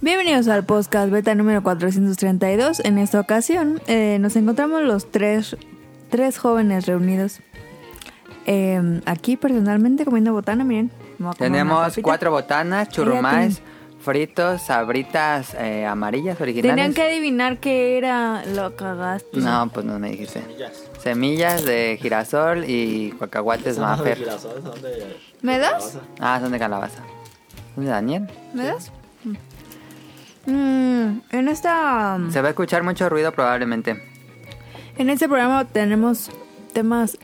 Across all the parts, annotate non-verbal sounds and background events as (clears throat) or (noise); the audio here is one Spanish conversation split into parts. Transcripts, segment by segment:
Bienvenidos al podcast beta número 432. En esta ocasión eh, nos encontramos los tres, tres jóvenes reunidos. Eh, aquí personalmente comiendo botana, miren. me voy a comer una Tenemos papita. cuatro botanas, churrumáis, fritos, sabritas eh, amarillas Tenían originales. que adivinar qué era lo cagaste. No, pues no me dijiste. Semillas. Semillas de girasol y cacahuates Son de mafer. girasol, son de- ¿Me das? Ah, son de calabaza. ¿Son de Daniel? ¿Me das? Mm, en esta mm, Se va a escuchar mucho ruido probablemente. en este programa tenemos temas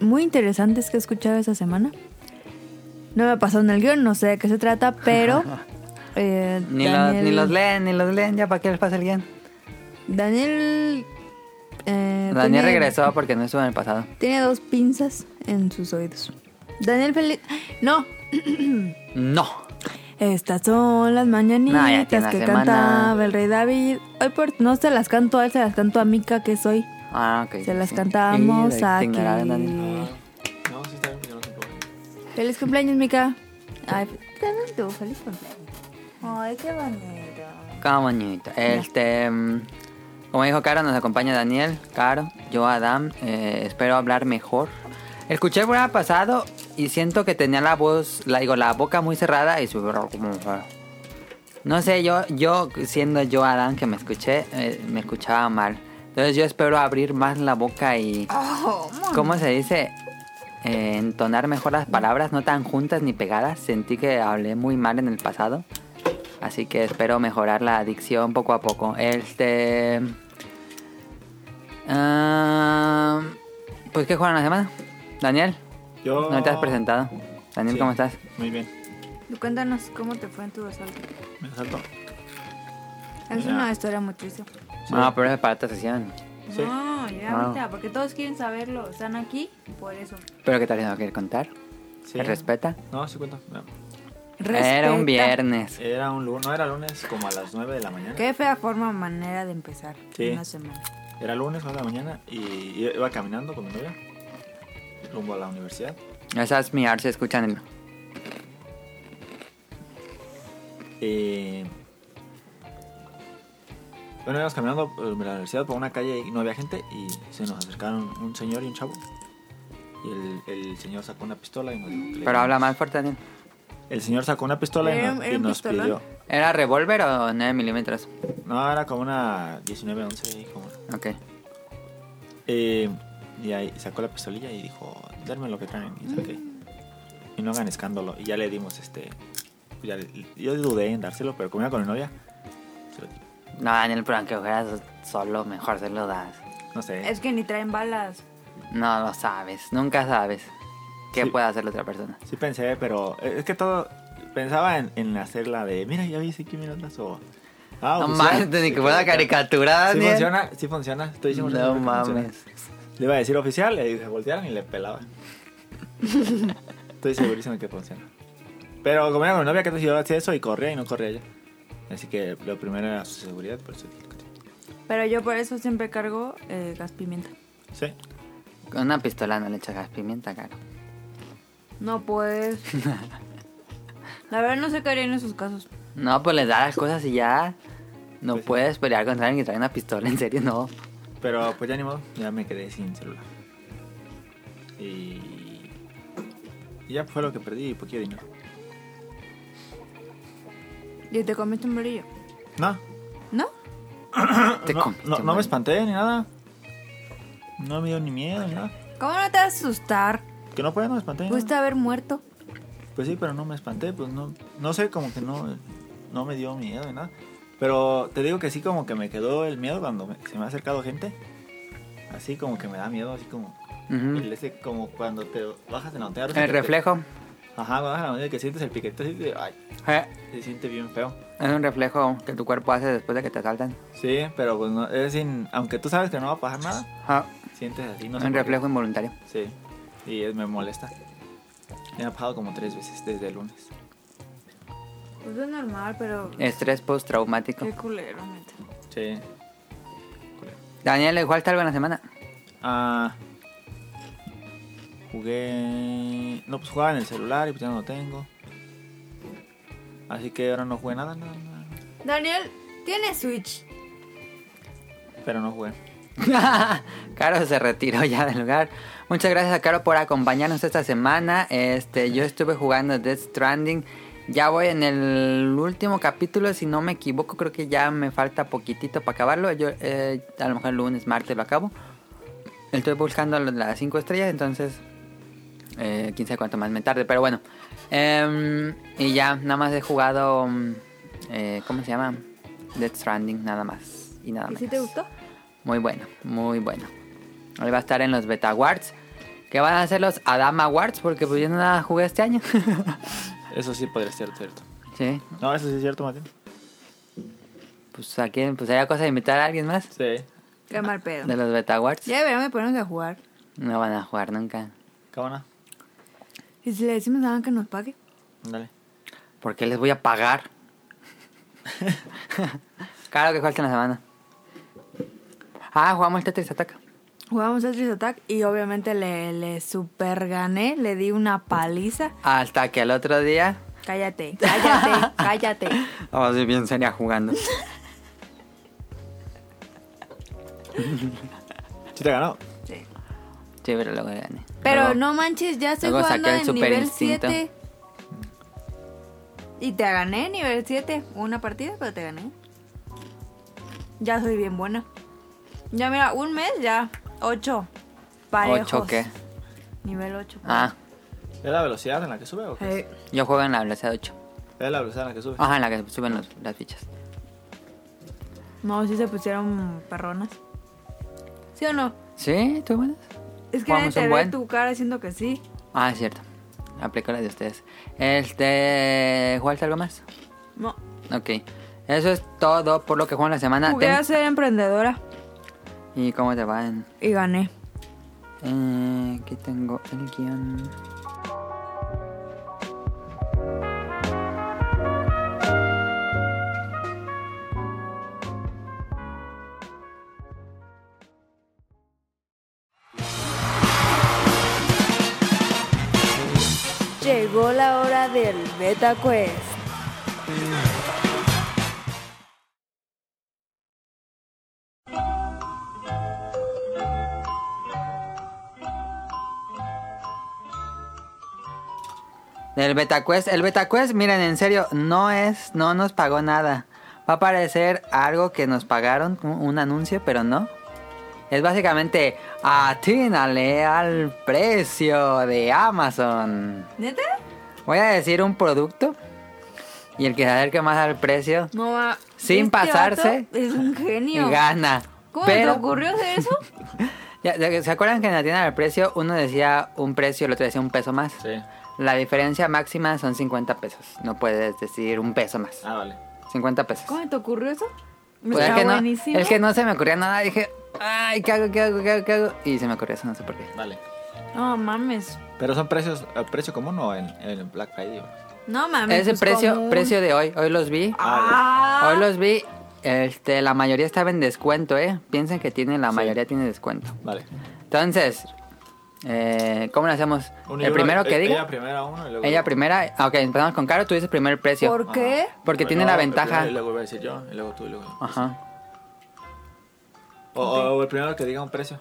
muy interesantes que he escuchado esta semana. No me pasó en el guión, no sé de qué se trata, (laughs) pero eh, Ni, los, Daniel- ni los leen, ni los leen, ya para qué les pasa el guión. Daniel eh, Daniel tiene- regresó porque no estuvo en el pasado. Tiene dos pinzas en sus oídos. Daniel Feliz, no. No. Estas son las mañanitas No, ya tiene la que semana. cantaba el rey David. Hoy por, no se las canto a él, se las canto a Mica que soy. Ah, ok. Se las sí. cantamos Y la aquí. ignoraron, Daniel. Ah. No, sí está bien, yo no sé cómo. Feliz cumpleaños, Mica. Ay, también tú, feliz cumpleaños. Ay, qué bonito. Qué bonito. Este, mm, como dijo Caro, nos acompaña Daniel, Caro, yo Adam. eh, espero hablar mejor. Escuché el programa pasado y siento que tenía la voz, la digo, la boca muy cerrada y su como ah, no sé, yo, yo siendo yo Adam que me escuché, eh, me escuchaba mal. Entonces yo espero abrir más la boca y ¿cómo se dice? Eh, entonar mejor las palabras, no tan juntas ni pegadas. Sentí que hablé muy mal en el pasado. Así que espero mejorar la adicción poco a poco. Este. ah, pues, ¿qué jugaron la semana? Daniel, Yo... no te has presentado. Daniel, Sí. ¿cómo estás? Muy bien. Cuéntanos cómo te fue en tu asalto. Me asaltó. Es Ya. una historia muy triste. Sí. No, pero es para otra sesión. Sí. No, ya Ah. ahorita, porque todos quieren saberlo. Están aquí por eso. ¿Pero qué tal no quieres contar? Sí. ¿Te respeta? No, sí cuenta. No. Era Respeta. un viernes. Era un lunes, no era lunes como a las 9 de la mañana. Qué fea forma manera de empezar Sí. una semana. Era lunes, 9 de la mañana y iba caminando con mi novia rumbo a la universidad. Esas mirar se escuchan en. Y... Bueno, íbamos caminando eh, de la universidad por una calle y no había gente y se nos acercaron un señor y un chavo. Y el, el señor sacó una pistola y nos dijo... que le- Pero habla más fuerte, Daniel. El señor sacó una pistola y Era- nos, era y un nos pistolón. pidió... ¿Era revólver o 9 milímetros? No, era como una 19, 11 ahí como... Ok. Eh, y ahí sacó la pistolilla y dijo, darme lo que traen. Y, saqué. y no hagan escándalo. Y ya le dimos este... ya le- yo dudé en dárselo, pero como era con mi novia, se lo di. No, Daniel, pero aunque juegas solo, mejor se lo das. No sé. Es que ni traen balas. No lo sabes, nunca sabes qué Sí. puede hacer la otra persona. Sí pensé, pero eh, es que todo... Pensaba en, en hacer la de, mira, ya vi ese Kimi no o... Ah, No oficial". mames, ni Sí, que fuera caricatura, Sí Daniel. funciona, sí funciona. Estoy diciendo No que funciona. mames. Le iba a decir oficial, le se voltearon y (laughs) le pelaba. Estoy segurísimo que funciona. Pero como era con mi novia que te hacía eso y corría y no corría ella. Así que lo primero era su seguridad, por eso dije que sí. Pero yo por eso siempre cargo eh, gas pimienta. Sí. Con una pistola no le echas gas pimienta, caro. No puedes. (laughs) La verdad no sé qué haría en esos casos. No, pues les da las cosas y ya. No Pues sí. puedes pelear contra alguien que trae una pistola, en serio, no. Pero pues ya ni modo, ya me quedé sin celular. Y. Y ya fue lo que perdí y poquito dinero. Y te comiste un brillo. No, ¿No? Te no, comiste, no, no man. me espanté ni nada. No me dio ni miedo ni nada. ¿Cómo no te vas a asustar? Que no pueda, no me espanté. ni nada. Pudiste haber muerto. Pues sí, pero no me espanté, pues no, no sé, como que no, no me dio miedo ni nada. Pero te digo que sí, como que me quedó el miedo cuando me- se me ha acercado gente. Así como que me da miedo, así como, Ujú. el ese- como cuando te bajas de la montaña Mm. rusa. El que te- reflejo ajá, cuando bajas de la montaña que sientes el piquete, así de, ay, eh, se siente bien feo. es un reflejo que tu cuerpo hace después de que te saltan. Sí, pero pues no, es sin, aunque tú sabes que no va a pasar nada, sientes así, Ah, no sé un por qué. reflejo involuntario. Sí, y es- me molesta. Me ha pasado como tres veces desde el lunes. Pues es normal, pero. Estrés postraumático. Qué culero, neta. Sí. Daniel, ¿le jugaste algo en la semana? Ah. Jugué. No, pues jugaba en el celular y pues ya no lo tengo. Así que ahora no jugué nada, nada, nada. Daniel, tiene Switch. Pero no jugué. (laughs) Caro se retiró ya del lugar. Muchas gracias a Caro por acompañarnos esta semana. Este, yo estuve jugando Death Stranding. Ya voy en el último capítulo, si no me equivoco, creo que ya me falta poquitito para acabarlo. Yo eh, a lo mejor el lunes, martes lo acabo. Estoy buscando las 5 estrellas, entonces eh, quién sabe cuánto más me tarde, pero bueno. Em, y ya, nada más he jugado, mm, eh, ¿cómo se llama? Death Stranding, nada más y nada ¿Y menos. si te gustó? Muy bueno, muy bueno. Ahí va a estar en los Beta Awards. Que van a ser los Adama Awards, porque pues yo no nada jugué este año. (laughs) Eso sí podría ser cierto. sí, No, eso sí es cierto, Martín. pues a quién, pues sería cosa de invitar a alguien más Sí. Qué mal pedo. de los Beta Awards. Ya deberíamos ponernos a jugar. No van a jugar nunca. Cámara. Y si le decimos a Dan que nos pague. Dale. ¿Por qué les voy a pagar? (laughs) claro que jugaste en la semana. Ah, jugamos el Tetris Ataca. Jugamos Tetris Attack y obviamente le, le super gané, le di una paliza. Hasta que al otro día. (laughs) Cállate, cállate, cállate. Oh, sí, bien sería jugando. ¿Sí te ganó? Sí. Sí, pero luego gané. Pero Luego- no manches, ya estoy luego jugando saqué el en Super nivel Instinto. 7. Y te gané en nivel 7. Una partida, pero te gané. Ya soy bien buena. Ya mira, un mes ya. 8. Parejos. ¿Ocho qué? Nivel 8. Ah, ¿Es la velocidad en la que sube o qué? Ah. yo juego en la velocidad 8. ¿Es la velocidad en la que sube? Ajá, en la que suben los- las fichas. No, sí se pusieron perronas. ¿Sí o no? ¿Sí? ¿Tú buenas? Es que Vamos, nadie te un ve buen. tu cara diciendo que sí. Ah, es cierto. Aplico la de ustedes. Este. ¿Jugaste algo más? No. Ok. Eso es todo por lo que juego en la semana. Jugué a Ah, Ten- ser emprendedora ¿Y cómo te va en.? y gané. Eh, aquí tengo el guión. Llegó la hora del Beta Quest. Del BetaQuest. El BetaQuest, miren, en serio, no es. No nos pagó nada. Va a parecer algo que nos pagaron, un un anuncio, pero no. Es básicamente. Atínale al precio de Amazon. ¿Neta? Voy a decir un producto. Y el que se acerque más al precio No va. Este Sin pasarse. vato Es un genio. gana. ¿Cómo Pero- te ocurrió hacer (laughs) eso? Ya, ya, ¿Se acuerdan que en la tienda del precio uno decía un precio y el otro decía un peso más? Sí. La diferencia máxima son 50 pesos. No puedes decir un peso más. Ah, vale. 50 pesos. ¿Cómo te ocurrió eso? Pues es, Está que no, buenísimo. es que no se me ocurría nada. Dije, ay, ¿qué hago, qué hago, qué hago, qué hago? Y se me ocurrió eso, no sé por qué. Vale. No mames. Pero son precios, ¿a precio común o en, en Black Friday? No mames. Ese pues, precio, común. precio de hoy. Hoy los vi. Ah. Hoy los vi. Este, la mayoría estaba en descuento, ¿eh? Piensen que tiene, la mayoría tiene descuento. Vale. Entonces, eh, ¿cómo lo hacemos? Uno y ¿El uno, primero que eh, diga? Ella primero uno y luego. Ella primera. Ah, Ok, empezamos con Caro. Tú dices primero el precio. ¿Por qué? Porque tiene la ventaja. Y luego voy a decir yo, y luego tú, y luego. yo. Ajá. O, o- o el primero que diga un precio.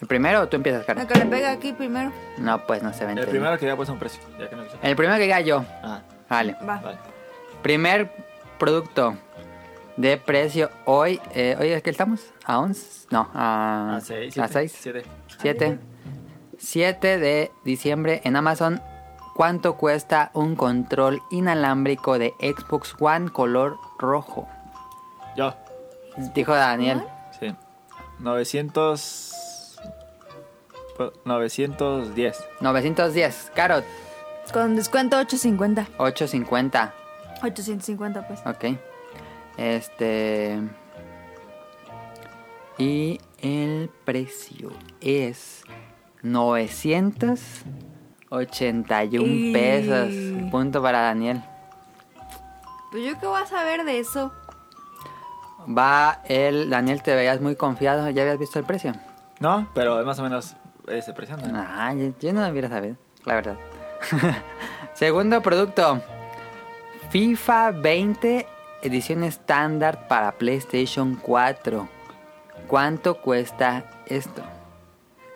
¿El primero o tú empiezas, Caro? La que le pega aquí primero. No, pues no se vende. El primero que diga pues un precio. Ya que no quise. El primero que diga yo. Ajá. Vale. Va. Vale. Primer producto de precio hoy. Eh, ¿Hoy es que estamos? ¿A 11? No, a, A Ah, seis. Ah. a siete, 6. Siete. 7. 7 de diciembre en Amazon. ¿Cuánto cuesta un control inalámbrico de Xbox One color rojo? Yo. Dijo Daniel. Sí. 900. pues, 910. 910. Caro, Con descuento 850. 850. 850 pues. Ok. Este. Y el precio es 981 Y- pesos. Punto para Daniel. Pues yo qué voy a saber de eso. Va el. Daniel, te veías muy confiado. ¿Ya habías visto el precio? No, pero es más o menos ese precio. ¿no? Ah, yo, yo no lo hubiera sabido, la verdad. (laughs) Segundo producto: FIFA 20 edición estándar para PlayStation 4. ¿Cuánto cuesta esto?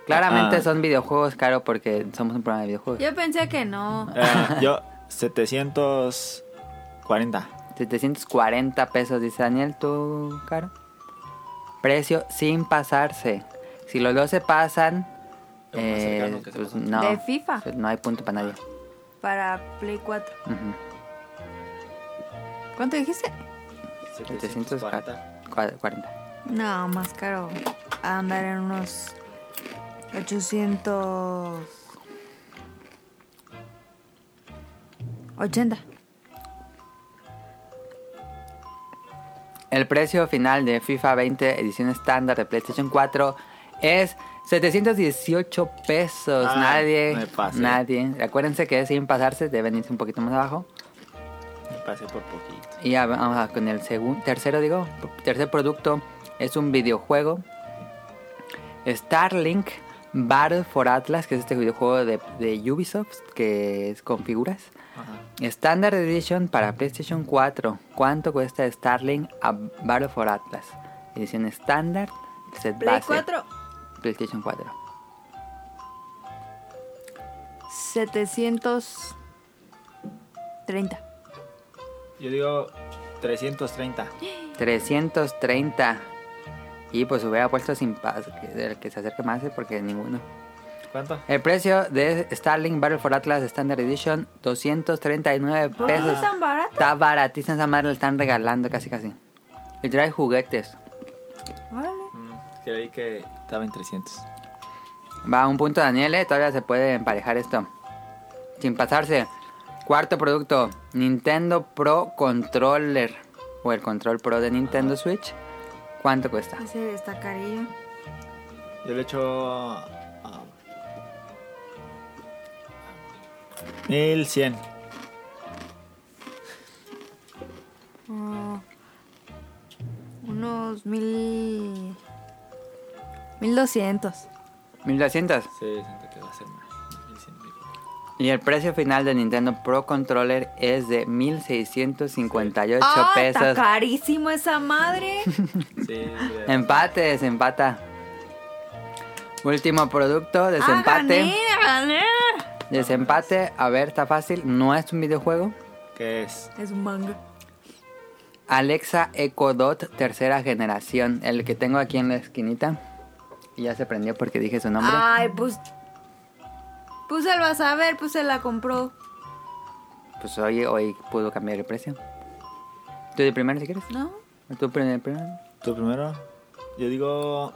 Claramente Ah. son videojuegos caro porque somos un programa de videojuegos. Yo pensé que no. Eh, (laughs) yo, 740. 740 pesos, dice Daniel, tú, caro. Precio sin pasarse. Si los dos se pasan, Lo más cercano que se pues, pasan. no, Ah, De FIFA. pues, no hay punto para nadie. Para Play 4. Ujú. ¿Cuánto dijiste? 740. cua- 40. No, más caro. A andar en unos 800... 80. El precio final de FIFA 20 edición estándar de PlayStation 4 es 718 pesos. Ah, nadie, me pasé. nadie. Acuérdense que sin pasarse deben irse un poquito más abajo. Me pasé por poquito. Y ya vamos a- con el segundo, tercero digo, tercer producto es un videojuego. Starlink Battle for Atlas, que es este videojuego de, de Ubisoft que es con figuras. Ajá. Standard Edition para PlayStation 4. ¿Cuánto cuesta Starlink a Battle for Atlas? Edición estándar, set Play base, 4, PlayStation 4. 730. Yo digo 330. 330. Y pues hubiera puesto sin paz, que- el que se acerque más, eh, porque ninguno. ¿Cuánto? El precio de Starlink Battle for Atlas Standard Edition, 239 ¿Por qué pesos. es tan barato? Está baratísima esa madre, le están regalando casi casi. Y trae juguetes. Órale. Mm, creí que estaba en 300. Va a un punto Daniel, eh, todavía se puede emparejar esto. Sin pasarse. Cuarto producto, Nintendo Pro Controller. O el Control Pro de Nintendo Switch. ¿Cuánto cuesta? Ese está carillo. Yo le echo. ah, 1100. Oh, unos mil... 1200. 1200. Sí, siento que va a ser más. 1100. digo. Y el precio final del Nintendo Pro Controller es de 1658 Ah, está pesos. carísimo esa madre. Sí, de- Empate, desempata. Último producto, (laughs) desempate. Ah, gané, gané. desempate, a ver, está fácil. No es un videojuego. ¿Qué es? Es un manga. Alexa Echo Dot tercera generación. El que tengo aquí en la esquinita. Y ya se prendió porque dije su nombre. Ay, pues. Pues él va a saber, pues se la compró. Pues hoy, hoy pudo cambiar el precio. Tú de primero si quieres. ¿No? Tú de primero. ¿Tú primero? Yo digo.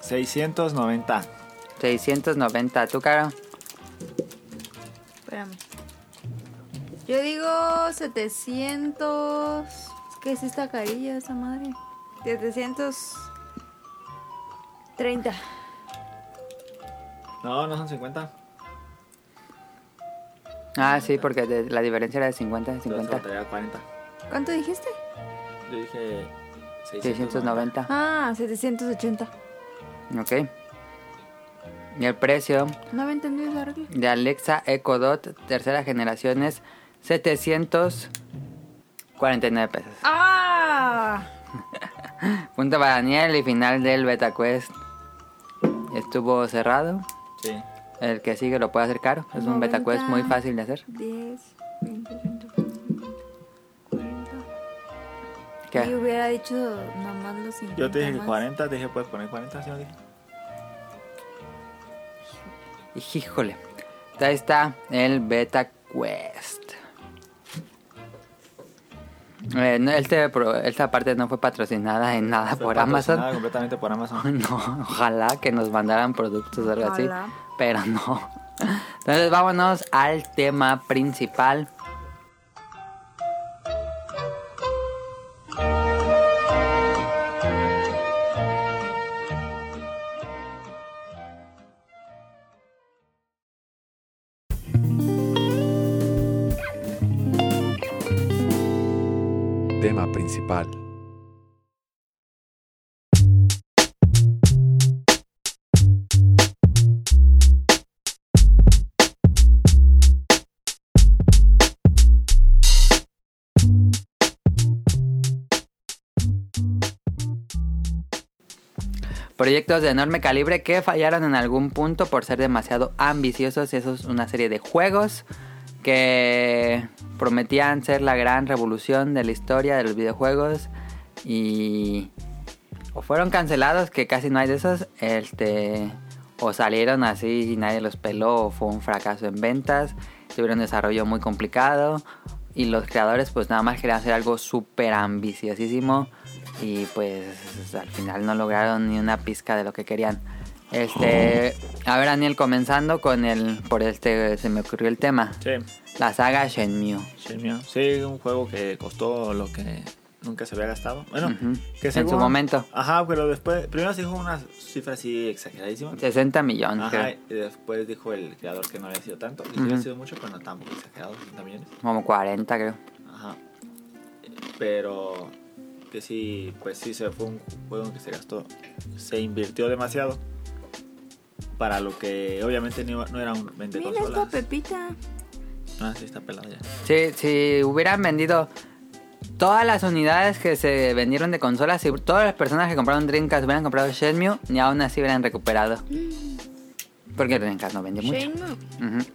690. 690. ¿Tú, Caro? Espérame. Yo digo 700. Es que sí está carilla esa madre. 730. No, no son 50. Ah, sí, porque de- la diferencia era de 50 a 50. Entonces, faltaría 40. ¿Cuánto dijiste? Yo dije 690. 690. Ah, 780. Ok. Y el precio No había entendido esa regla. de Alexa Echo Dot tercera generación es 749 pesos. ¡Ah! Punto para Daniel y final del Beta Quest. Estuvo cerrado. Sí. El que sigue lo puede hacer caro. Es un Beta Quest muy fácil de hacer. 10, 20, 30, 40. Y ¿Qué? hubiera dicho nomás los 50. Yo te dije que más. 40, te dije puedes poner 40, ¿sí no dije? Híjole. Ahí está el Beta Quest. Eh, no, este pro- esta parte no fue patrocinada en nada Fue Ah, por patrocinada Amazon. completamente por Amazon. (laughs) No, ojalá que nos mandaran productos o algo así. Ojalá. Pero no. Entonces vámonos al tema principal. Tema principal. Proyectos de enorme calibre que fallaron en algún punto por ser demasiado ambiciosos. Eso es una serie de juegos que prometían ser la gran revolución de la historia de los videojuegos y o fueron cancelados, que casi no hay de esos, este, o salieron así y nadie los peló, o fue un fracaso en ventas, tuvieron un desarrollo muy complicado y los creadores pues nada más querían hacer algo súper ambiciosísimo y pues al final no lograron ni una pizca de lo que querían. Este, a ver Daniel, comenzando con el, por este se me ocurrió el tema, Sí, la saga Shenmue. Shenmue. Sí, un juego que costó lo que nunca se había gastado. Bueno, Ujú. que En según- su momento. Ajá, pero después, primero se dijo una cifra así exageradísima. 60 millones, Ajá, creo. y después dijo el creador que no había sido tanto. Y sí Ujú. había sido mucho, pero no tampoco exagerado, 60 millones. como 40 creo. Ajá. Pero que sí, pues sí, se fue un juego que se gastó, se invirtió demasiado para lo que obviamente no, iba- no era un vende Mira esta consolas. pepita. Ah, sí, está pelado ya. Sí, si hubieran vendido todas las unidades que se vendieron de consolas, si todas las personas que compraron Dreamcast hubieran comprado Shenmue, ni aún así hubieran recuperado. Porque Dreamcast no vendió mucho. Shenmue. Ujú.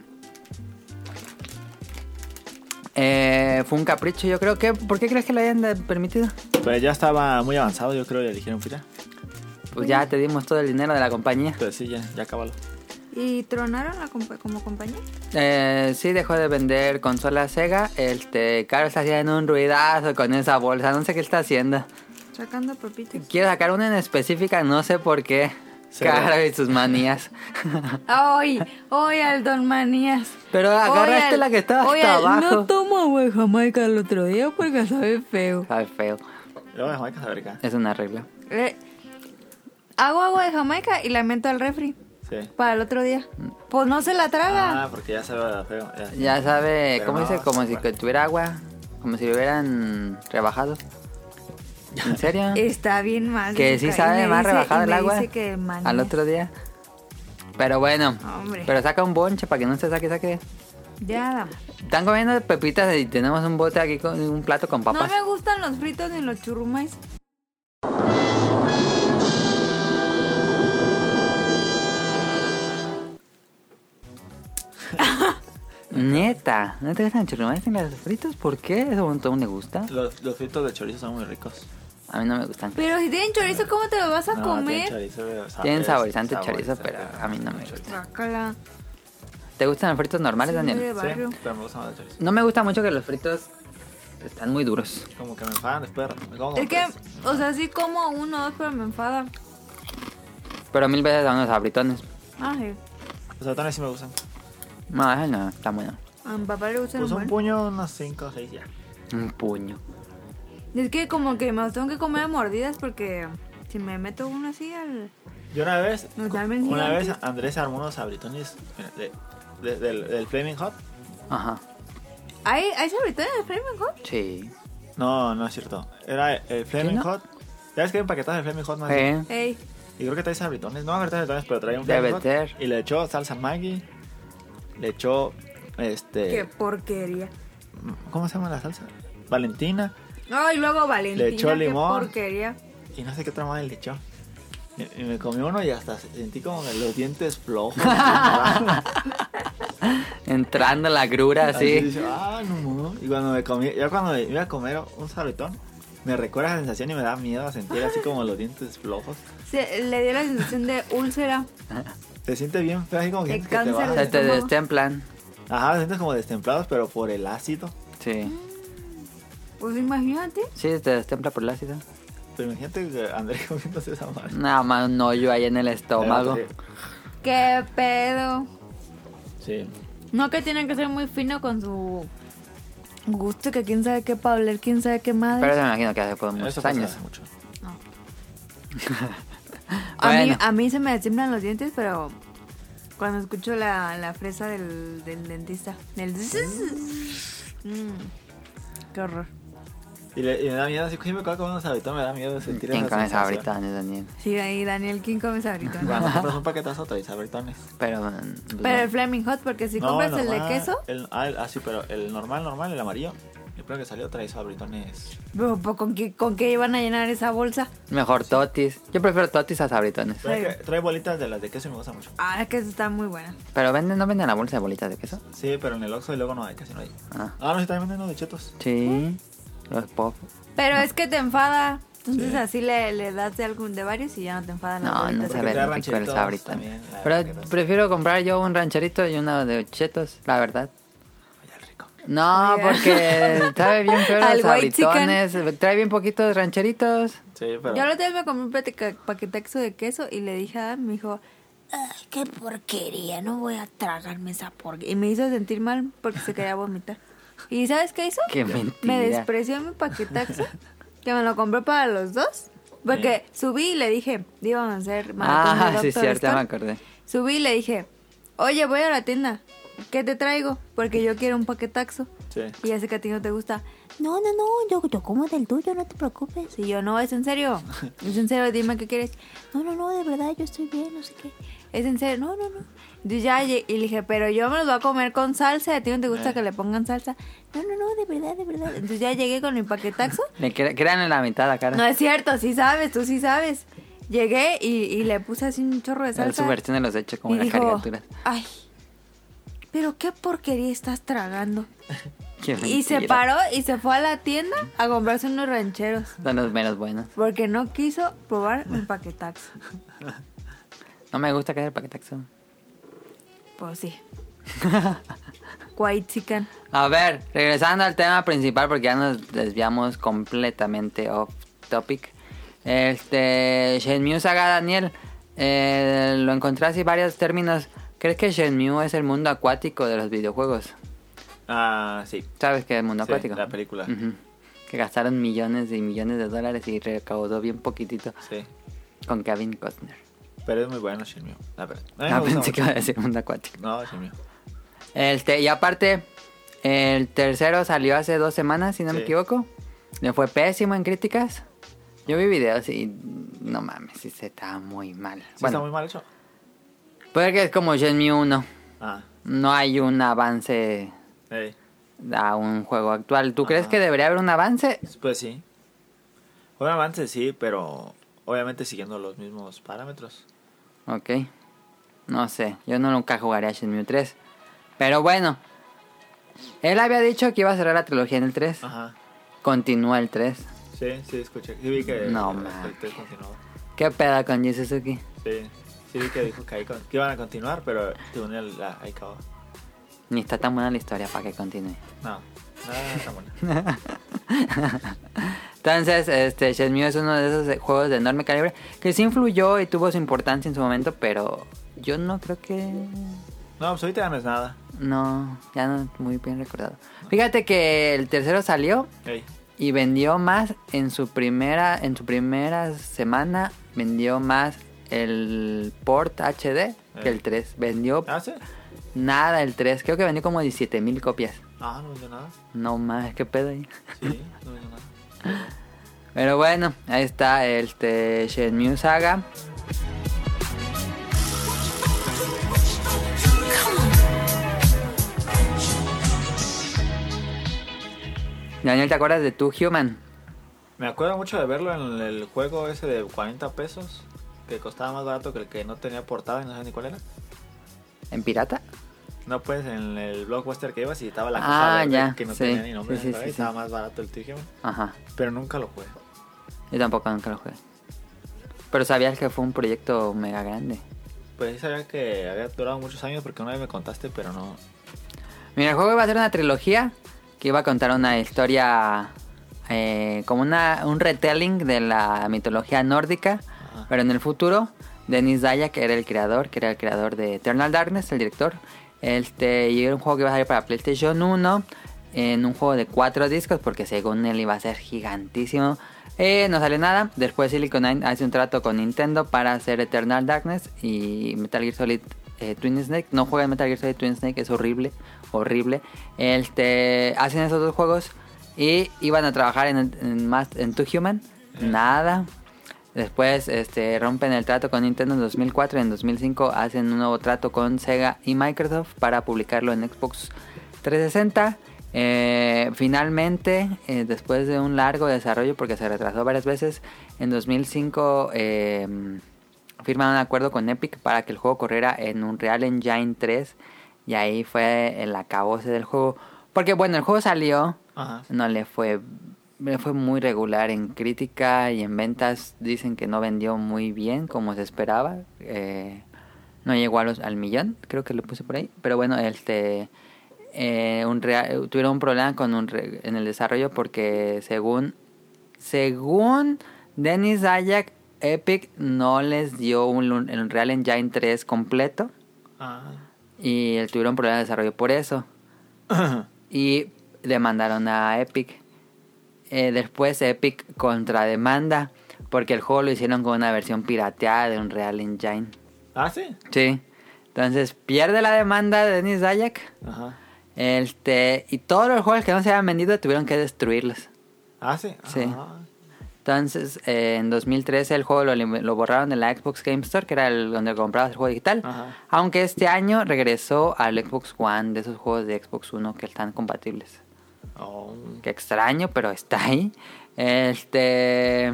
Eh, fue un capricho, yo creo que... ¿Por qué crees que lo hayan de- permitido? Pues ya estaba muy avanzado, yo creo, ya dijeron, mira, Pues ya te dimos todo el dinero de la compañía. pues sí, ya, ya acábalo. ¿Y tronaron la compa- como compañía? Eh, sí, dejó de vender consolas Sega. Este, Caro está haciendo un ruidazo con esa bolsa. No sé qué está haciendo. Sacando pepitas. Quiero sacar una en específica, no sé por qué. Se Caro y sus manías. (laughs) ¡Ay! ¡Ay, al Don Manías! Pero agarraste Oye, la que estaba oye, hasta abajo. No tomo agua de Jamaica el otro día porque sabe feo. Ay, feo. Luego dejó de saber acá. Es una regla. Eh, hago agua de Jamaica y la meto al refri Sí. para el otro día. Pues no se la traga. Ah, porque ya se ve feo. Ya, Ya sabe, Pero ¿cómo no, dice? Como si bueno. tuviera agua. Como si lo hubieran rebajado. (laughs) ¿En serio? Está bien más. que sí sabe más rebajado el agua. Dice que manías. al otro día. Pero bueno. Hombre. Pero saca un bonche para que no se saque, saque. Ya, dame. Están comiendo pepitas y tenemos un bote aquí con un plato con No papas. me gustan los fritos ni los churrumais. Neta, ¿no te gustan los churrumais ni los fritos? ¿Por qué? Eso un montón me gusta. Los, los fritos de chorizo son muy ricos. A mí no me gustan. Pero si tienen chorizo, ¿cómo te los vas a No, tienen comer? chorizo, pero sabe- Tienen saborizante chorizo, saborizante, pero a mí no me gusta. Guácala. ¿Te gustan los fritos normales, Sí, Daniel? de barrio. Sí, pero me gustan más de chorizo. No me gusta mucho que los fritos están muy duros. Como que me enfadan después. me como Es que, tres. o sea, sí como uno o dos, pero me enfada. Pero mil veces dan los abritones. Ah, sí. Los botones sí me gustan. No, eso no, está bueno. A mi papá le gustan los Pues un buenos. puño, unos 5 o 6 ya. Un puño. Es que como que me los tengo que comer a mordidas porque si me meto uno así al... Yo una vez, Nos dan vencido una vez antes. Andrés armó unos abritones mira, de- de- del, del Flaming Hot. Ajá. ¿Hay, hay sabritones de Flaming Hot? Sí. No, no es cierto. Era el Flaming no? Hot. Ya ves que hay empaquetados de Flaming Hot más. bien. Eh, Ey, Y creo que trae sabritones. No, no trae sabritones, pero trae un Debe Flaming Hot. ser. Y le echó salsa Maggi. Le echó, qué este... porquería. ¿Cómo se llama la salsa? Valentina. Ay, luego Valentina, Le echó limón. qué porquería. Y no sé qué otra madre le echó. Y, y me comí uno y hasta sentí como que los dientes (laughs) flojos. entrando la grura Así así. dice, ah, no, no. Y cuando me comí, ya cuando me iba a comer un sabretón, me recuerda esa sensación y me da miedo a sentir así como los dientes flojos. Se, le dio la sensación de úlcera. Se siente bien feo, así como que, El sientes que cáncer (laughs) te Se baja. te estómago. destemplan. Ajá, te sientes como destemplados, pero por el ácido. Sí. Pues imagínate. Sí, te destempla por el ácido. Pero imagínate que Andrés (laughs) comiéndose esa madre. Nada más un hoyo ahí en el estómago. Sí. Qué pedo. Sí. No que tienen que ser muy fino con su gusto, que quién sabe qué Pabler, quién sabe qué madre. Pero eso me imagino que hace por Eso muchos pasa años. mucho. a, mí, Bueno, a mí se me destiemblan los dientes, pero cuando escucho la, la fresa del, del dentista. Del zzzz. Mm, qué horror. Y, le- y me da miedo, así que siempre cuando como un sabretón me da miedo sentir ¿quién esa come sensación. sabritones, Daniel? Sí, ahí Daniel King come sabritones. (laughs) Cuando compras un paquetazo traes sabritones. Pero, mm, pues, Pero no. el Flaming Hot, porque si No, compras el de normal, queso, El, ah, el- ah, sí, pero el normal, normal, el amarillo. El primero que salió trae sabritones. Pero, pues, ¿Con qué, ¿Con qué iban a llenar esa bolsa? Mejor totis. Yo prefiero totis a sabritones. Trae, Sí. trae bolitas de las de queso y me gusta mucho. Ah, es que esa está muy buena. Pero venden, no venden la bolsa de bolitas de queso. Sí, pero en el Oxxo y luego no hay, casi no hay. Ah. Ah, no, sí, también venden los de chetos. Sí. Los pop. Pero es que te enfada. Entonces Sí. así le, le das de algún de varios y ya Ah, no te enfadan. las No, no bolitas. se Porque ve trae rico el rancheritos sabritones. también, Pero la verdad que no. prefiero comprar yo un rancherito y uno de chetos, la verdad. Ay, el rico. No, Oye. (laughs) porque trae bien feo Al los white chicken. sabritones, trae bien poquitos rancheritos. Sí, pero. Yo la otra vez me compré un platica- paquetaxo de queso y le dije a Adam, me dijo, "Ay, qué porquería, no voy a tragarme esa porquería. Y me hizo sentir mal porque se quería vomitar. ¿Y sabes qué hizo? Qué mentira. Me despreció mi paquetaxo, que me lo compré para los dos. Porque subí y le dije, íbamos a hacer maratón de Ah, sí, Dr. cierto, ya me Scott. acordé. Subí y le dije, oye, voy a la tienda, ¿qué te traigo? Porque yo quiero un paquetaxo. Sí. Y ya sé que a ti no te gusta. No, no, no, yo, yo como del tuyo, no te preocupes. Y yo, no, es en serio. Es en serio, dime qué quieres. No, no, no, de verdad, yo estoy bien, no sé qué. Es en serio, no, no, no. Yo ya llegué y le dije, pero yo me los voy a comer con salsa. A ti no te gusta Eh. que le pongan salsa. No, no, no, de verdad, de verdad. Entonces ya llegué con mi paquetaxo. Le cre- crean en la mitad la cara. No es cierto, sí sabes, tú sí sabes. Llegué y, y le puse así un chorro de Él salsa. su versión de los hechos como y en las dijo, caricaturas. Ay, pero qué porquería estás tragando. (laughs) Qué Y se mentira. paró y se fue a la tienda a comprarse unos rancheros. Son los menos buenos. Porque no quiso probar un paquetaxo. No me gusta que sea el paquetaxo. Pues sí. White chicken. A ver, regresando al tema principal porque ya nos desviamos completamente off topic. Este, Shenmue Saga Daniel, eh, lo encontré así varios términos. ¿Crees que Shenmue es el mundo acuático de los videojuegos? Ah, sí. ¿Sabes qué es el mundo Sí, acuático? la película. Ujú. Que gastaron millones y millones de dólares y recaudó bien poquitito Sí. con Kevin Costner. Pero es muy bueno Shinmio. La verdad. A mí Ah, me gusta pensé que iba mucho. a decir mundo acuático. No, Shinmio. Este, y aparte, el tercero salió hace dos semanas, si no me Sí. equivoco. Le fue pésimo en críticas. Yo vi videos y no mames, sí se está muy mal. Sí, está muy bueno, mal hecho. puede que es como Shenmue 1. Ah, No hay un avance eh. a un juego actual. ¿Tú crees Ajá. que debería haber un avance? Pues sí. Un avance sí, pero obviamente siguiendo los mismos parámetros. Ok. No sé, yo no nunca jugaría Shenmue 3. Pero bueno. Él había dicho que iba a cerrar la trilogía en el 3. Ajá. Continúa el 3. Sí, sí, escuché. Sí, vi que. No, el- man. el test continuó. ¿Qué pedo con Yu Suzuki? Sí, sí, vi que dijo que, ahí con- que iban a continuar, pero según él, la- ahí acabó. Ni está tan buena la historia para que continúe. No, nada está bueno. Entonces, este, Shenmue es uno de esos de- juegos de enorme calibre que sí influyó y tuvo su importancia en su momento, pero yo no creo que... No, pues ahorita ya no es nada. No, ya no es muy bien recordado. Fíjate que el tercero salió Ey, y vendió más en su primera, en su primera semana, vendió más el port HD que el 3. Vendió ¿Ah, sí? nada el 3, creo que vendió como 17 mil copias. Ah, no vendió nada. No más, qué pedo ahí. Sí, no vendió nada. Pero bueno, ahí está este Shenmue Saga. Daniel, ¿te acuerdas de tu Human? Me acuerdo mucho de verlo en el juego ese de 40 pesos, que costaba más barato que el que no tenía portada y no sé ni cuál era. ¿En pirata? No, pues en el blockbuster que ibas y estaba la Ah, caja verde ya, que no sí, tenía ni nombre. sí, sí, ¿sabes? sí, estaba sí. más barato el Tigre, Ajá. pero nunca lo jugué. Yo tampoco nunca lo jugué. Pero sabías que fue un proyecto mega grande. Pues sí sabía que había durado muchos años porque una vez me contaste, pero no. Mira, el juego iba a ser una trilogía que iba a contar una historia eh, como una, un retelling de la mitología nórdica, Ajá. pero en el futuro, Denis Daya, que era el creador, que era el creador de Eternal Darkness, el director, este, y era un juego que iba a salir para PlayStation 1, en un juego de cuatro discos, porque según él iba a ser gigantísimo. Eh, no sale nada. Después Silicon Nine hace un trato con Nintendo para hacer Eternal Darkness y Metal Gear Solid eh, Twin Snake. No juegan Metal Gear Solid Twin Snake, es horrible, horrible. Este, hacen esos dos juegos y iban a trabajar en, en, más, en Two Human. Nada. Después este, rompen el trato con Nintendo en 2004 y en 2005 hacen un nuevo trato con Sega y Microsoft para publicarlo en Xbox 360 Eh, finalmente, eh, después de un largo desarrollo, porque se retrasó varias veces, en 2005 eh, firmaron un acuerdo con Epic para que el juego corriera en Unreal Engine 3 y ahí fue el acabose del juego. Porque bueno, el juego salió, Ajá. no le fue, le fue muy regular en crítica y en ventas. Dicen que no vendió muy bien como se esperaba. eh, no llegó a los- al millón, creo que lo puse por ahí. Pero bueno, este, eh, un rea- tuvieron un problema con un re- en el desarrollo porque según, según Dennis Ayak, Epic no les dio un, un Unreal Engine 3 completo Ah. (coughs) y tuvieron problemas de desarrollo por eso y demandaron a Epic. Eh, después Epic contrademanda porque el juego lo hicieron con una versión pirateada de un Real Engine. ah, sí. Sí. Entonces pierde la demanda de Denis Dayak. Ajá. Este, y todos los juegos que no se habían vendido tuvieron que destruirlos. Ah, sí. Sí. Ajá. Entonces, eh, en 2013 el juego lo, elim- lo borraron de la Xbox Game Store, que era el, donde comprabas el juego digital. Ajá. Aunque este año regresó al Xbox One, de esos juegos de Xbox One que están compatibles. Oh. que extraño, pero está ahí. Este.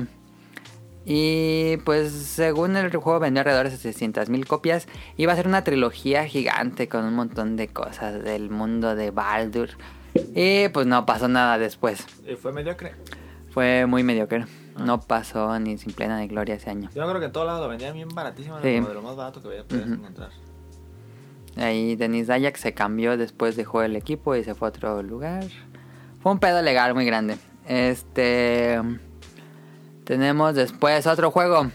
Y pues según el juego vendió alrededor de 600 mil copias, iba a ser una trilogía gigante con un montón de cosas del mundo de Baldur. Y pues no pasó nada después. Eh, fue mediocre. Fue muy mediocre. No pasó ni sin plena de gloria ese año. Yo creo que en todos lados lo vendían bien baratísimo, Sí. era como de lo más barato que podías podías encontrar. Ahí Denis Dayak se cambió después dejó el equipo y se fue a otro lugar. Fue un pedo legal muy grande. Este tenemos después otro juego.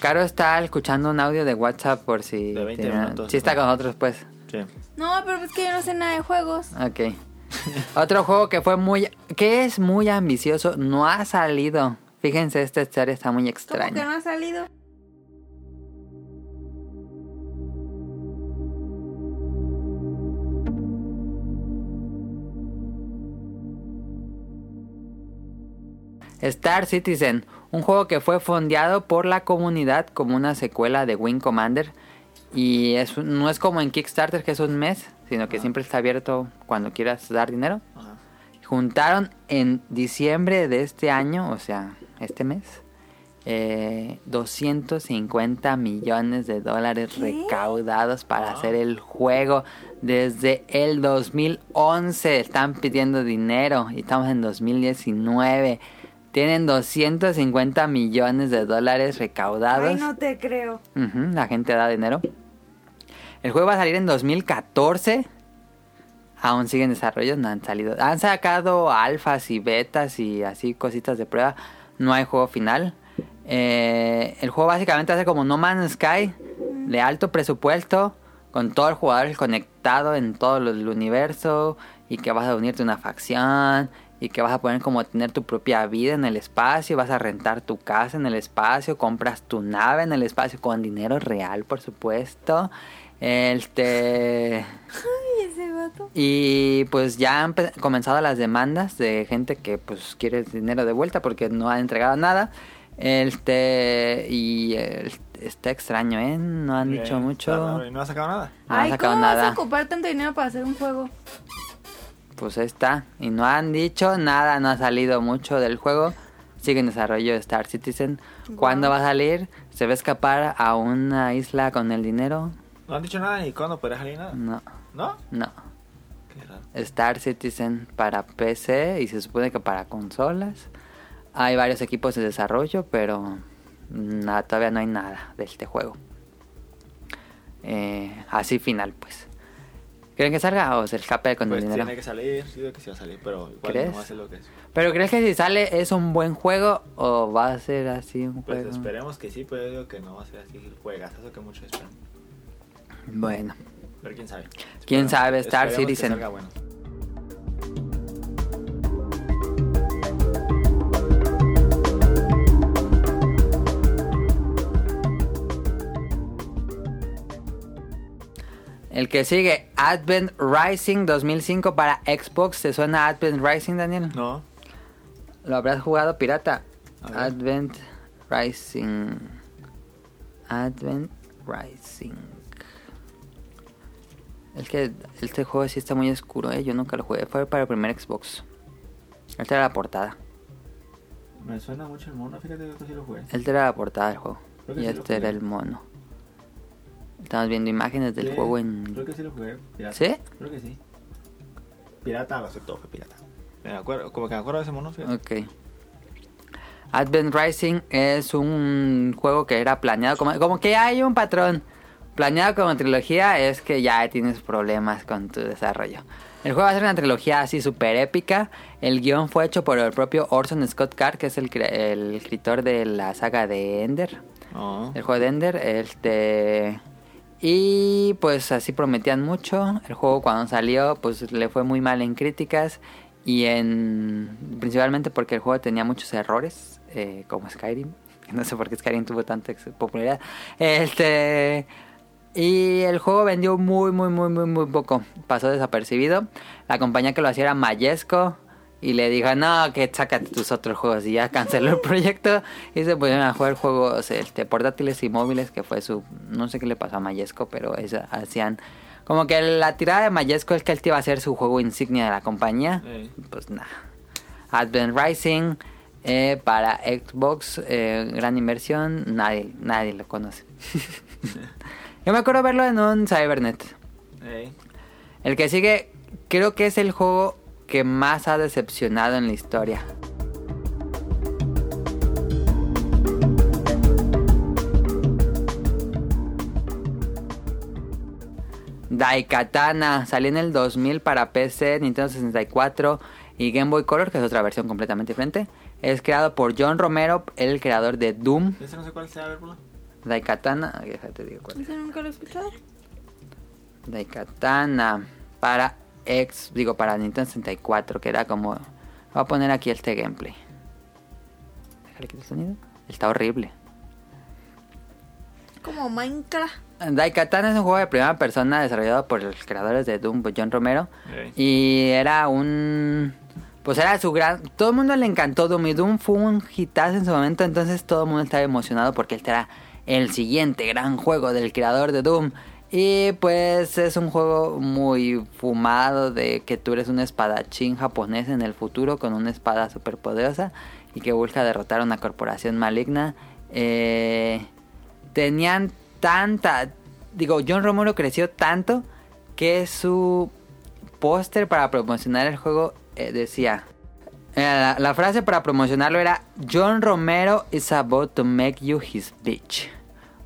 Caro está escuchando un audio de WhatsApp por si De 20 minutos, si está ¿no? con nosotros pues. Sí. No, pero es que yo no sé nada de juegos. (laughs) Ok. otro juego que fue muy que es muy ambicioso, no ha salido. Fíjense, esta historia está muy ¿Cómo que no extraña. ha salido? Star Citizen, un juego que fue fondeado por la comunidad como una secuela de Wing Commander. Y es, un- no es como en Kickstarter que es un mes, sino que siempre está abierto cuando quieras dar dinero. Ajá. Juntaron en diciembre de este año, o sea, este mes, eh, 250 millones de dólares recaudados para Wow. hacer el juego. Desde el 2011 están pidiendo dinero y estamos en 2019. Tienen 250 millones de dólares recaudados. Ay, no te creo. Ujú, la gente da dinero. El juego va a salir en 2014. Aún siguen desarrollos, no han salido. Han sacado alfas y betas y así cositas de prueba. No hay juego final. Eh, el juego básicamente hace como No Man's Sky, de alto presupuesto, con todo el jugador conectado en todo lo- el universo y que vas a unirte a una facción y que vas a poder como tener tu propia vida en el espacio, vas a rentar tu casa en el espacio, compras tu nave en el espacio con dinero real, por supuesto. Este... Ay, ese vato. Y pues ya han pe- comenzado las demandas de gente que pues quiere dinero de vuelta porque no ha entregado nada. Este y el- está extraño, ¿eh? No han Eh, dicho mucho. está raro, No Y no ha sacado nada. han Ay, sacado ¿cómo vas nada. a ocupar tanto dinero para hacer un juego? Pues ahí está. Y no han dicho nada, no ha salido mucho del juego. Sigue en desarrollo Star Citizen. ¿Cuándo va a salir? ¿Se va a escapar a una isla con el dinero? No han dicho nada ni cuándo podría salir nada. No, ¿No? no. Qué raro. Star Citizen para PC y se supone que para consolas. Hay varios equipos de desarrollo, pero nada, todavía no hay nada de este juego. Eh, así final, pues. ¿Creen que salga o se escape con Pues el dinero? tiene que salir, yo digo que sí va a salir, pero igual ¿Crees? no va a ser lo que es. Pero ¿crees que si sale es un buen juego o va a ser así un Pues juego? esperemos que sí, pero yo digo que no va a ser así el juegazo que muchos esperan. Bueno, Pero quién sabe. ¿Quién Esperemos- sabe? Star esperemos que Citizen. salga bueno. el que sigue, Advent Rising 2005 para Xbox. ¿Te suena Advent Rising, Daniel? No. ¿Lo habrás jugado pirata? A ver. Advent Rising. Advent Rising. Es que este juego sí está muy oscuro, ¿eh? Yo nunca lo jugué. Fue para el primer Xbox. Esta era la portada. Me suena mucho el mono, fíjate que yo sí lo jugué. Esta Este era la portada del juego. Creo que Y sí lo este era jugué. el mono. Estamos viendo imágenes del Sí, juego Creo en... que sí lo jugué. Pirata. ¿Sí? Creo que sí. Pirata lo aceptó, fue pirata. Me acuerdo, como que me acuerdo de ese mono, fíjate. Ok. Advent Rising es un juego que era planeado como... Como que hay un patrón. Planeado como trilogía es que ya tienes problemas con tu desarrollo. El juego va a ser una trilogía así súper épica. El guión fue hecho por el propio Orson Scott Card, que es el, cre- el escritor de la saga de Ender. No. El juego de Ender, este... Y pues así prometían mucho. El juego cuando salió pues le fue muy mal en críticas y en... Principalmente porque el juego tenía muchos errores, eh, como Skyrim. (laughs) No sé por qué Skyrim tuvo tanta ex- popularidad. Este... Y el juego vendió muy, muy, muy, muy, muy poco. Pasó desapercibido. La compañía que lo hacía era Mayesco. Y le dijo, no, que sácate tus otros juegos. Y ya canceló el proyecto. Y se pusieron a jugar juegos este, portátiles y móviles, que fue su... No sé qué le pasó a Mayesco, pero es- hacían... Como que la tirada de Mayesco es que él te iba a hacer su juego insignia de la compañía. Ey. Pues nada. Advent Rising eh, para Xbox, eh, gran inversión. Nadie, nadie lo conoce. Yo me acuerdo verlo en un Cybernet. Ey. El que sigue, creo que es el juego que más ha decepcionado en la historia. Daikatana salió en el 2000 para PC, Nintendo 64 y Game Boy Color, que es otra versión completamente diferente. Es creado por John Romero, el creador de Doom. Ese no sé cuál sea, a ver, bro. Daikatana, ah, déjate digo cuál. Eso nunca lo he escuchado. Daikatana para ex, digo para Nintendo 64, que era como voy a poner aquí este gameplay. Déjale quitar el sonido. Está horrible. Como Minecraft. Daikatana es un juego de primera persona desarrollado por los creadores de Doom, por John Romero. Ey. Y era un. Pues era su gran. Todo el mundo le encantó Doom y Doom fue un hitazo en su momento. Entonces todo el mundo estaba emocionado porque este era el siguiente gran juego del creador de Doom. Y pues es un juego muy fumado de que tú eres un espadachín japonés en el futuro con una espada superpoderosa y que busca derrotar a una corporación maligna. Eh, tenían tanta. Digo, John Romero creció tanto que su póster para promocionar el juego eh, decía. eh, la, la frase para promocionarlo era John Romero is about to make you his bitch.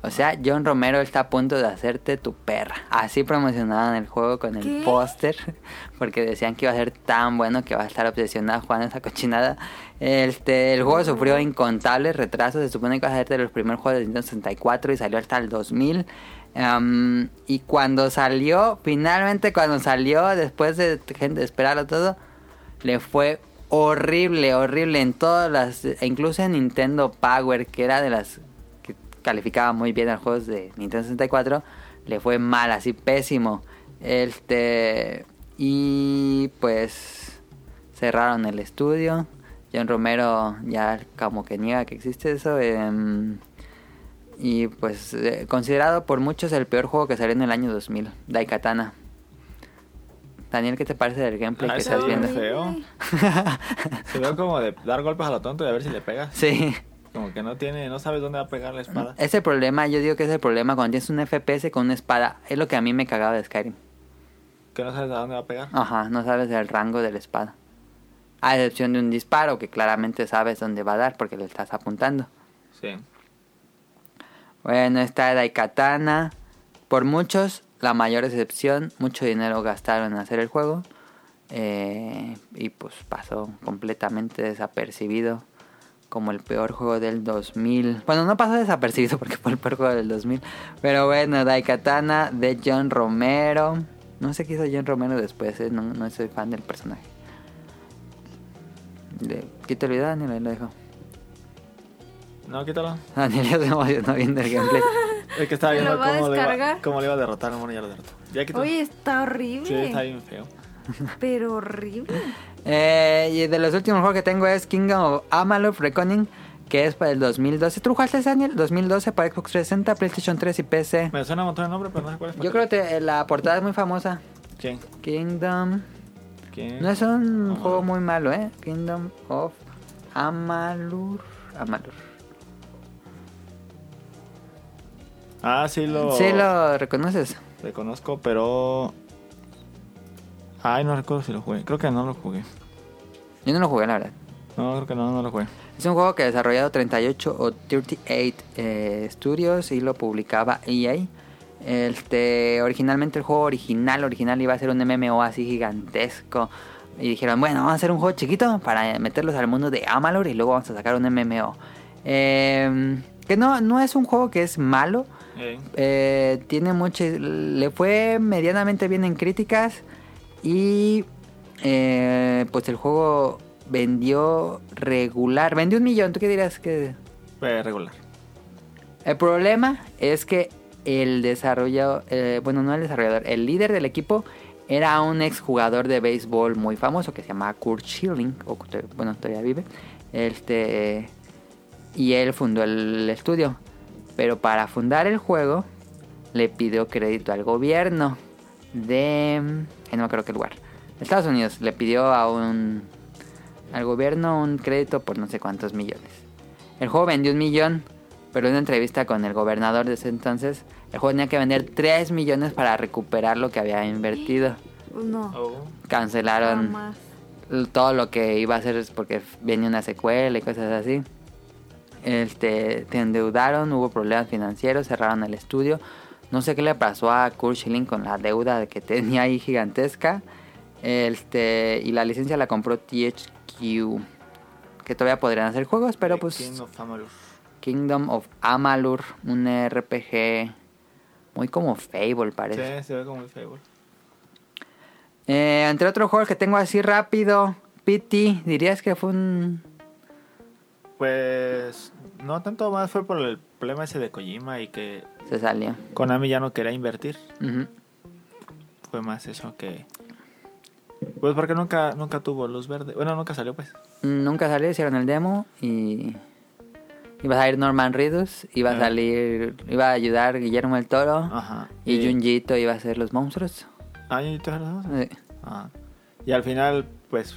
O sea, John Romero está a punto de hacerte tu perra. Así promocionaban el juego con el ¿Qué? póster. (laughs) Porque decían que iba a ser tan bueno que va a estar obsesionado jugando esa cochinada. Este, el juego sufrió incontables retrasos. Se supone que va a ser de los primeros juegos de Nintendo 64 y salió hasta el 2000. Em, y cuando salió, finalmente cuando salió, después de gente esperarlo todo, le fue horrible, horrible en todas las, e incluso en Nintendo Power, que era de las que calificaba muy bien a los juegos de Nintendo 64, le fue mal, así pésimo. Este y pues cerraron el estudio. John Romero ya como que niega que existe eso. em, y pues eh, considerado por muchos el peor juego que salió en el año 2000, Daikatana. Daniel, ¿qué te parece del gameplay Ah, que ese estás es viendo? feo. Se ve como de dar golpes al tonto y a ver si le pegas. (laughs) Sí. Como que no tiene, no sabes dónde va a pegar la espada. Es el problema, yo digo que es el problema cuando tienes un FPS con una espada. Es lo que a mí me cagaba de Skyrim. Que no sabes a dónde va a pegar. Ajá, no sabes el rango de la espada. A excepción de un disparo que claramente sabes dónde va a dar porque le estás apuntando. Sí. Bueno, está Daikatana. Por muchos, la mayor excepción. Mucho dinero gastaron en hacer el juego. Eh, y pues pasó completamente desapercibido. Como el peor juego del 2000. Bueno, no pasó desapercibido porque fue el peor juego del 2000. Pero bueno, Daikatana de John Romero. No sé qué hizo John Romero después. eh, No, no soy fan del personaje. De, quítalo y Daniel, ahí lo dejo. (laughs) No, quítalo. Daniel ya se emocionó viendo el gameplay. Es que estaba ¿Lo viendo va a cómo le, iba, descargar? cómo le iba a derrotar al mono y ya lo derrotó. Ya quítalo. Oye, está horrible. sí, está bien feo. Pero horrible. Eh, y de los últimos juegos que tengo es Kingdom of Amalur Reckoning, que es para el 2012. ¿Tú jugaste, Daniel? 2012 para Xbox 360, PlayStation 3 y PC. Me suena un montón de nombre, pero no sé cuál es. Yo creo que eh, la portada es muy famosa. ¿Quién? Kingdom. ¿Quién? No es un Ajá. juego muy malo, ¿eh? Kingdom of Amalur. Amalur. Ah, sí lo. Sí, lo reconoces. Le conozco, pero. Ay, no recuerdo si lo jugué. Creo que no lo jugué. Yo no lo jugué, la verdad. No, creo que no, no lo jugué. Es un juego que ha desarrollado 38 o 38 eh, estudios y lo publicaba EA. Este, originalmente el juego original, original iba a ser un MMO así gigantesco. Y dijeron, bueno, vamos a hacer un juego chiquito para meterlos al mundo de Amalur y luego vamos a sacar un MMO. Eh, que no, no es un juego que es malo. Eh, Eh, tiene mucho. Le fue medianamente bien en críticas. Y. eh, pues el juego vendió regular. Vendió un millón. ¿Tú qué dirías que.? eh, regular. El problema es que el desarrollador. eh, bueno, no el desarrollador. El líder del equipo era un exjugador de béisbol muy famoso que se llamaba Kurt Schilling. O, que to- bueno, todavía vive. Este. Y él fundó el estudio. Pero para fundar el juego, le pidió crédito al gobierno de. ay, no me acuerdo qué lugar. Estados Unidos le pidió a un. al gobierno un crédito por no sé cuántos millones. El juego vendió un millón, pero en una entrevista con el gobernador de ese entonces, el juego tenía que vender 3 millones para recuperar lo que había invertido. No. Oh, Cancelaron jamás. todo lo que iba a hacer es porque venía una secuela y cosas así. Este, te endeudaron, hubo problemas financieros, cerraron el estudio. No sé qué le pasó a Kurt Schilling con la deuda que tenía ahí gigantesca. Este, y la licencia la compró THQ. Que todavía podrían hacer juegos, pero pues... eh, King of Amalur. Kingdom of Amalur, un RPG muy como Fable Sí, parece. se ve como el Fable. Eh, entre otros juegos que tengo así rápido, PT, dirías que fue un... Pues. No tanto más fue por el problema ese de Kojima y que se salió. Konami ya no quería invertir. Ujú. Fue más eso que. Pues porque nunca, nunca tuvo luz verde. Bueno, nunca salió, pues. Nunca salió, hicieron el demo y... Iba a salir Norman Reedus, iba a Ah. salir... Iba a ayudar Guillermo el Toro Ajá. Eh, y Junjito iba a ser los monstruos. Ah, ¿y te acuerdas? Eh, Ah. Y al final, pues,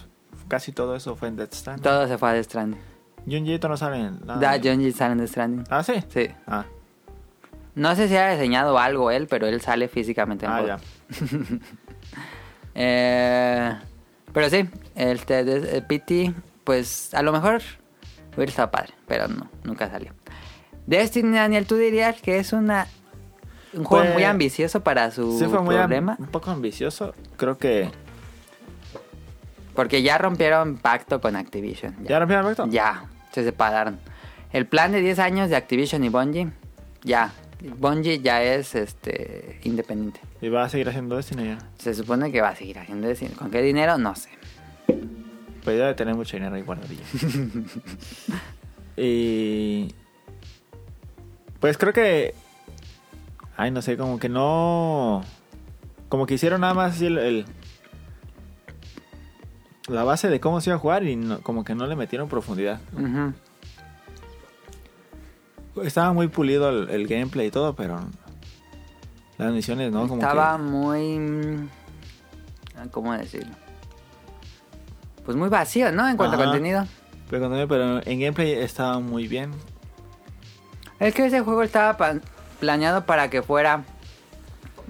casi todo eso fue en Death Stranding. Todo se fue a The Stranding. Junjiito no sale en nada. Da, Junji sale en The Stranding. Ah, sí. Sí. Ah, No sé si ha diseñado algo él, pero él sale físicamente. en ah, juego. ya. Eh, pero sí, el te- de- eh, PT, pues a lo mejor hubiera estado padre, pero no, nunca salió. Destiny, Daniel, tú dirías que es una un juego Pues, muy ambicioso para su Sí, fue muy am- problema, un poco ambicioso. Creo que. porque ya rompieron pacto con Activision. ¿Ya era bien, Alberto? Ya, se separaron. El plan de 10 años de Activision y Bungie, ya. Bungie ya es este independiente. Y va a seguir haciendo Destiny ya. Se supone que va a seguir haciendo Destiny. ¿Con qué dinero? No sé. Pues ya debe tener mucho dinero (laughs) ahí guardadillo. y. Pues creo que. Ay, no sé, como que no. Como que hicieron nada más así el. el- la base de cómo se iba a jugar y no- como que no le metieron profundidad. Ujú. Estaba muy pulido el, el gameplay y todo, pero las misiones no, como Estaba que muy... mm, ah, ¿Cómo decirlo? Pues muy vacío, ¿no? En cuanto a Ajá. contenido. pero cuando- pero en gameplay estaba muy bien. Es que ese juego estaba pa- planeado para que fuera...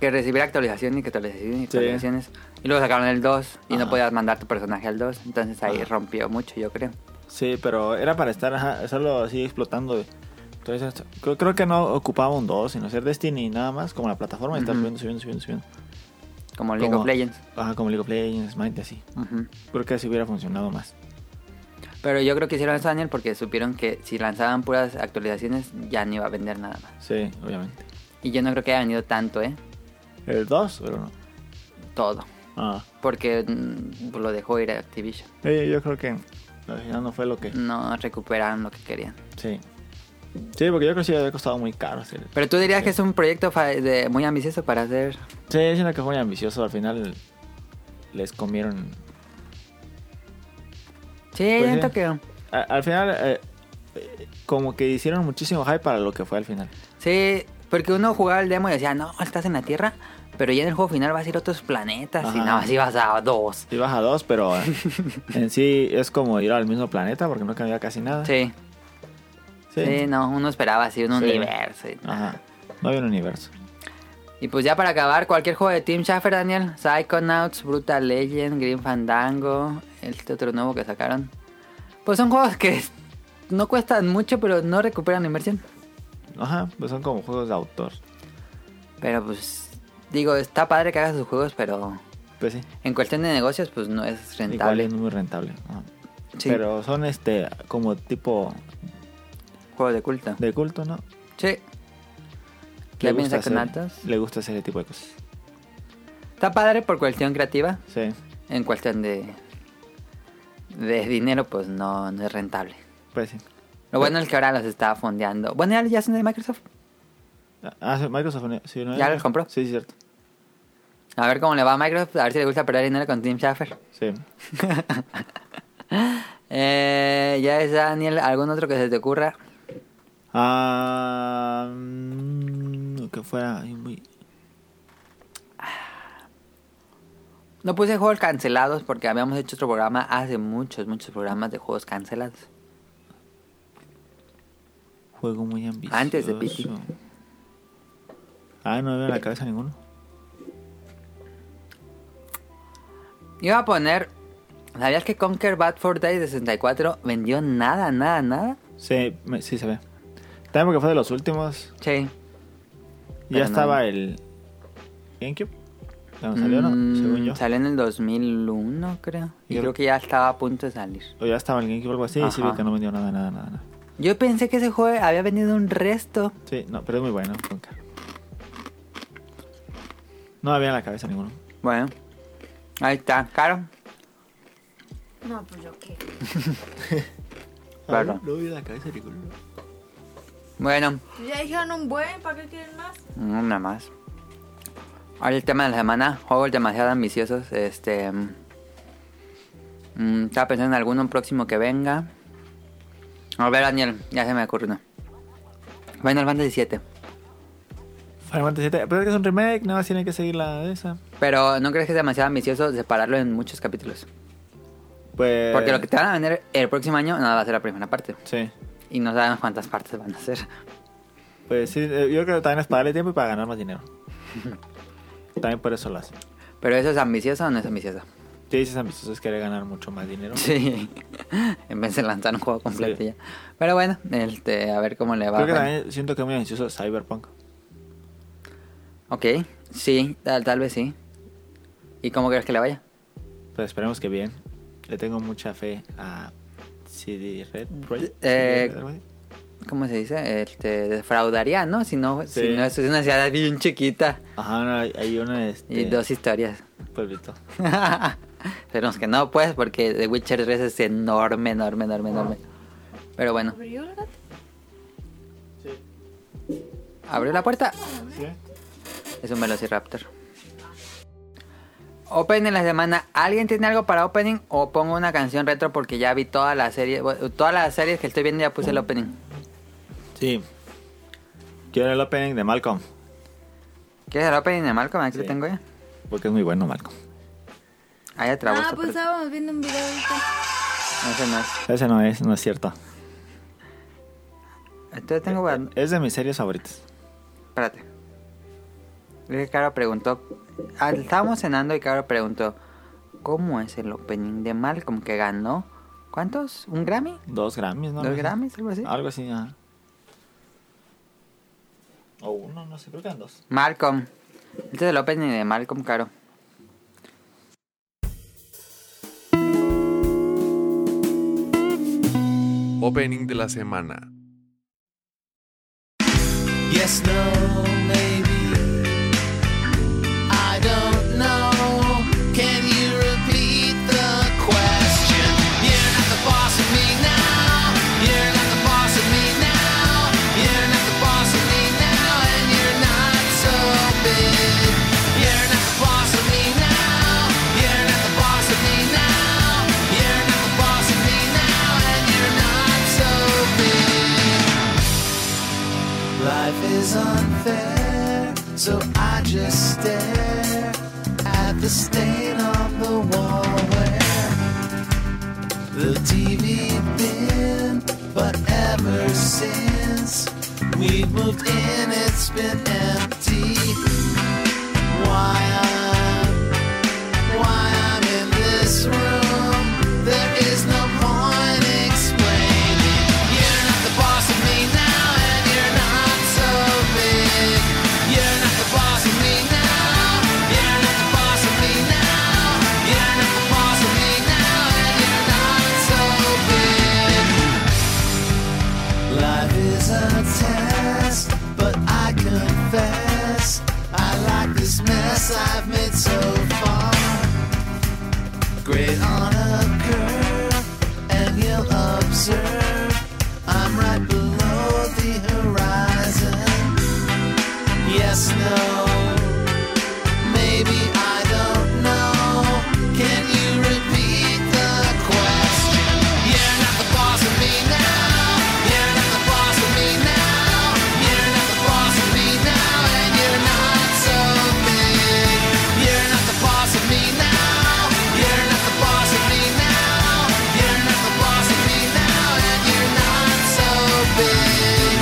Que recibiera actualización y que actualización y actualizaciones. Y luego sacaron el 2 y no Ajá. podías mandar tu personaje al 2. Entonces ahí Ajá. rompió mucho, yo creo. Sí, pero era para estar ajá, solo así explotando. Entonces, esto- creo, creo que no ocupaba un 2, sino ser Destiny nada más, como la plataforma, y estar Ujú. subiendo, subiendo, subiendo, subiendo. Como League Como- of Legends. Ajá, como League of Legends, Smite, así. Ujú. Creo que así hubiera funcionado más. Pero yo creo que hicieron eso, Daniel, porque supieron que si lanzaban puras actualizaciones ya no iba a vender nada más. Sí, obviamente. Y yo no creo que haya vendido tanto, ¿eh? ¿El 2 pero no? Todo. Ah, Porque mm, lo dejó ir a Activision. eh, yo creo que al final no fue lo que. no recuperaron lo que querían. Sí. Sí, porque yo creo que sí había costado muy caro hacer Pero tú dirías que es un proyecto fa- de- muy ambicioso para hacer. Sí, diciendo que fue muy ambicioso. Al final les comieron. Sí, Pues siento sí. que. a- al final, eh, eh, como que hicieron muchísimo hype para lo que fue al final. Sí, porque uno jugaba el demo y decía, no, estás en la Tierra, pero ya en el juego final vas a ir a otros planetas y Ajá. nada más ibas a dos. Ibas a dos, (laughs) pero eh, en sí es como ir al mismo planeta porque no cambiaba casi nada. Sí, sí, no, uno esperaba así un Ah, Sí. universo. y- Ajá. No había un universo. Y pues ya para acabar, cualquier juego de Team Schafer, Daniel. Psychonauts, Brutal Legend, Green Fandango, este otro nuevo que sacaron. Pues son juegos que (laughs) no cuestan mucho, pero no recuperan la inversión. Ajá, pues son como juegos de autor. Pero pues, digo, está padre que hagas sus juegos, pero Pues sí. en cuestión de negocios, pues no es Igual rentable. es muy rentable. Ajá. Sí. Pero son este como tipo Juego de culto. de culto, ¿no? Sí. Le ¿Qué gusta piensa con hacer- altas? Le gusta hacer ese tipo de cosas. Está padre por cuestión creativa. Sí. En cuestión de, de dinero, pues no, no es rentable. Pues sí. Lo bueno es que ahora los está fondeando. Bueno, ya- ya son de Microsoft. Ah, sí, Microsoft. sí, ¿no? ¿Ya los compró? Sí, sí, cierto. A ver cómo le va a Microsoft, a ver si le gusta perder dinero con Tim Schafer. Sí. Eh, ya es Daniel, ¿algún otro que se te ocurra? Ah, mm, que fuera ahí muy... No puse juegos cancelados porque habíamos hecho otro programa hace muchos, muchos programas de juegos cancelados. juego muy ambicioso. Antes de Pity. Ah, no me veo en la cabeza ninguno. Iba a poner, ¿sabías que Conquer Bad for Day de 64 vendió nada, nada, nada? Sí, me- sí se ve. También porque fue de los últimos. Sí. Pero ya no. estaba el GameCube. ¿Cuándo salió, no? Según yo. Mm, Salió en el 2001, creo. Y Yo- creo que ya estaba a punto de salir. O ya estaba el GameCube o algo así. Y sí Ajá. vi que no vendió nada, nada, nada, nada. Yo pensé que ese juego había vendido un resto. Sí, no, pero es muy bueno. Conker. No había en la cabeza ninguno. Bueno, ahí está, caro. No, pues yo qué. Claro. No había en la cabeza ninguno. Bueno, Ya dijeron un buen, ¿para qué quieren más? Nada más. Ahora el tema de la semana, juegos demasiado ambiciosos. Este. mm, mm, estaba pensando en alguno próximo que venga. A ver, Daniel, ya se me ocurre uno. Final Fantasy VII. Final Fantasy VII. Pero es que es un remake, nada más tiene que seguir la de esa. Pero ¿no crees que es demasiado ambicioso separarlo en muchos capítulos? Pues. Porque lo que te van a vender el próximo año nada va a ser la primera parte. Sí. Y no sabemos cuántas partes van a ser. Pues sí, eh, yo creo que también es para darle tiempo y para ganar (laughs) más dinero. también por eso lo hacen. Pero eso es ambicioso o no es ambicioso. Si dices ambicioso es querer ganar mucho más dinero. Sí. (laughs) en vez de lanzar un juego completo Sí. ya. Pero bueno, este, a ver cómo le va. creo que Bueno. también siento que es muy ambicioso Cyberpunk. Ok, sí, tal, tal vez sí. ¿Y cómo crees que le vaya? Pero esperemos que bien. Le tengo mucha fe a CD Red. Red- Eh, CD Red, algo así. ¿Cómo se dice? Este, defraudaría, ¿no? Si no, si Sí. no es una ciudad bien chiquita Ajá, no, hay- hay una este, y dos historias. (laughs) pueblito. Pero es que no, pues, porque The Witcher 3 es enorme, enorme, enorme, enorme. Pero bueno, ¿Abrió el gato? abrió la puerta. Es un Velociraptor. Opening de la semana. ¿Alguien tiene algo para opening? O pongo una canción retro porque ya vi toda la serie. bueno, Todas las series que estoy viendo ya puse el opening. Sí. Quiero el opening de Malcolm. ¿Quieres el opening de Malcolm? Aquí lo Sí. tengo ya. Porque es muy bueno Malcolm. Ah, ya trabó Ah, esta pues parte. estábamos viendo un video ahorita. Ese no es. Ese no es, no es cierto. Entonces tengo... guard- Es de mis series favoritas. Espérate. Es que Caro preguntó... ah, estábamos cenando y Caro preguntó... ¿Cómo es el opening de Malcolm que ganó? ¿Cuántos? ¿Un Grammy? Dos Grammys, ¿no? Ah. ¿Dos Grammys? Algo así. Algo así, ajá. O uno, no sé, creo que eran dos. Malcolm. Este es el opening de Malcolm, Caro. Opening de la semana. Yes, no, maybe. I don't know. Can you repeat the question? You're not the boss of me now. You're not the boss of me now. You're not the boss of me now. And you're not so big. You're not the boss of me now. You're not the boss of me now. You're not the boss of me now. And you're not so big. So I just stare at the stain on the wall where the TV been. But ever since we've moved in, it's been empty. Why I'm why I'm in this room. There is no point explaining. You're not the boss of me now, and you're not so big. You're not the boss of me now. You're not the boss of me now. You're not the boss of me now, and you're not so big. Life is a test, but I confess I like this mess I've made so far. Great on a curve, and you'll observe I'm right below the horizon. Yes, no. Maybe I don't know. Can you repeat the question? You're not the boss of me now. You're not the boss of me now. You're not the boss of me now, and you're not so big. You're not the boss of me now. You're not the boss of me now. You're not the boss of me now, and you're not so big.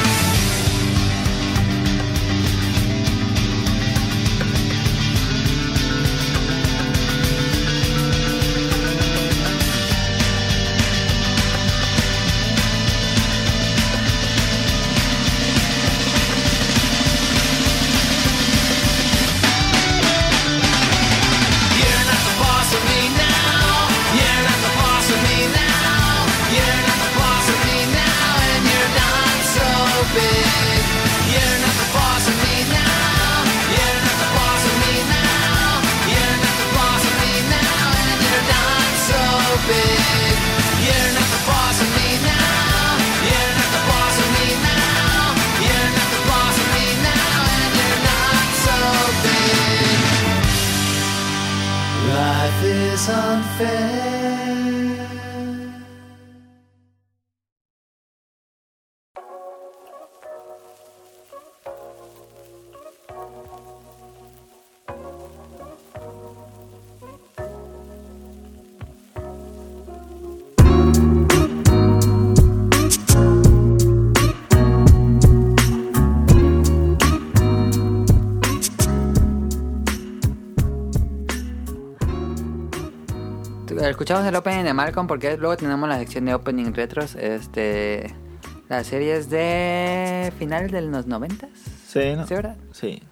You're not the boss of me now. You're not the boss of me now. You're not the boss of me now, and you're not so big. You're not the boss of me now. You're not the boss of me now. You're not the boss of me now, and you're not so big. You're not the boss of me now. You're not the boss of me now. You're not the boss of me now, and you're not so big. Life is unfair. Escuchamos el opening de Malcolm porque luego tenemos la sección de opening retros. Este. Las series de. finales de los noventas. Sí, ¿no? ¿Sí, verdad? Sí,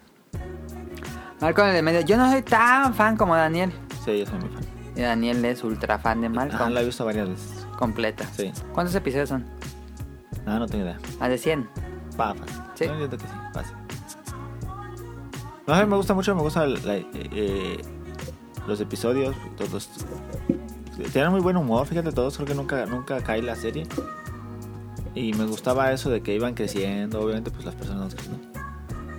Malcolm en el medio. Yo no soy tan fan como Daniel. sí, yo soy muy fan. Y Daniel es ultra fan de Ajá, Malcolm. Ah, la he visto varias veces. Completa. Sí. ¿Cuántos episodios son? No, no tengo idea. ¿A de 100? Va, fácil. Sí. No, yo creo que sí, fácil. No, a mí me gusta mucho, me gusta la- eh, eh, los episodios, todos. Tienen muy buen humor, fíjate todos, creo que nunca, nunca cae la serie. Y me gustaba eso de que iban creciendo, obviamente pues las personas ¿no?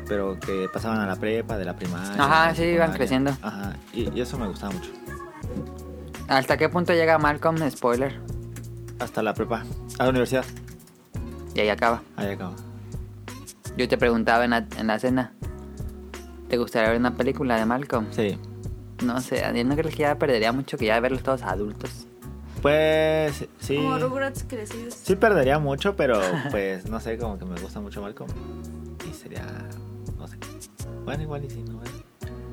Pero que pasaban a la prepa, de la primaria. Ajá, a la sí, iban secundaria. creciendo. Ajá, y, y eso me gustaba mucho. ¿Hasta qué punto llega Malcolm? Spoiler. Hasta la prepa, a la universidad. Y ahí acaba. Ahí acaba. Yo te preguntaba en la, en la cena. ¿Te gustaría ver una película de Malcolm? Sí. No sé, Daniel, ¿no crees que ya perdería mucho que ya verlos todos adultos? Pues, sí. Como Rugrats crecidos. Sí perdería mucho, pero pues no sé, como que me gusta mucho Malcolm. Y sería, no sé. Bueno, igual y si no. ¿eh?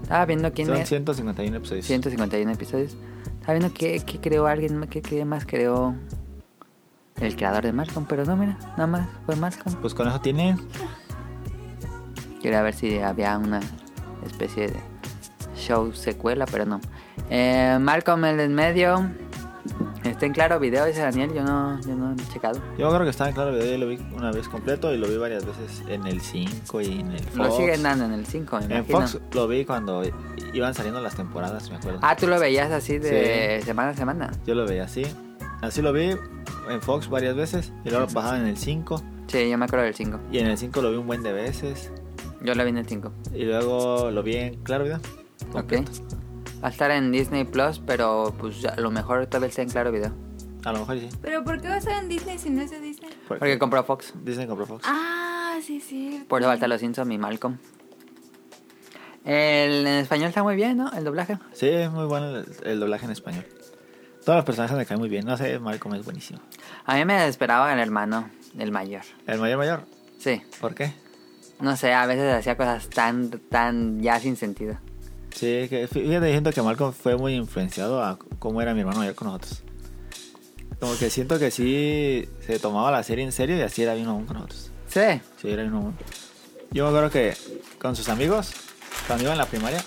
Estaba viendo quién Son es- 151 episodios. 151 episodios. Estaba viendo qué, qué creó alguien, más- qué, qué más creó el creador de Malcolm, pero no, mira, nada más fue Malcolm. Pues con eso tiene. Quería ver si había una especie de show secuela, pero no. Eh, Malcolm el en medio. Está en claro video, dice Daniel, yo no, yo no he checado. Yo creo que estaba en claro video, yo lo vi una vez completo y lo vi varias veces en el 5 y en el Fox. Lo siguen dando en el 5, me En imagino. Fox lo vi cuando iban saliendo las temporadas, me acuerdo. Ah, tú lo veías así de semana a semana. Yo lo veía así. Así lo vi en Fox varias veces y luego lo pasaban en el 5 Sí, yo me acuerdo del 5. y en el 5 lo vi un buen de veces Yo lo vi en el 5. y luego lo vi en claro video. Ok. completo. Va a estar en Disney Plus, pero pues a lo mejor tal vez esté en claro video. A lo mejor y sí. ¿Pero por qué va a estar en Disney si no es de Disney? Pues Porque compró Fox. Disney compró Fox. Ah, sí, sí. Por eso falta los Simpsons y Malcolm. El, en español está muy bien, ¿no? El doblaje. Sí, es muy bueno el, el doblaje en español. Todos los personajes me caen muy bien. No sé, Malcolm es buenísimo. A mí me desesperaba el hermano, el mayor. El mayor mayor. Sí. ¿Por qué? No sé, a veces hacía cosas tan, tan ya sin sentido. Sí, que fíjate, siento que Malcolm fue muy influenciado a cómo era mi hermano mayor con nosotros. Como que siento que sí se tomaba la serie en serio y así era bien aún con nosotros. Sí. Sí, era bien aún. Yo me acuerdo que con sus amigos, cuando iba en la primaria,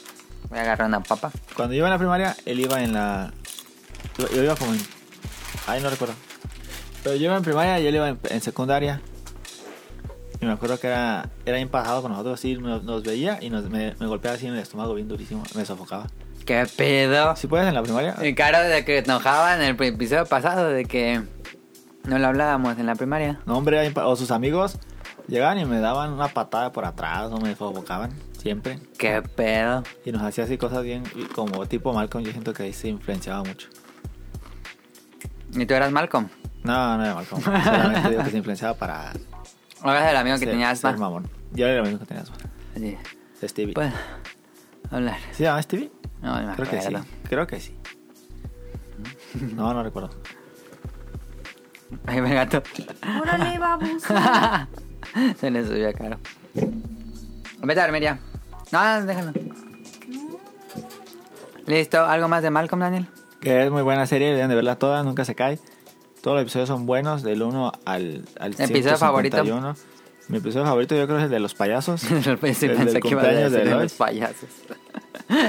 Voy a agarrar una papa. cuando yo iba en la primaria, él iba en la. Yo, yo iba como en. Ay, no recuerdo. Pero yo iba en primaria y él iba en, en secundaria. Y me acuerdo que era, era bien pasado con nosotros, así nos, nos veía y nos, me, me golpeaba así en el estómago bien durísimo, me sofocaba. ¿Qué pedo? Si puedes en la primaria, Y claro, de que enojaba en el episodio pasado de que no lo hablábamos en la primaria. no hombre, ahí pa- o sus amigos llegaban y me daban una patada por atrás o me sofocaban, siempre. ¿Qué pedo? Y nos hacía así cosas bien, y como tipo Malcolm, yo siento que ahí se influenciaba mucho. ¿Y tú eras Malcolm? No, no era Malcolm, solamente digo que se influenciaba para ¿O eras el amigo que ser- tenía ser asma? mamón. Yo era el amigo que tenía asma. Sí. Stevie. Puedo hablar. ¿Sí se llama Stevie? No, no me Creo que sí, acuerdo. creo que sí. No, no recuerdo. (laughs) Ahí va el gato. Órale, babus. Se le subió a Caro. Vete a dormir ya. No, déjalo. Listo, ¿algo más de Malcolm, Daniel? (laughs) Que es muy buena serie, deben de verla todas, nunca se cae. Todos los episodios son buenos, del 1 al, al Episodio favorito. 151. Mi episodio favorito yo creo es el de (laughs) los payasos. Sí, el pensé del que iba a cumpleaños de decir de los Lois. payasos.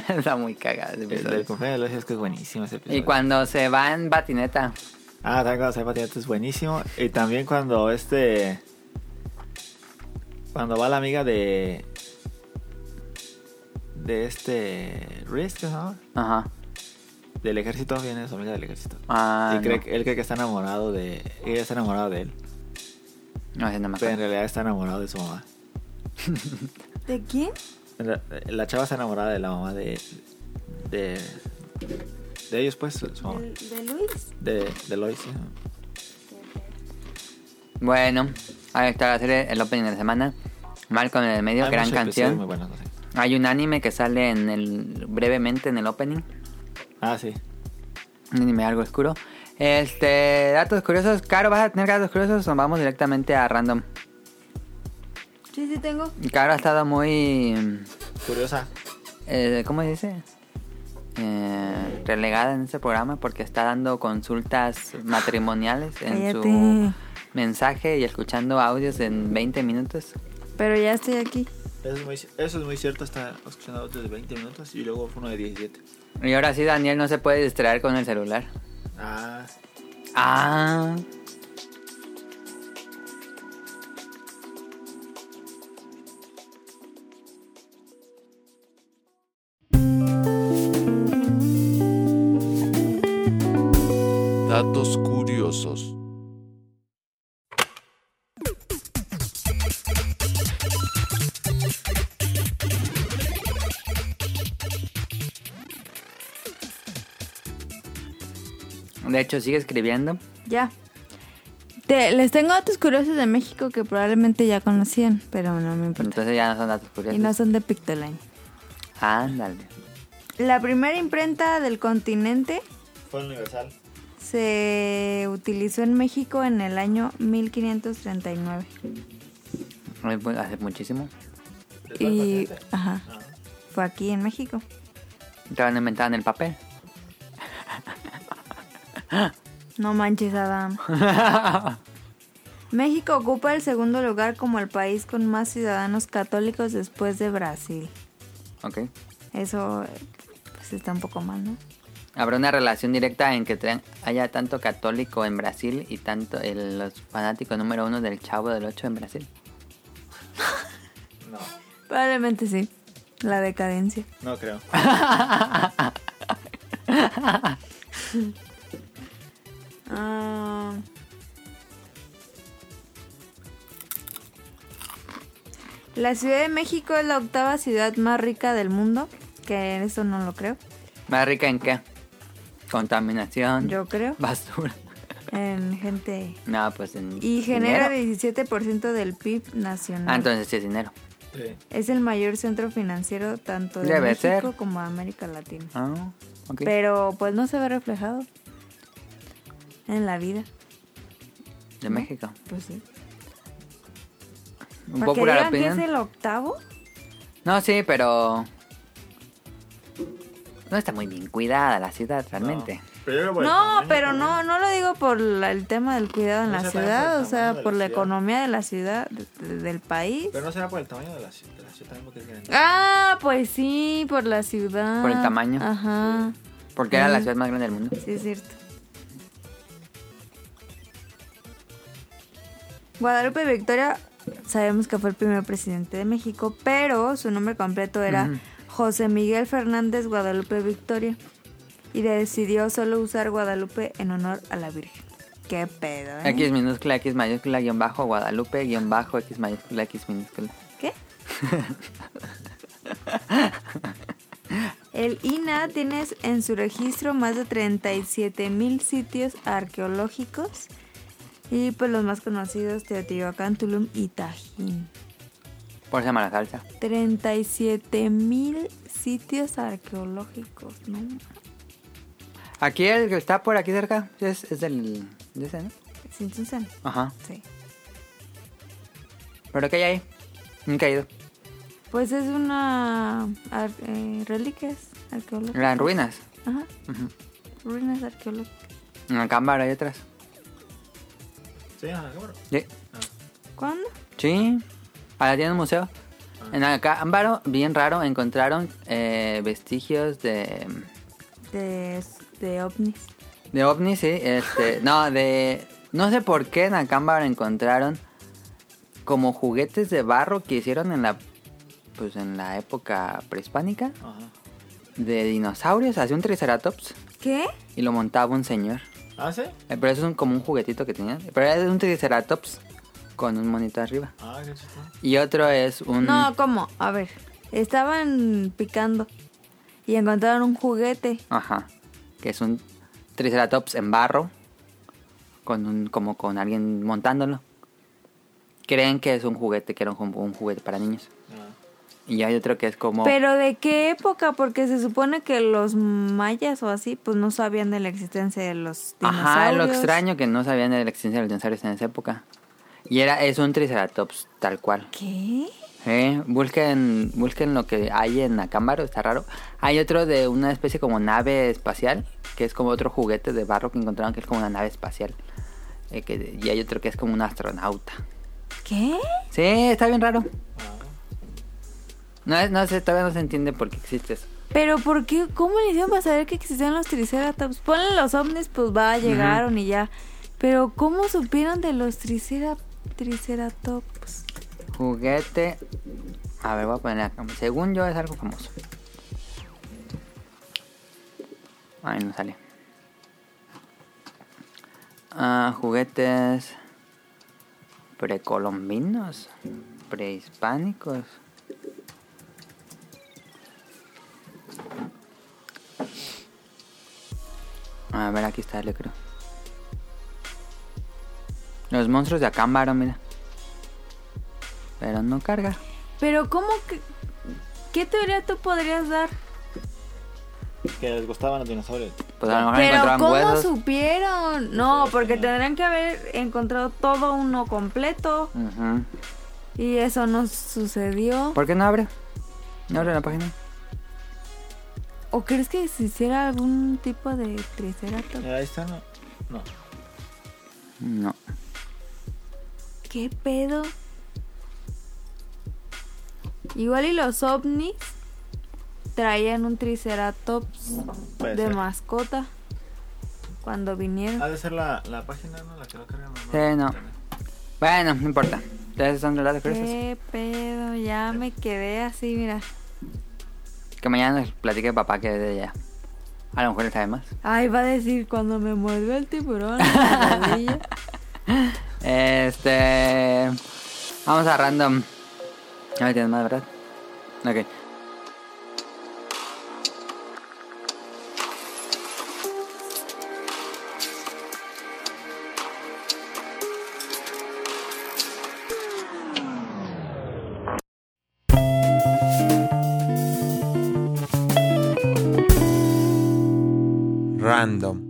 (laughs) Está muy cagada ese El episodio. del cumpleaños de Lois es que es buenísimo ese episodio. Y cuando se va en patineta. Ah, también cuando se va patinete es buenísimo. Y también cuando este... Cuando va la amiga de... De este... Reese, ¿qué se llama? Ajá. Del ejército, viene su amiga del ejército. Ah, y cree, no. que- él cree que está enamorado de... Ella está enamorada de él. No, ese no me Pero en acuerdo. realidad está enamorado de su mamá. ¿De quién? La, la chava está enamorada de la mamá de. de. de ellos, pues, su- su mamá. ¿De, de Luis? De, de Lois. sí. Bueno, ahí está la serie, el opening de la semana. Malcolm en el medio, Hay gran muchos episodios Muy canción. buenos, no sé. Hay un anime que sale en el brevemente en el opening. Ah, sí. Un anime algo oscuro. Este, datos curiosos. Caro, ¿vas a tener datos curiosos o vamos directamente a random? Sí, sí tengo. Caro ha estado muy... Curiosa. eh, ¿Cómo se dice? Eh, relegada en este programa porque está dando consultas matrimoniales en su Cállate. mensaje y escuchando audios en 20 minutos. Pero ya estoy aquí. Eso es muy, eso es muy cierto. Está escuchando audios de 20 minutos y luego uno de 17. Y ahora sí, Daniel no se puede distraer con el celular. Ah, Ah. Datos curiosos. De hecho, sigue escribiendo. Ya. Te- les tengo datos curiosos de México que probablemente ya conocían, pero no me importa. Entonces ya no son datos Y curiosos. no son de Pictoline. Ándale. La primera imprenta del continente fue universal. se utilizó en México en el año 1539. Ay, pues, Hace muchísimo. Y ajá, Ah. fue aquí en México. Estaban inventando el papel. No manches, Adam. México ocupa el segundo lugar como el país con más ciudadanos católicos después de Brasil. Ok. Eso eh, pues está un poco mal, ¿no? Habrá una relación directa en que tra- haya tanto católico en Brasil y tanto el los fanático número uno del Chavo del Ocho en Brasil. No, Probablemente sí. La decadencia. no creo. Ah. La Ciudad de México es la octava ciudad más rica del mundo, que eso no lo creo, ¿Más rica en qué? Contaminación. yo creo, Basura. (laughs) en gente. No, pues en. Y genera dinero. 17% del PIB nacional. Ah, entonces sí es dinero. Sí. Es el mayor centro financiero tanto de Debe México ser. como de América Latina. Ah, ok. Pero pues no se ve reflejado en la vida. de México. Pues sí. Un Para que popular digan que opinión. es el octavo, No, sí, pero. No está muy bien cuidada la ciudad, realmente. No, pero, yo creo por el No, tamaño pero también. no, no lo digo por la- el tema del cuidado en No la se ciudad, trata o del sea, tamaño de la por la ciudad. economía de la ciudad, de- de- del país. Pero no será por el tamaño de la ciudad, de la ciudad también porque es grande. Ah, pues sí, por la ciudad. Por el tamaño. Ajá, Porque era Mm. la ciudad más grande del mundo. sí es cierto. Guadalupe Victoria, sabemos que fue el primer presidente de México, pero su nombre completo era Ujú. José Miguel Fernández Guadalupe Victoria. Y decidió solo usar Guadalupe en honor a la Virgen. Qué pedo, ¿eh? X minúscula, X mayúscula, guión bajo, Guadalupe, guión bajo, X mayúscula, X minúscula. ¿Qué? El INA tiene en su registro más de 37 mil sitios arqueológicos y pues los más conocidos Teotihuacán, Tulum y Tajín. Por eso se llama la salsa. 37 mil sitios arqueológicos, ¿no? Aquí el que está por aquí cerca es, es del. de ese, ¿no? Sin Susan. Ajá. Sí. ¿Pero qué hay ahí? Nunca he ido. Pues es una ar- eh, reliquias arqueológicas. Eran ruinas. Ajá, Ujú. ruinas arqueológicas. En la cámara hay otras. Sí, ajá, cabrón. Sí. ¿Cuándo? Sí. Ahora tiene un museo. En Acámbaro, bien raro, encontraron eh, vestigios de, De, de ovnis. de ovnis, sí. Este, no, de... No sé por qué en Acámbaro encontraron como juguetes de barro que hicieron en la... Pues en la época prehispánica. Ajá. De dinosaurios. Hacía un triceratops ¿Qué? y lo montaba un señor. ¿Ah, sí? Eh, Pero eso es un- como un juguetito que tenían. Pero era un triceratops con un monito arriba. Ah, qué chistoso. Y otro es un... No, ¿cómo? A ver. Estaban picando y encontraron un juguete. Ajá. Que es un Triceratops en barro. Con un, como con alguien montándolo. Creen que es un juguete, que era un, ju- un juguete para niños. Ah. Y hay otro que es como. ¿Pero de qué época? Porque se supone que los mayas o así, pues no sabían de la existencia de los dinosaurios. Ajá, lo extraño que no sabían de la existencia de los dinosaurios en esa época. Y era, es un Triceratops tal cual. ¿Qué? Eh, busquen, busquen lo que hay en Acámbaro, está raro. Hay otro de una especie como nave espacial, que es como otro juguete de barro que encontraron que es como una nave espacial. Eh, que, y hay otro que es como un astronauta. ¿Qué? Sí, está bien raro. No, es- no sé, todavía no se entiende por qué existe eso. ¿Pero por qué? ¿Cómo le hicieron para saber que existían los triceratops? Ponle los ovnis, pues va, llegaron y ya. Pero ¿cómo supieron de los tricera- triceratops? Juguete. A ver, voy a poner acá. Según yo, es algo famoso. Ay, no sale. Ah, juguetes. Precolombinos. Prehispánicos. A ver, aquí está, yo creo. Los monstruos de Acámbaro, mira. Pero no carga. Pero ¿cómo que... ¿Qué teoría tú podrías dar? Que les gustaban los dinosaurios. Pues a lo mejor Pero encontraban ¿cómo huesos. supieron? No, Sí, porque sí. tendrán que haber encontrado todo uno completo Ujú. y eso no sucedió. ¿Por qué no abre? No abre la página. ¿O crees que se hiciera algún tipo de triceratops? Mira, Eh, ahí está, ¿no? No. No. ¿Qué pedo? Igual y los ovnis traían un triceratops Puede de ser. mascota cuando vinieron. Ha de ser la, la página, ¿no? La que no carga. Sí, no. Bueno, no importa. Entonces son las cosas. ¿Qué pedo? Ya me quedé así, mira. Que mañana les platique papá que desde ya. A lo mejor él sabe más. Ay, va a decir cuando me mordió el tiburón. en (laughs) la rodilla. Este. Vamos a random. A ver, tienes más, ¿verdad? Ok. random.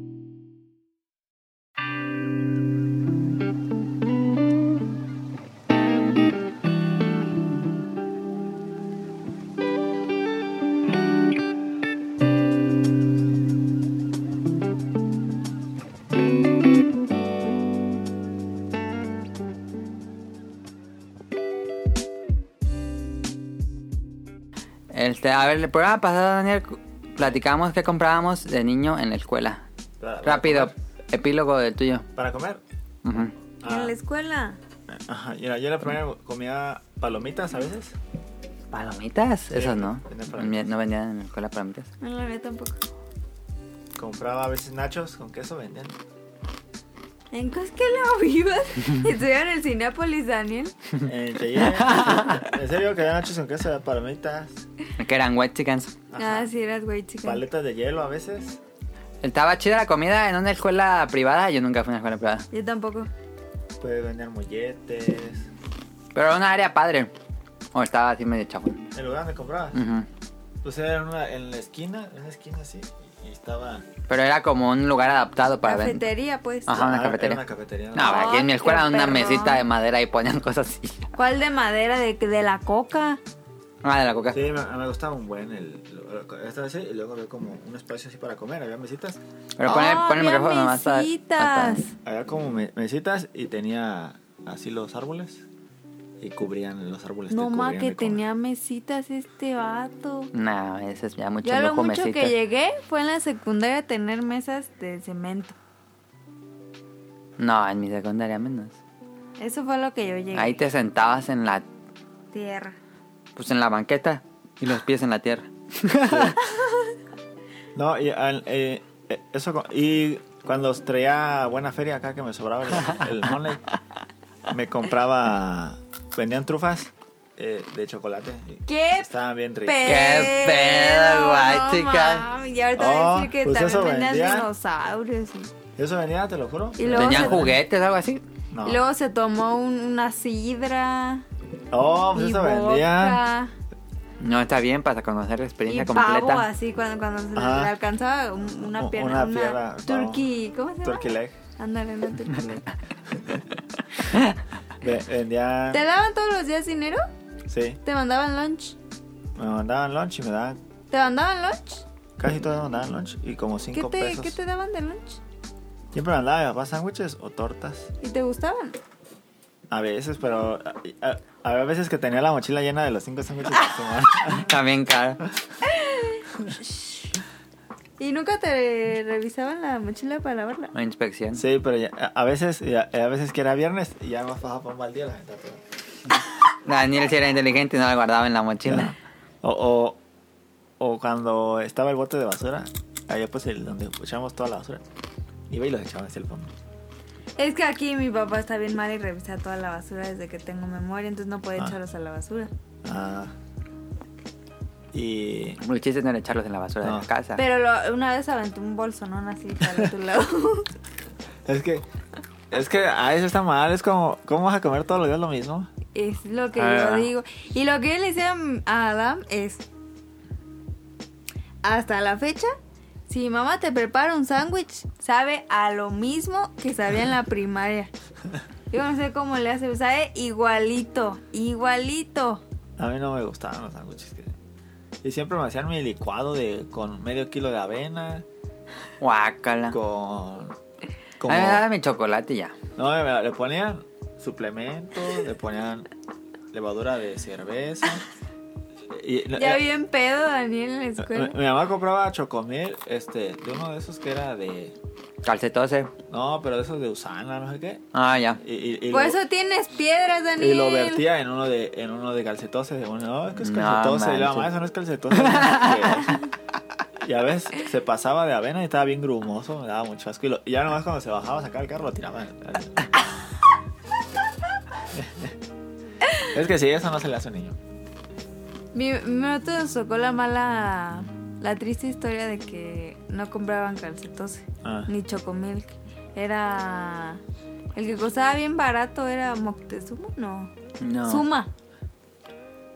Este, a ver, el programa pasado, Daniel, cu- platicamos que comprábamos de niño en la escuela. Para- para Rápido, comer. epílogo del tuyo. Para comer. Ujú. Ah, En la escuela. ajá, mira, yo la primera comía palomitas a veces. ¿Palomitas? Esas no. tenía palomitas. No vendían en la escuela palomitas. No la mía tampoco. Compraba a veces nachos con (laughs) queso, vendían. ¿En qué es que (laughs) la vivas? Estoy en el Cinépolis, Daniel. En Cheyenne. en serio, que había nachos con queso, palomitas. Que eran white chickens. Ajá. Ah, sí, eras güey, chica. Paletas de hielo a veces. Estaba chida la comida en una escuela privada. Yo nunca fui a una escuela privada. Yo tampoco. Puedes vender pues molletes. Pero era una área padre. O estaba así medio chafón. El lugar donde comprabas. Ujú. Pues era en, una- en la esquina, en una esquina así. Y, y estaba. Pero era como un lugar adaptado para vender. Cafetería, pues. Ajá, una Ah, cafetería. Era una cafetería. No, Ah, aquí en mi escuela qué era una perro. mesita de madera y ponían (laughs) cosas así. ¿Cuál de madera? De, de la coca. Ah, de la coca. Sí, me, me gustaba un buen el, lo- esta vez, y luego había como un espacio así para comer, había mesitas, Pero pon el, Oh, pon el había micrófono nomás. a- mesitas. hasta- había como me- mesitas y tenía así los árboles y cubrían los árboles. te No más cubrían que de comer. tenía mesitas este vato. No, ese es ya mucho Yo a lo lujo, mucho mesita. que llegué fue en la secundaria a tener mesas de cemento. No, en mi secundaria menos. Eso fue lo que yo llegué. Ahí te sentabas en la Tierra. pues en la banqueta y los pies en la tierra. No, y, al- eh, eh, eso, co- y cuando traía buena feria acá que me sobraba el, el money, me compraba, vendían trufas eh, de chocolate. y ¿Qué Estaban bien ricas. ¡Qué pedo, guay, No chica! mames, Y ahorita voy a Oh, decir que pues eso también vendían vendían. dinosaurios. y- Eso venía, te lo juro. Y luego, Tenían se, juguetes, algo así. No. y luego se tomó un- una sidra. Oh, pues y eso vendía. vodka, No, está bien para conocer Y la experiencia pavo, (laughs) completa. así, cuando, cuando se le Ajá. alcanzaba un- una U- pierna. una pierna, pavo. turkey, ¿cómo se llama? Turkey leg. Ándale, una (laughs) turkey leg. Ve- Vendían. ¿Te daban todos los días dinero? Sí, ¿Te mandaban lunch? me mandaban lunch y me daban. ¿Te mandaban lunch? Casi todos me mandaban lunch y como ¿Qué 5 te, pesos. ¿Qué te daban de lunch? Siempre me mandaba mi papá sándwiches o tortas. ¿Y te gustaban? A veces, pero. A, a- a veces que tenía la mochila llena de los 5 sándwiches que se mandaban. También caro. ¿Y nunca te revisaban la mochila para lavarla? O inspección. Sí, pero ya- a a veces, y a, a veces que era viernes y ya más bajaba por un baldío la gente. Daniel si era inteligente y no la guardaba en la mochila. O, o, o cuando estaba el bote de basura, allá pues el, donde echamos toda la basura, iba y los echaba hacia el fondo. Es que aquí mi papá está bien mal y revisa toda la basura desde que tengo memoria, entonces no puede Ah. echarlos a la basura. Ah. Y. El chiste no era echarlos en la basura No. de la casa. Pero lo- una vez aventó un bolsonón así para tu lado. (laughs) Es que. Es que a eso está mal. Es como. ¿Cómo vas a comer todos los días lo mismo? es lo que Ah. yo digo. Y lo que yo le hice a a Adam es... Hasta la fecha, si mi mamá te prepara un sándwich, sabe a lo mismo que sabía en la primaria. Yo no sé cómo le hace, pero sabe igualito, igualito. A mí no me gustaban los sándwiches. que- Y siempre me hacían mi licuado de con medio kilo de avena, Guácala. con. Como, A mí me daba mi chocolate y ya. no, me- le ponían suplementos, le ponían levadura de cerveza. Y, Ya bien pedo Daniel en la mi, escuela. mi mamá compraba chocomil, este, de uno de esos que era de. Calcetose. No, pero de esos de usana, no sé qué. Ah, ya. Y, y- y Por lo- eso tienes piedras, Daniel. Y lo vertía en uno de, en uno de calcetose. De uno, no, es que es No calcetose. y la mamá, manches. eso no es calcetose. (laughs) Que- ya ves, se pasaba de avena y estaba bien grumoso. Me daba mucho asco. Y, lo- y ya nomás cuando se bajaba a sacar el carro, lo tiraba. (laughs) es que si eso no se le hace a un niño. Mi, mi mamá nos tocó la mala, la triste historia de que no compraban calcetose Ah. ni chocomilk. Era el que costaba bien barato era Moctezuma, no. No. Suma,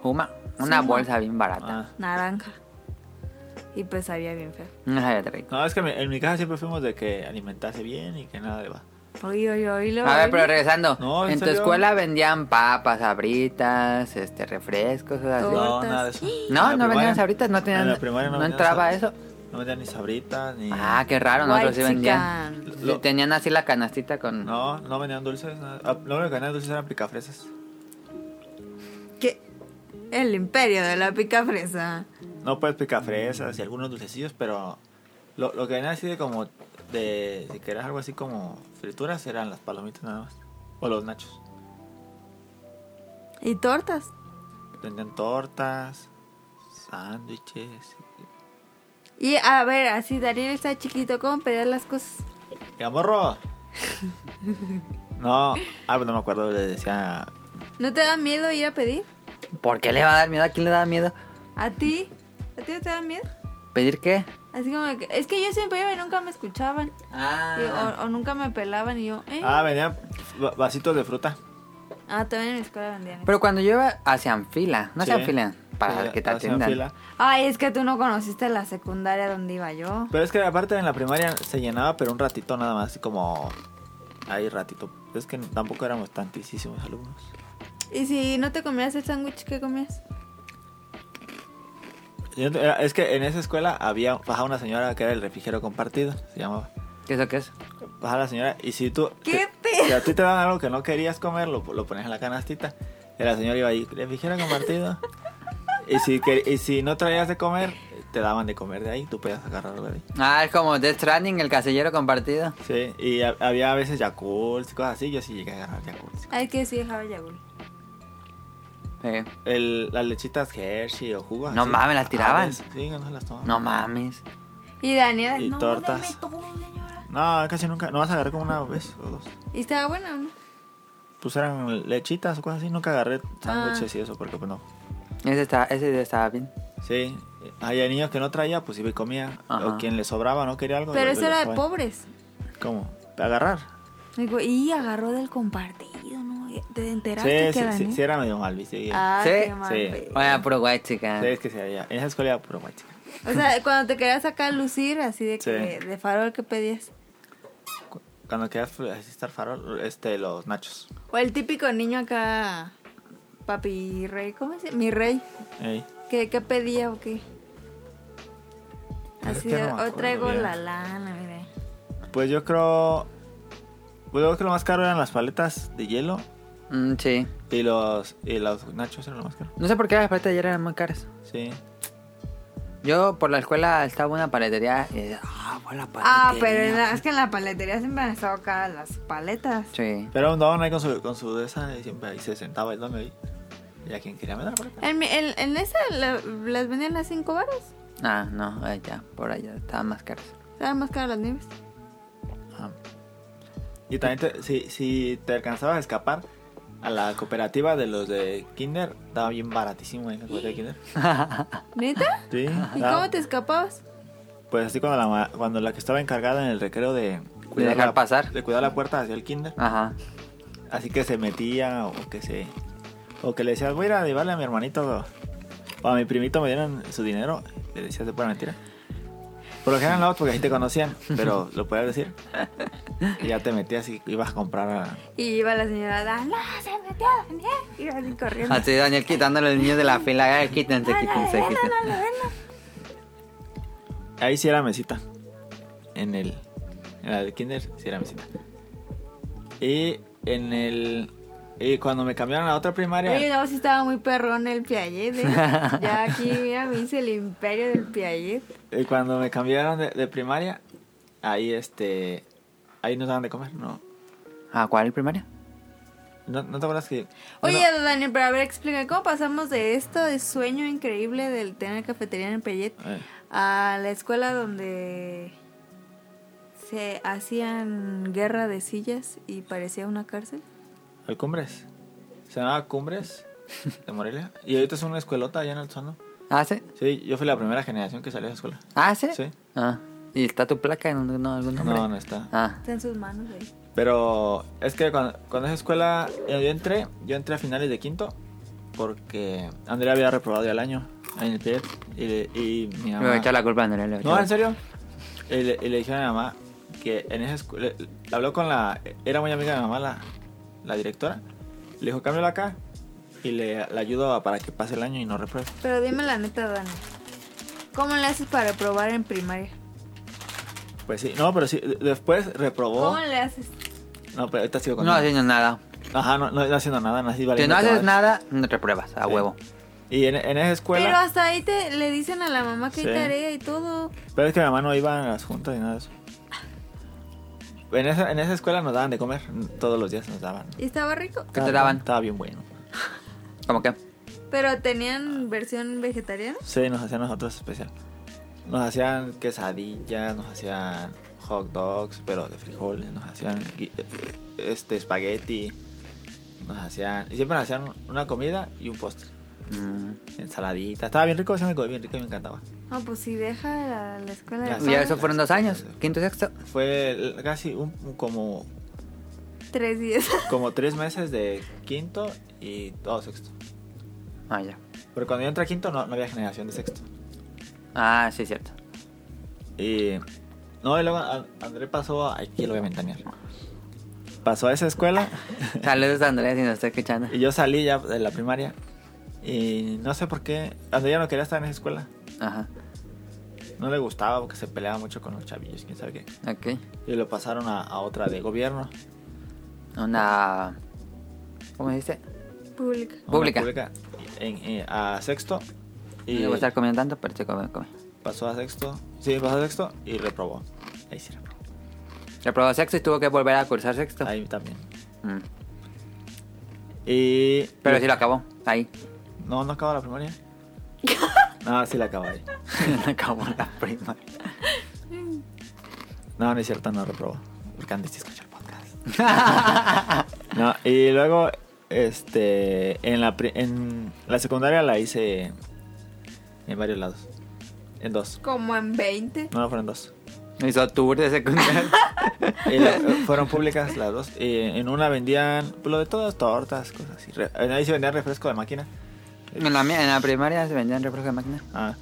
Juma. Una Suma. bolsa bien barata. Ah, naranja. Y pues sabía bien feo. No sabía de rico. No, es que mi- en mi casa siempre fuimos de que alimentarse bien y que nada de va. Oye, oye, oye. A ver, pero regresando. No, ¿en en tu serio? escuela vendían papas, sabritas, este, refrescos, cosas Todo. así. No, Tortas. nada de eso. No, En la no primaria- vendían sabritas, no tenían- en la primaria no no vendían entraba sabritas. eso. No vendían ni sabritas ni. Ah, qué raro, nosotros sí vendían. Whitexican. Sí, Lo- Tenían así la canastita con... No, no vendían dulces. Nada. Ah, Lo único que vendían dulces eran picafresas. ¿Qué? El imperio de la pica fresa. No, pues picafresas y algunos dulcecillos, pero lo, lo que vendían así de como. de Si querías algo así como frituras, eran las palomitas nada más. O los nachos. Y tortas. Vendían tortas, sándwiches. Y a ver, así Daniel está chiquito, ¿cómo pedías las cosas? ¡Ya morro! No, ah, pues no me acuerdo, le decía. ¿No te da miedo ir a pedir? ¿Por qué le va a dar miedo? ¿A quién le da miedo? ¿A ti? ¿A ti no te da miedo? ¿Pedir qué? Así como que, es que yo siempre iba y nunca me escuchaban. Y- o, o nunca me pelaban y yo, ¿eh? Ah, vendían va- vasitos de fruta. Ah, también en mi escuela vendían. eso. Pero cuando yo iba hacían fila, no Sí. hacían fila para Sí, que te hacían atiendan. fila. Ay, es que tú no conociste la secundaria donde iba yo. Pero es que aparte en la primaria se llenaba, pero un ratito nada más, así como ahí ratito. Es que tampoco éramos tantísimos alumnos. ¿Y si no te comías el sándwich, qué comías? Yo no- era- Es que en esa escuela había bajaba una señora que era el refrigero compartido, se llamaba. ¿Qué es lo que es? Bajaba la señora y si tú ¿Qué te- pe- si a ti te daban algo que no querías comer, lo, lo ponías en la canastita. Y la señora iba ahí, refrigero compartido. y, si, que- y si no traías de comer, te daban de comer de ahí, tú podías agarrarlo de ahí. Ah, es como Death Stranding, el casillero compartido. Sí, y ha- había a veces Yakult y cosas así, yo sí llegué a agarrar Yakult. Ay, que sí, dejaba Yagul. Sí. El, las lechitas Hershey o jugo. No mames, ¿las tiraban? A veces, Sí, no las tomaban. No mames. Y Daniel, Y no, tortas. deme todo, señora. No, casi nunca. No vas a agarrar como una vez o dos. ¿Y estaba buena o no? Pues eran lechitas o cosas así. Nunca agarré sándwiches Ah. y eso porque pues no. Ese, está, ese día estaba bien. Sí. Había niños que no traía, pues iba y comía. Ajá. O quien le sobraba, no quería algo. Pero lo- eso lo era de dejaba ahí. pobres. ¿Cómo? Agarrar. Digo, Y agarró del compartido, ¿no? ¿Te Sí, enteraste que sí, sí, Daniel? sí, era medio mal, ¿viste? Sí. Ah, Sí. qué mal, Sí. güey. Oye, puro guay, chica. Sí, es que se había. En esa escuela era puro guay, chica. O sea, cuando te querías sacar a lucir, así de, que, Sí. de farol, ¿qué pedías? Cu- Cuando querías pues, así estar farol, este, los nachos. O el típico niño acá, papi rey, ¿cómo se Mi rey, Ey. ¿qué, qué pedía o qué? Es Así que de, no me hoy acuerdo traigo bien. la lana, mire. Pues yo creo. Pues yo creo que lo más caro eran las paletas de hielo Mm, sí. y los, y los nachos eran lo más caro. No sé por qué las paletas de ayer eran muy caras. Sí. Yo por la escuela estaba en una paletería y decía, ah, fue la paletería. Ah, pero en la- es que en la paletería siempre han estado caras las paletas. Sí. Pero un don ahí con su, con su de esa y siempre ahí se sentaba el don ahí. Y a quien quería me daba por acá. En, mi- en, en esa la- las vendían a 5 baros. Ah, no, allá, por allá estaban más caras. Estaban más caras las nieves. Ajá. Y también te- si, si te alcanzabas a escapar a la cooperativa de los de Kinder, estaba bien baratísimo ahí en la cooperativa de Kinder. (laughs) ¿Neta? Sí. ¿Y estaba- cómo te escapabas? Pues así cuando la, ma- cuando la que estaba encargada en el recreo de cuidar dejar la- pasar. de cuidar la puerta hacia el Kinder. Ajá. Así que se metía o que se... O que le decías, voy a ir a llevarle a mi hermanito o a mi primito me dieron su dinero. Le decías de pura mentira. Por lo general no, porque así te conocían, pero lo podías decir. Y ya te metías y ibas a comprar a... Y iba la señora, "Ah, no, se metió Daniel. Y iba así corriendo. Ah, (laughs) Así Daniel quitándole el niño de la fila. "Ay, Quítense, "Ay, no, quítense, no, no, quítense. no, no, no". Ahí sí era mesita. En el... En la del kinder sí era mesita. Y en el... Y cuando me cambiaron a otra primaria... Oye, no, sí estaba muy perrón el Piaget. (laughs) ¿eh? Ya aquí, mira, me hice el imperio del Piaget. Y cuando me cambiaron de, de primaria, ahí este. Ahí nos daban de comer, ¿no? ¿A Ah, cuál primaria? ¿No, no te acuerdas que.? Oye, bueno, Daniel, pero a ver, explica, ¿cómo pasamos de esto de sueño increíble del tener cafetería en el Piaget eh, a la escuela donde se hacían guerra de sillas y parecía una cárcel? al Cumbres. Se llamaba Cumbres de Morelia. Y ahorita es una escuelota allá en el Sono. ¿Ah, sí? Sí, yo fui la primera generación que salió de la escuela. ¿Ah, sí? Sí. Ah. ¿Y está tu placa en un- no, algún nombre? No, no está. Ah. Está en sus manos ¿eh? ahí. Pero es que cuando, cuando esa escuela. eh, Yo entré, yo entré a finales de quinto. Porque Andrea había reprobado ya el año. en el PEP y, le- y mi Le voy a mamá... echar la culpa a Andrea. le voy a No, en echar serio. Y le, y le dije a mi mamá que en esa escuela... le- le habló con la... Era muy amiga de mi mamá, la, la directora. Le dijo, cámbiala acá. Y le, la ayudo a- para que pase el año y no repruebe. Pero dime la neta, Dani. ¿Cómo le haces para probar en primaria? Pues sí. No, pero sí. de- Después reprobó. ¿Cómo le haces? No, pero ahorita sigo la- con... No haciendo nada. Ajá, no, no, no haciendo nada. No, así Si valiendo no haces madre. nada, no te pruebas, a Sí. huevo. Y en, en esa escuela... Pero hasta ahí te le dicen a la mamá que Sí. hay tarea y todo. Pero es que mi mamá no iba a las juntas ni nada de eso. En esa, en esa escuela nos daban de comer, todos los días nos daban. Y estaba rico. ¿Qué te daban? Estaba bien bueno. ¿Cómo que? Pero tenían versión vegetariana. Sí, nos hacían nosotros especial. Nos hacían quesadillas, nos hacían hot dogs, pero de frijoles, nos hacían gui- este espagueti, nos hacían... Y siempre nos hacían una comida y un postre, Mm. ensaladita. Estaba bien rico, se me comía bien rico y me encantaba. No, pues si deja la, la escuela de Ya, Ya paga. eso fueron dos años, quinto y sexto. Fue el- casi un, como, Tres días. (laughs) como tres meses de quinto y todo sexto. Ah, ya. Pero cuando yo entré a quinto no, no había generación de sexto. Ah, sí, cierto. Y, no, y luego a- André pasó a... Aquí lo voy a ventanear. Pasó a esa escuela Saludos a Andrea si nos está escuchando. y yo salí ya de la primaria. Y no sé por qué. André ya no quería estar en esa escuela. Ajá, No le gustaba porque se peleaba mucho con los chavillos, quién sabe qué. ok. Y lo pasaron a, a otra de gobierno. Una... ¿Cómo se dice? Pública. a una Pública. pública en- en- a sexto. No Y le voy a estar comiendo tanto, pero sí come, come. pasó a sexto. Sí, pasó a sexto y reprobó. Ahí sí reprobó. Reprobó sexto y tuvo que volver a cursar sexto. Ahí también. Mm. Y... Pero sí lo acabó, ahí. (laughs) No, no acaba la primaria. no, sí la acabó ahí. acabó la primaria. No, no es cierto, no reprobó. Porque antes sí escuchó el podcast. (laughs) no, y luego, este, en la, pri- en la secundaria la hice en varios lados. En dos. Como en 20. No, no fueron dos. Hizo tour de secundaria. Y (laughs) la- fueron públicas las dos. Y en una vendían, pues, lo de todas, tortas, cosas así. Re- Ahí se vendía refresco de máquina. en, la, mía- en la primaria se vendían refrescos de máquina. Ah.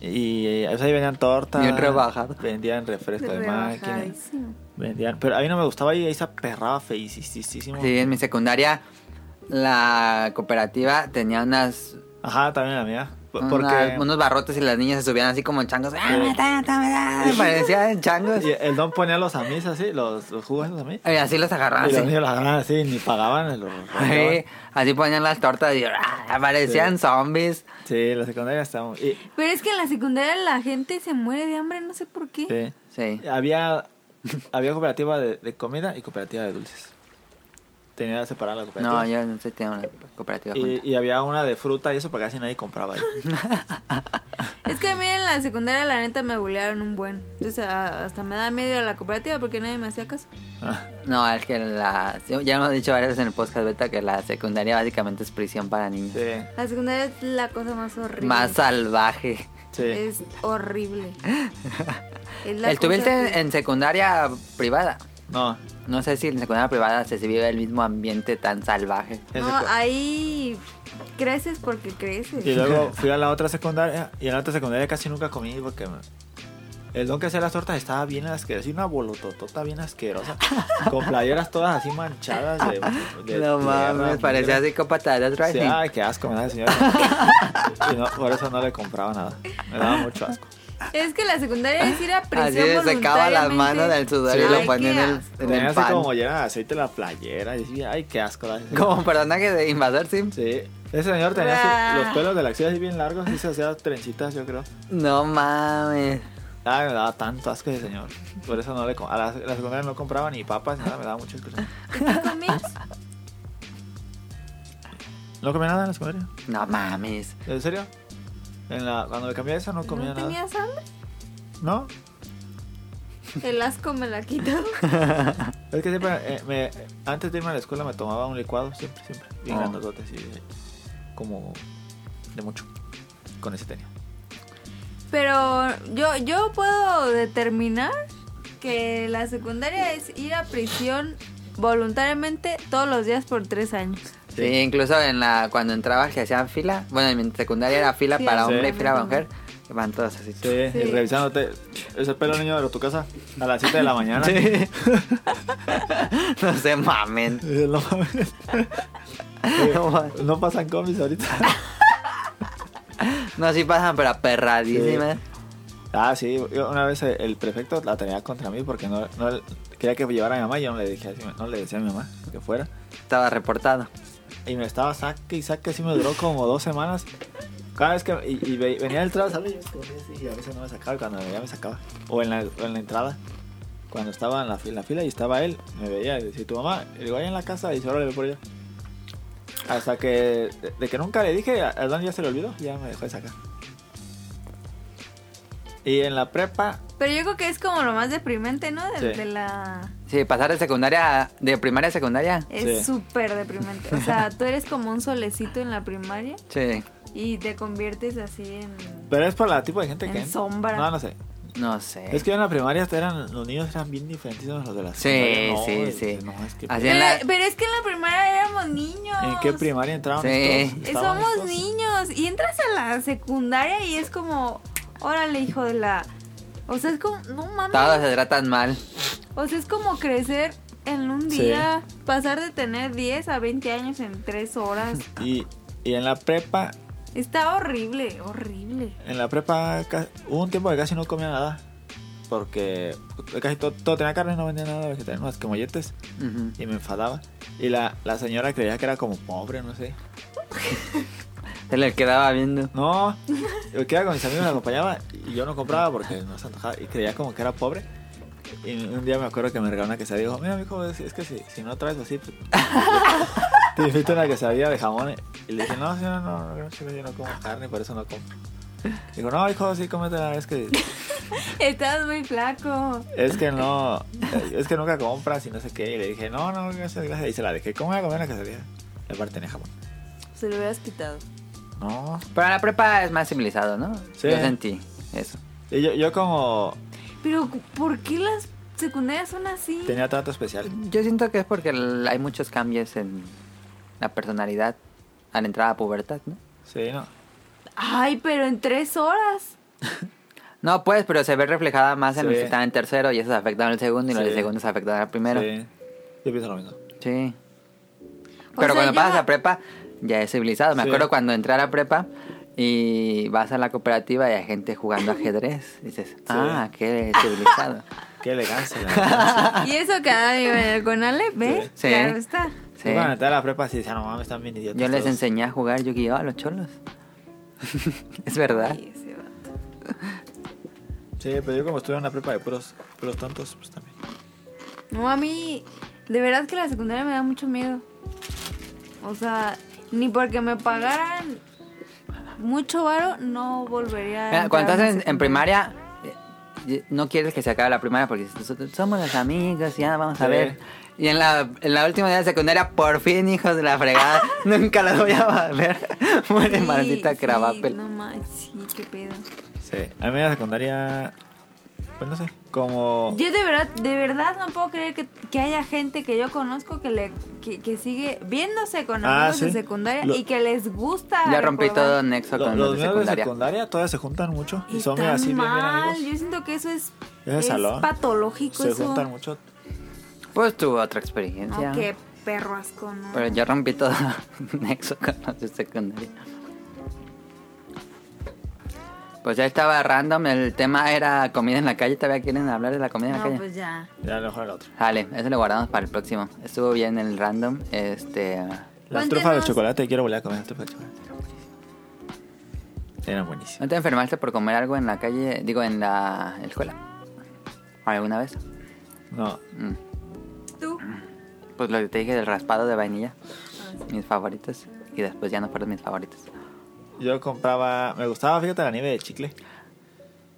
Y eh, pues, ahí vendían tortas. Bien rebajado. Vendían refresco Pues de máquina. Rebajadísimo. Vendían, pero a mí no me gustaba y ahí se aperraba feísimo. Sí, en mi secundaria la cooperativa tenía unas... Ajá, también la mía. Ah, P- unas- Porque unos barrotes y las niñas se subían así como en changos. ¡Ah, me da, da, me da! Parecían changos. y el don ponía los amis así, los, los jugos esos amis. Y así los Ah, agarraban. y los así. (laughs) niños los agarraban así, ni pagaban. Los (laughs) Sí, sí. así ponían las tortas y ¡ah! aparecían zombies. sí, la secundaria estábamos. Y, Pero es que en la secundaria la gente se muere de hambre, no sé por qué. sí. Sí. Había, había cooperativa de, de comida y cooperativa de dulces. Tenía separada la cooperativa. No, yo no sé, tenía una cooperativa junta. pues, y, y había una de fruta y eso para casi nadie compraba. ahí. (laughs) Es que a mí en la secundaria la neta me bullearon un buen. Entonces a- hasta me da miedo ir a la cooperativa porque nadie me hacía caso. Ah, No, es que la... sí, Ya hemos dicho varias veces en el podcast beta que la secundaria básicamente es prisión para niños. sí, La secundaria es la cosa más horrible. Más salvaje. sí. Es (laughs) horrible. Es la El tuviste cosa en- que- en secundaria privada. No, No sé si en secundaria privada se vive el mismo ambiente tan salvaje. en No, secu- ahí creces porque creces. Y (laughs) luego fui a la otra secundaria y en la otra secundaria casi nunca comí porque me- el don que hacía las tortas estaba bien asqueroso, y una bolototota bien asquerosa, con playeras todas así manchadas de... de no tierra, mames, parecía mugre. psicópata de Death Sí, Rising. ay, qué asco me da el señor. y no, por eso no le compraba nada, me daba mucho asco. Es que la secundaria es ir a Así prisión le secaba las voluntariamente. manos del sudor Sí. y lo Ay, ponía en qué el, asco. en Tenía el así pan. como llena de aceite la playera y decía, ay, qué asco da ese señor. Como personaje de Invasor Sim. Sí, ese señor tenía Ah. así- los pelos de la axila así bien largos y se hacía trencitas, yo creo. No mames. Ay, me daba tanto asco ese señor. Por eso no le com- a la, la secundaria no compraba ni papas ni nada, me daba mucho asco. ¿Y tú comías? No comía nada en la secundaria. No mames. ¿En serio? En la, cuando me cambié eso (laughs) no comía ¿No nada. tenías hambre? No. El asco me la quitó. Es que siempre, eh, me, antes de irme a la escuela me tomaba un licuado, siempre, siempre. Bien Oh. grandotote, así, de- como de mucho. Con ese tenía. Pero yo, yo puedo determinar que la secundaria es ir a prisión voluntariamente todos los días por tres años. Sí, incluso en la, cuando entrabas que hacían fila, bueno, en mi secundaria era fila Sí, para sí. hombre y fila para mujer, van todos así. Sí, y revisándote. Ese pelo niño de tu casa a las 7 de la (laughs) mañana. Sí. (laughs) no se mamen. Eh, (laughs) No mames. (laughs) Eh, No pasan cómics ahorita. No, sí pasan, pero perradísimas. Ah, sí, yo una vez eh, el prefecto la tenía contra mí porque no, no- quería que llevara a mi mamá y yo no le dije así, no le decía a mi mamá que fuera. Estaba reportado. Y me estaba saque y saque, así me duró como dos semanas. Cada vez que y, y ve- venía el entrada, ¿sabes? Yo escondía así y a veces no me sacaba, y cuando me veía me sacaba. O en la, o en la entrada, cuando estaba en la, fi- en la fila y estaba él, me veía y decía, tu mamá, y digo, ahí en la casa, y dice, órale, ve por ella. Hasta que, de, de que nunca le dije, a a Don ya se le olvidó, ya me dejó de sacar. Y en la prepa, Pero yo creo que es como lo más deprimente, ¿no? De, Sí. de la... Sí, pasar de secundaria, de primaria a secundaria. Sí. Es súper deprimente. O (laughs) sea, tú eres como un solecito en la primaria Sí, y te conviertes así en... pero es por la tipo de gente que. En sombra. Eh. No, no sé. no sé. Es que en la primaria eran, los niños eran bien diferentes a los de la Sí, secundaria. No, sí, güey, sí. no, es que- Así Pero, en la- pero es que en la primaria éramos niños. ¿En qué primaria entraron? Sí. estos? Eh, Estaban Somos estos. niños y entras a la secundaria y es como, órale, hijo de la... O sea, es como, no mames. Todos se tratan mal. O sea, es como crecer en un Sí. día, pasar de tener 10 a 20 años en 3 horas. Y, y en la prepa, Está horrible, horrible. en la prepa ca- hubo un tiempo que casi no comía nada. Porque casi todo, todo tenía carne, no vendía nada vegetariano más que molletes. Ujú. Y me enfadaba. Y la, la señora creía que era como pobre, no sé. Se le quedaba viendo. No, yo quedaba con mis amigos, me acompañaba y yo no compraba porque no se antojaba y creía como que era pobre. Y un día me acuerdo que me regaló una quesadilla y dijo, mira, mijo, es, es que si, si no traes así, pues, (laughs) te invito una quesadilla de jamón. Y le dije, no, señora, no, no, no, señora, yo no como carne, por eso no compro. Digo, no, hijo, sí, cómetela, es que, Estás muy flaco. es que no, eh, es que nunca compras y no sé qué. Y le dije, no, no, gracias, gracias. Y se la dejé, ¿cómo voy a comer una quesadilla? Y aparte tenía jamón. Se lo hubieras quitado. No, Pero la prepa es más civilizado, ¿no? Sí. Yo sentí eso. y yo, yo como Pero, ¿por qué las secundarias son así? tenía trato especial. Yo siento que es porque el- hay muchos cambios en la personalidad al entrar a pubertad, ¿no? Sí, no. Ay, pero en 3 horas. No, pues, pero se ve reflejada más en Sí. los que están en tercero y esos afectaban al segundo y los Sí. del segundo se afectaban al primero. Sí. Sí, yo pienso lo mismo. O sea, Pero cuando yo pasas me- a prepa, ya es civilizado. Me Sí. acuerdo cuando entré a la prepa y vas a la cooperativa y hay gente jugando ajedrez. Dices, ah, qué (laughs) civilizado. Qué elegancia. (laughs) la verdad. Y eso cada día en el Conalep, ¿ves? Sí. Claro está. Sí. Yo cuando entré a la prepa sí decía, no mames, están bien idiotas. Yo les todos". enseñé a jugar Yu-Gi-Oh a los cholos. (laughs) es verdad. Ay, ese vato. Sí, pero yo como estuve en una prepa de puros, puros tontos, pues también. No, a mí, de verdad que la secundaria me da mucho miedo. O sea, ni porque me pagaran mucho varo, no volvería a. Mira, cuando entrar a estás una en, en primaria, (laughs) eh, no quieres que se acabe la primaria porque so- somos los amigos y ya vamos a Sí. ver. Y en la, en la última día de secundaria, por fin, hijos de (laughs) la fregada, nunca los voy a ver. Muere secundaria. maldita Sí, cravapel. Sí, no más, sí, qué pedo. Sí, a mí en la secundaria, pues no sé, como... Yo de verdad, de verdad no puedo creer que, que haya gente que yo conozco que le que, que sigue viéndose con Ah, amigos de sí. secundaria Lo- y que les gusta. Ya rompí recordar. todo nexo lo- con los los de niños de secundaria. secundaria todavía se juntan mucho y son Está así bien, bien mal. amigos. Yo siento que eso es, Ese es salón patológico. Se eso. juntan mucho. Pues tuve otra experiencia. No, qué perro asco, ¿no? Pero yo rompí todo (laughs) nexo con los de secundaria. Pues ya estaba random, el tema era comida en la calle, todavía quieren hablar de la comida en la no, calle. pues ya. Ya a lo mejor el otro. Vale, eso lo guardamos para el próximo. Estuvo bien el random. Este. Las Cuéntenos. trufas de chocolate, quiero volver a comer las trufas de chocolate. Eran buenísimas. ¿No te enfermaste por comer algo en la calle? Digo, en la escuela. ¿Alguna vez? No, Mm. Tú. Pues lo que te dije del raspado de vainilla. Ah, Mis favoritos. Y después ya no fueron mis favoritos. yo compraba... Me gustaba, fíjate, la nieve de chicle.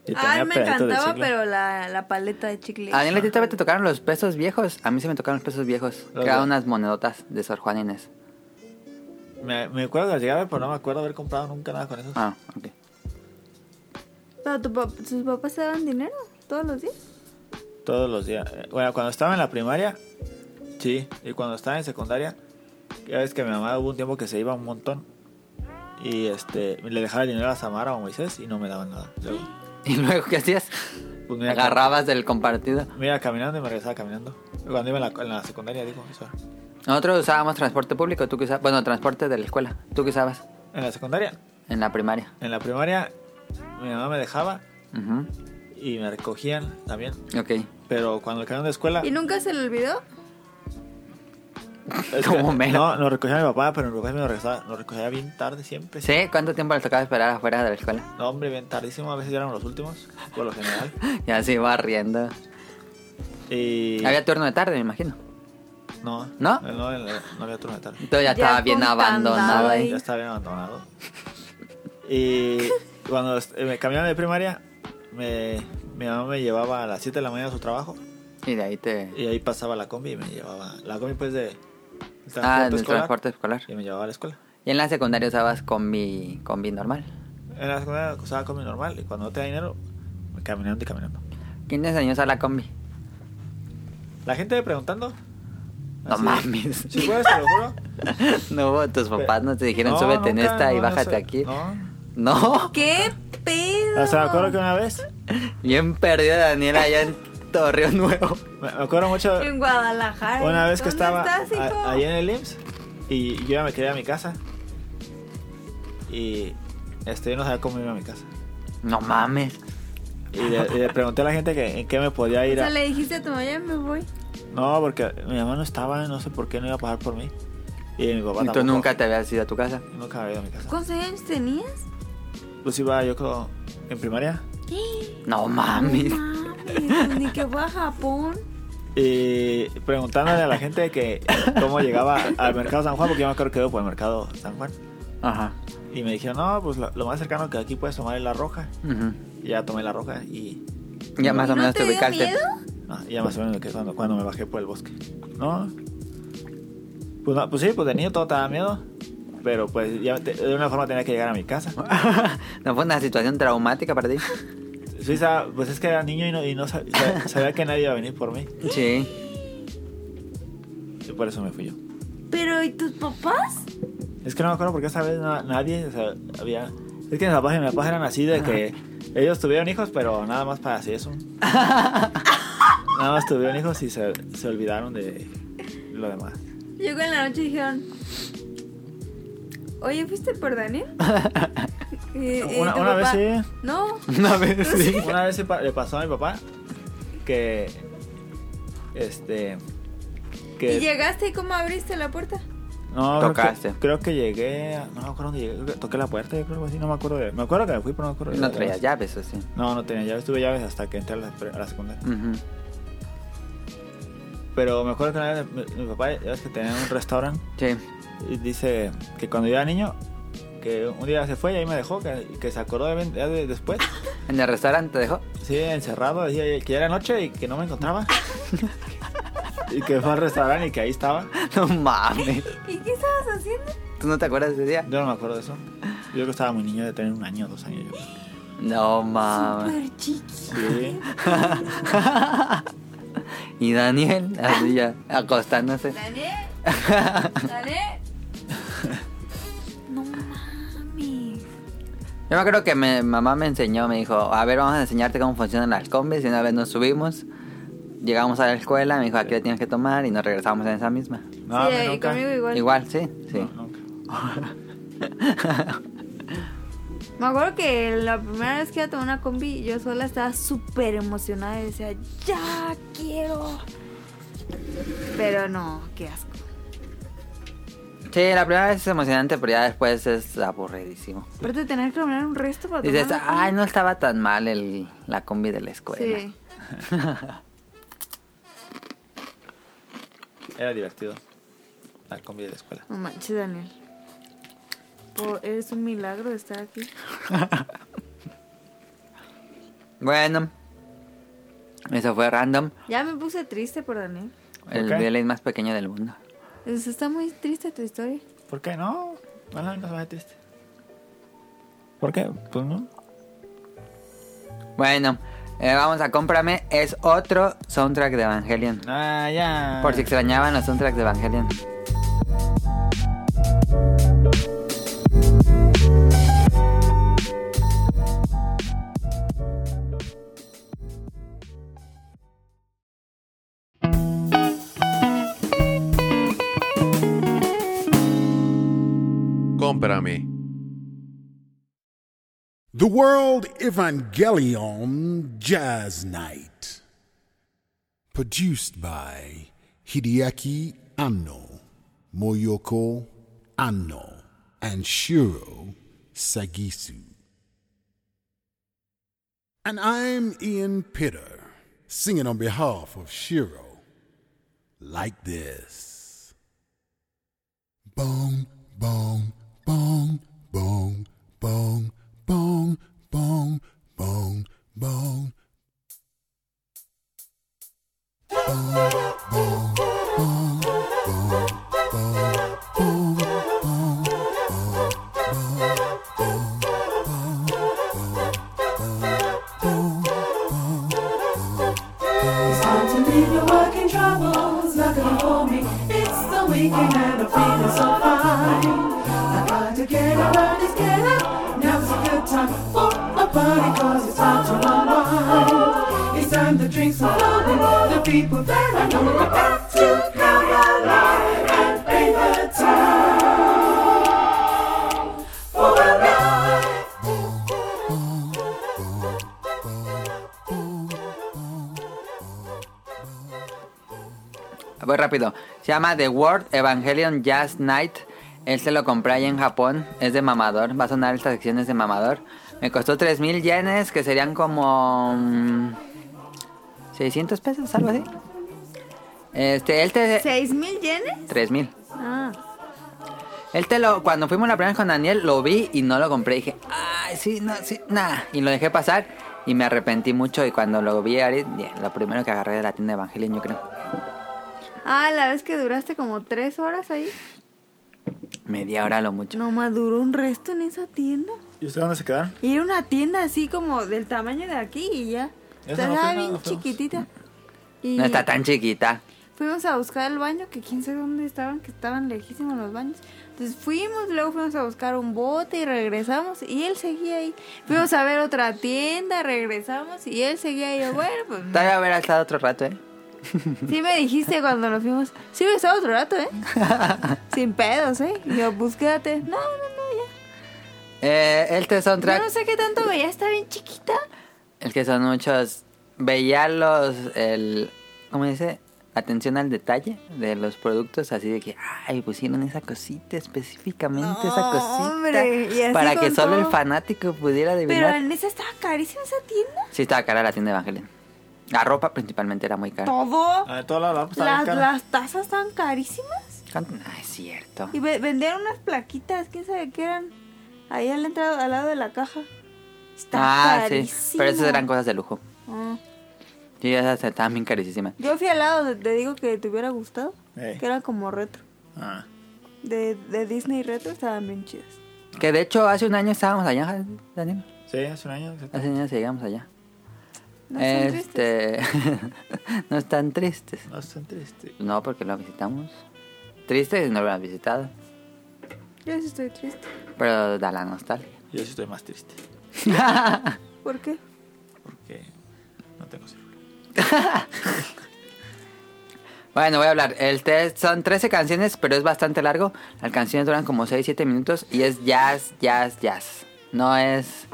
Y Ay, tenía me pedacitos de Ah, encantaba, chicle. pero la, la paleta de chicle. A Daniel, ¿a ti todavía te tocaron los pesos viejos? A mí se me tocaron los pesos viejos. Los Que eran de- unas monedotas de Sor Juan Inés. Me, me acuerdo de llegar, pero no me acuerdo haber comprado nunca nada con eso. Ah, ok. (laughs) Pero tu pap- tus papás te daban dinero todos los días. Todos los días. Eh, Bueno, cuando estaba en la primaria, sí. Y cuando estaba en secundaria, Ya ves que mi mamá hubo un tiempo que se iba un montón. Y este, le dejaba el dinero a Samara o a Moisés y no me daban nada. Luego, ¿Y luego qué hacías? pues me iba cam- Agarrabas del compartido. Me iba caminando y me regresaba caminando. Cuando iba en la, en la secundaria, digo, eso. Nosotros usábamos transporte público, tú que usabas. Bueno, transporte de la escuela. ¿Tú qué usabas? En la secundaria, En la primaria. en la primaria, mi mamá me dejaba Ujú. y me recogían también. Ok. Pero cuando el camión de escuela. ¿Y nunca se le olvidó? es que- ¿Cómo me lo- No, nos recogía mi papá, pero mi papá me lo regresaba, nos recogía bien tarde siempre. ¿Sí? ¿Cuánto tiempo le tocaba esperar afuera de la escuela? (laughs) No, hombre, bien tardísimo. A veces ya éramos los últimos, por lo general. Y así iba riendo. Y. Había turno de tarde, me imagino. No, ¿No? No, en la- no había turno de tarde. Entonces ya Ya estaba bien con abandonado candado ahí. ahí. Ya estaba bien abandonado. Y cuando est- eh, me cambiaron de primaria, me, mi mamá me llevaba a las 7 de la mañana a su trabajo Y de ahí te. y ahí pasaba la combi y me llevaba. La combi, pues, de. transporte Ah, en el escolar, transporte escolar. Y me llevaba a la escuela. Y en la secundaria usabas combi, combi normal. En la secundaria usaba combi normal y cuando no tenía dinero, me caminando y caminando. ¿Quién te enseñó a usar la combi? La gente preguntando. No así, mames. (laughs) Si puedes, te lo juro. No, tus papás no te dijeron No, súbete en nunca, esta y no, no bájate sé, aquí. No. No. ¿Qué pedo? O sea, me acuerdo que una vez, Bien perdida Daniela allá en Torreón Nuevo. me me acuerdo mucho En Guadalajara. Una vez que ¿Dónde estaba estás, a- hijo? ahí en el IMSS y yo ya me quería a mi casa. Y este, yo no sabía cómo irme a mi casa. No mames. Y le, y le pregunté a la gente que, en qué me podía O ir. sea, A... le dijiste a tu mamá, ya me voy. No, porque mi mamá no estaba, no sé por qué no iba a pagar por mí. Y mi papá Y tú tampoco. nunca te habías ido a tu casa. Nunca había ido a mi casa. ¿Cuántos años tenías? Pues iba yo creo en primaria. No Ah, No mames. mames, ni que va a Japón. Y preguntándole a la gente que cómo llegaba al mercado San Juan, porque yo me acuerdo que iba por el mercado San Juan. Ajá. Y me dijeron, no, pues lo, lo más cercano que aquí puedes tomar es la roja. Ujú. Y ya tomé la roja y Ya más o ¿No menos te te dio ubicaste. miedo? Ah, ya más o menos que cuando, cuando me bajé por el bosque. No. Pues, no, pues sí, pues de niño todo te da miedo. Pero pues ya te- de una forma tenía que llegar a mi casa. ¿No fue una situación traumática (laughs) para ti? Sí, sa- pues es que era niño y no, y no sab- sa- sabía que nadie iba a venir por mí. Sí. Y por eso me fui yo. Pero, ¿y tus papás? Es que no me acuerdo porque esa vez na- nadie, o sea, había... Es que mis papás y mis papás eran así de que ellos tuvieron hijos, pero nada más para (laughs) así eso. Nada más tuvieron hijos y se, se olvidaron de lo demás. Llegó en la noche y dijeron, oye, ¿fuiste por (laughs) Daniel? Y- y Una- Eh, tu una vez papá, (laughs) sí. No, Una vez sí. Una vez se pa- le pasó a mi papá que. Este. y Que. llegaste y cómo abriste la puerta. No, creo que- Tocaste. Creo que, llegué. a- no me acuerdo dónde llegué. creo que toqué la puerta, yo creo algo así. No me acuerdo de. Me acuerdo que me fui, pero no me acuerdo de No las traías llaves. llaves, o sí. No, no tenía llaves. Tuve llaves hasta que entré a la, a la secundaria. Ujú. Pero me acuerdo que una vez mi, mi papá, ya ves que tenía un restaurante. Sí. Y dice que cuando yo era niño, que un día se fue y ahí me dejó, que, que se acordó de mí ya de- después. En el restaurante te dejó. (laughs) Sí, encerrado, decía que ya era noche y que no me encontraba. (laughs) y que fue al restaurante y que ahí estaba. No mames. ¿Y qué estabas haciendo? ¿Tú no te acuerdas de ese día? Yo no me acuerdo de eso. Yo creo que estaba muy niño de tener un año, dos años. Yo creo. No mames. Súper chiqui. Ah. Sí. (laughs) Y Daniel, así ya, acostándose. (laughs) (laughs) Daniel, Daniel. No mames. Yo me acuerdo que mi mamá me enseñó, me dijo, a ver, vamos a enseñarte cómo funcionan las combis. Y una vez nos subimos, llegamos a la escuela, me dijo, aquí la tienes que tomar y nos regresamos en esa misma. No, a sí, mí y nunca. conmigo igual. Igual, sí, sí. (laughs) No, nunca. Me acuerdo que la primera vez que iba a tomar una combi, yo sola estaba súper emocionada y decía, ya quiero. Pero no, qué asco. Sí, la primera vez es emocionante, pero ya después es aburridísimo. Aparte tener que caminar un resto para Dices, tomar una ay, no estaba tan mal el, la combi de la combi". escuela. Sí. Era divertido. La combi de la escuela. No manches, Daniel. Po- eres un milagro de estar aquí. Bueno, eso fue random. Ya me puse triste por Daniel. El Ok. violín más pequeño del mundo. Es- Está muy triste tu historia. ¿Por qué no? No, no, no se me triste. ¿Por qué? Pues no. Bueno, eh, vamos a cómprame. Es otro soundtrack de Evangelion. Ah, ya. Por si extrañaban los soundtracks de Evangelion. Supérame. The World Evangelion Jazz Night. Produced by Hideaki Anno, Moyoko Anno, and Shiro Sagisu. And I'm Ian Pitter, singing on behalf of Shiro, like this. Bong, bong, bong, bong, bong, bong, bong, bong, bong. It's time to leave your working troubles, nothing for me. It's the weekend and I'm feeling so fine. I got to get around this get up. Now's a good time for a party, cause it's time to unwind. It's time to drink some flowing. The people that I know are about to come alive and bring the time for a ride. Voy rápido. Se llama The World Evangelion Jazz Night. Él se lo compré allá en Japón. Es de mamador. Va a sonar estas secciones de mamador. Me costó 3.000 yenes, que serían como... mm, 600 pesos, algo así. Este, él te... ¿Seis mil yenes? 3.000. Ah. Él te lo, cuando fuimos la primera vez con Daniel, lo vi y no lo compré. Dije, ay, sí, no, sí, nada. Y lo dejé pasar y me arrepentí mucho. Y cuando lo vi, ahorita, ya, lo primero que agarré de la tienda de Evangelion, yo creo. Ah, la vez que duraste como tres horas ahí. Media hora a lo mucho. No más duró un resto en esa tienda. ¿Y ustedes dónde se quedaron? Y era una tienda así como del tamaño de aquí y ya. Esa Estaba no fue, no, bien no fuimos. chiquitita. Y No está tan chiquita. fuimos a buscar el baño, que quién sabe dónde estaban, que estaban lejísimos los baños. Entonces fuimos, luego fuimos a buscar un bote y regresamos y él seguía ahí. Fuimos a ver otra tienda, regresamos y él seguía ahí. Yo, Bueno, pues Todavía haber estado otro rato, ¿eh? Sí me dijiste cuando nos fuimos. Sí, me estaba otro rato, ¿eh? Sin pedos, ¿eh? Y Yo, pues quédate. No, no, no, Eh, este ya. soundtrack, Yo no sé qué tanto veía, está bien chiquita. el que son muchos, veía los, el, ¿cómo dice? Atención al detalle de los productos, así de que, ay, pusieron esa cosita específicamente, esa No, cosita, hombre, y así para que con solo el todo. fanático pudiera Pero adivinar. en esa estaba carísima esa tienda. Sí, estaba cara la tienda de Evangelion. La ropa principalmente era muy cara. Todo. A ver, todo lado, pues, a ver, Las, cara. las tazas estaban carísimas. ¿Cuánto? Ah, es cierto. Y ve- vendían unas plaquitas, quién sabe qué eran. Ahí al entrado, al lado de la caja. Está Ah, sí. Pero esas eran cosas de lujo. Ah. Sí, esas estaban bien carísimas. Yo fui al lado donde te digo que te hubiera gustado. Eh. Que eran como retro. Ah, De, de Disney retro estaban bien chidas. Que de hecho hace un año estábamos allá, Daniel. sí, hace un año. exacto. Hace un año llegamos allá. No son tristes. este... (laughs) no están tristes. No, es tan triste. No, porque lo visitamos. Tristes no lo han visitado. Yo sí estoy triste. Pero da la nostalgia. (laughs) Yo sí estoy más triste. ¿Por qué? Porque no tengo (laughs) celular. Bueno, voy a hablar. El test son 13 canciones, pero es bastante largo. Las canciones duran como 6-7 minutos y es jazz, jazz, jazz. No es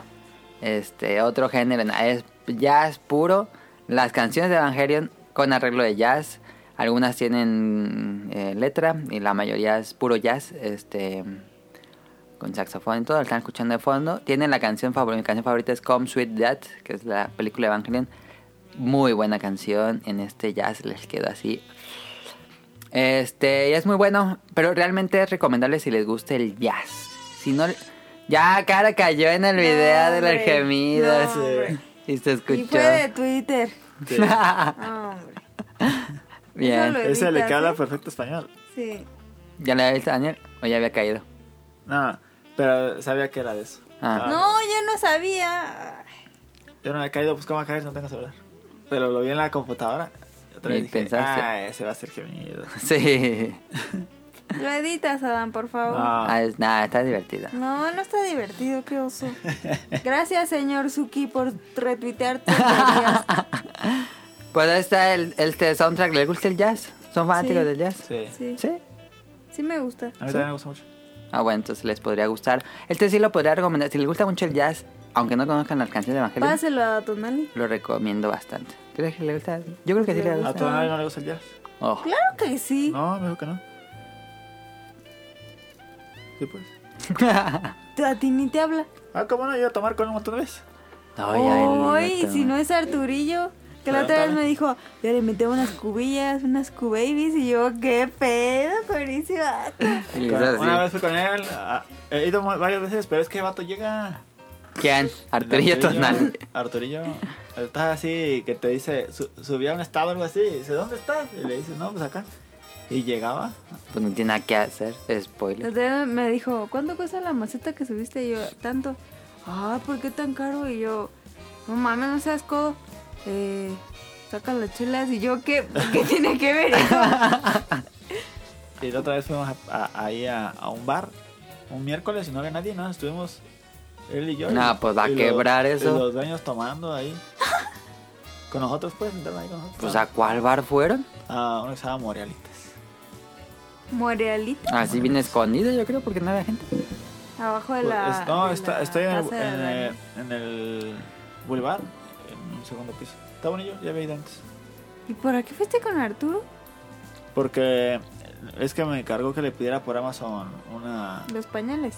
este otro género, nada, es jazz puro. Las canciones de Evangelion con arreglo de jazz. Algunas tienen eh, letra y la mayoría es puro jazz, este con saxofón y todo, la están escuchando de fondo. Tienen la canción favorita, mi canción favorita es Come Sweet Death, que es la película de Evangelion. Muy buena canción, en este jazz les quedó así este, y es muy bueno, pero realmente es recomendable si les gusta el jazz. Si no, ya cara cayó en el video de los hombre, gemidos. no, hombre. (laughs) Y se escuchó. Y fue de (laughs) Twitter. Ah, hombre. Bien. Eso lo- Ese le evitas, que habla ¿eh? perfecto español. Sí. ¿Ya le había visto a Daniel? ¿O ya había caído? (laughs) No, pero sabía que era de eso. Ah. No, yo no sabía. Yo no me he caído, pues ¿cómo va a caer? No tengo celular. Pero lo vi en la computadora. y Otra Y vez dije, pensaste. ah, ese va a ser gemido. Sí. Lo editas, Adán, por favor. Ah, Ah, es- nada, está divertido. No, no está divertido, qué (laughs) oso. Gracias, señor Suki, por retuitear (laughs) tonterías. Pues ahí está el, este soundtrack. ¿Les gusta el jazz? ¿Son fanáticos Sí. del jazz? sí. Sí, Sí. sí me gusta. A mí también me gusta mucho. Ah, bueno, entonces les podría gustar. Este sí lo podría recomendar. Si les gusta mucho el jazz, aunque no conozcan las canciones de Evangelion, Páselo a Tonali. lo recomiendo bastante. ¿Crees que le gusta? Yo creo que sí le ¿A tu gusta. novia no le gusta el jazz? Oh. Claro que sí. No, me dijo que no. Sí, pues. (laughs) A ti ni te habla. Ah, ¿cómo no? Yo a tomar con un montón de veces. Ay, ay, Hoy, Lilita. si no es Arturillo, que la otra vez me dijo, yo le metí unas cubillas, unas cubabies, y yo, qué pedo con (laughs) ese vato?" Y es así. Una vez fui con él. ah, He ido mu- varias veces, pero es que vato llega. ¿Quién? Arturillo Tonal. Arturillo. Estás así que te dice, su- subía a un estado o algo así. y Dice, ¿dónde estás? Y le dice, no, pues acá. Y llegaba. Pues no tiene nada que hacer. Spoiler. La otra vez me dijo, ¿cuánto cuesta la maceta que subiste? Y yo, tanto. Ah, ¿por qué tan caro? Y yo, no mames, no seas codo. Eh, saca las chelas. Y yo, ¿qué, (laughs) ¿qué tiene que ver eso? Y la otra vez fuimos a- a- ahí a, a un bar. Un miércoles y no había nadie, nada. Estuvimos él y yo. No, y- pues va a y los- quebrar eso. Y los dueños tomando ahí. Con nosotros, pues, sentaron ahí con nosotros. Pues a cuál bar fueron? Ah, uno que se llama Morealitas. Morealita, Así bien escondido, yo creo, porque no había gente. abajo de Pues, la. es- no, de está- la estoy en el, casa de en, Dani. el, en el boulevard, en un segundo piso. Está bonito, ya había ido antes. ¿Y por qué fuiste con Arturo? Porque es que me encargó que le pidiera por Amazon una Los pañales.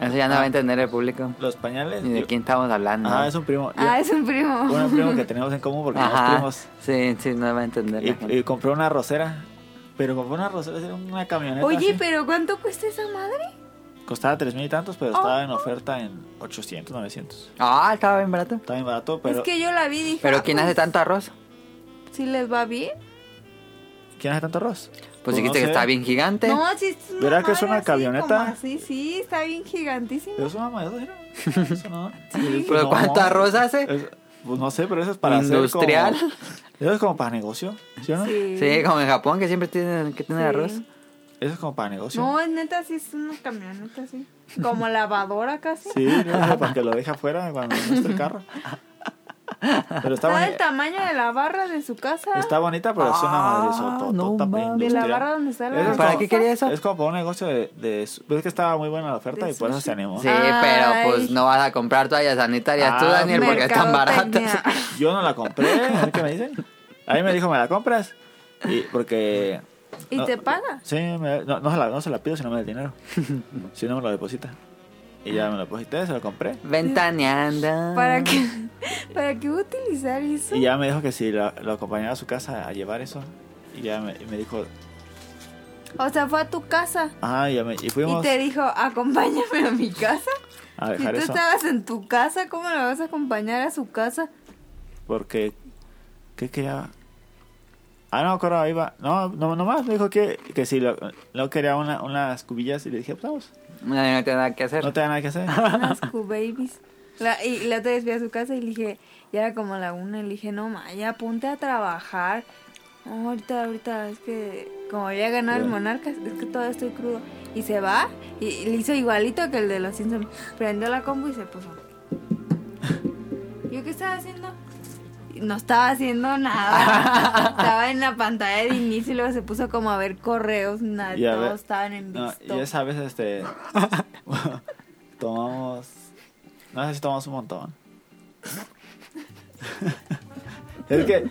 Eso ya no va a entender el público. los pañales. Ni de Ah. Yo- quién estamos hablando. Ah, es un primo. Ah, es un primo. Un primo que tenemos en común porque somos Ajá. primos. Sí, sí, no va a entender. la Y, gente. y compré una rosera. Pero compré una rosera, era una (laughs) camioneta. Oye, así. pero ¿cuánto cuesta esa madre? Costaba tres mil y tantos, pero estaba en oferta en 800, 900. Ah, estaba bien barato. Estaba bien barato, pero. es que yo la vi y dije. Pero ah, ¿quién hace pues, tanto arroz? Si les va bien. ¿Quién hace tanto arroz? Pues no dijiste que sé. está bien gigante. No, sí, es una ¿Verdad que es madre una así, camioneta? como así, sí, está bien gigantísima. Pero es una madera, eso no. Sí, ¿Pero no. cuánto arroz hace? Es- pues no sé, pero eso es para hacer Industrial. como- (laughs) eso es como para negocio, ¿sí o no? Sí. Sí, como en Japón, que siempre tienen que tener Sí. arroz. Eso es como para negocio. No, es neta, sí es una camioneta así. Como lavadora casi. Sí, no sé, para que lo deje afuera cuando no esté el carro. Pero Está está, boni- del tamaño de la barra de su casa. está bonita, pero es una madre no mames. de la barra donde está la Eso es ¿Para como- qué quería eso? Es como para un negocio de, de su- pues es que estaba muy buena la oferta De y por eso sushi. se animó. Sí, Ay. pero pues no vas a comprar toallas sanitarias tú, Ah, Daniel, porque están mercadotecnia. (laughs) baratas. Yo no la compré, a ver qué me dicen. A mí me dijo, ¿me la compras? Y porque Y No, te paga. Sí, me- no, no se la, no se la pido si no me da (laughs) el dinero. si no me lo deposita. Y ya me lo deposité, se lo compré. Ventaneando. ¿Para qué, ¿Para qué (laughs) utilizar eso? Ah. Y ya me dijo que si lo, lo acompañaba a su casa a llevar eso. Y ya me, y me dijo, O sea, fue a tu casa. ah, y, ya me- y Y fuimos te dijo, acompáñame a mi casa. a Si dejar tú eso. estabas en tu casa, ¿cómo la vas a acompañar a su casa? Porque, ¿qué quería? Ah, no, ahora iba. No, no, nomás me dijo que, que si lo, no quería una, unas cubillas. Y le dije, pues vamos, No, no tiene nada que hacer. no te da nada que hacer. (laughs) (laughs) Unas Q-Babies. La- y la otra vez fui a su casa y le dije, ya era como la una, y le dije, no, ma, ya ponte a trabajar. No, ahorita, ahorita, es que como había ganado el Ya. monarca, es que todavía estoy crudo. Y se va, y, y le hizo igualito que el de los Simpsons. Prendió la combo y se puso. ¿Yo qué estaba haciendo? No estaba haciendo (laughs) nada. estaba en la pantalla de inicio y luego se puso como a ver correos. Nada, Y a ver- todos estaban en No, visto. y esa vez, este. (laughs) tomamos. No sé si tomamos un montón. (laughs) es que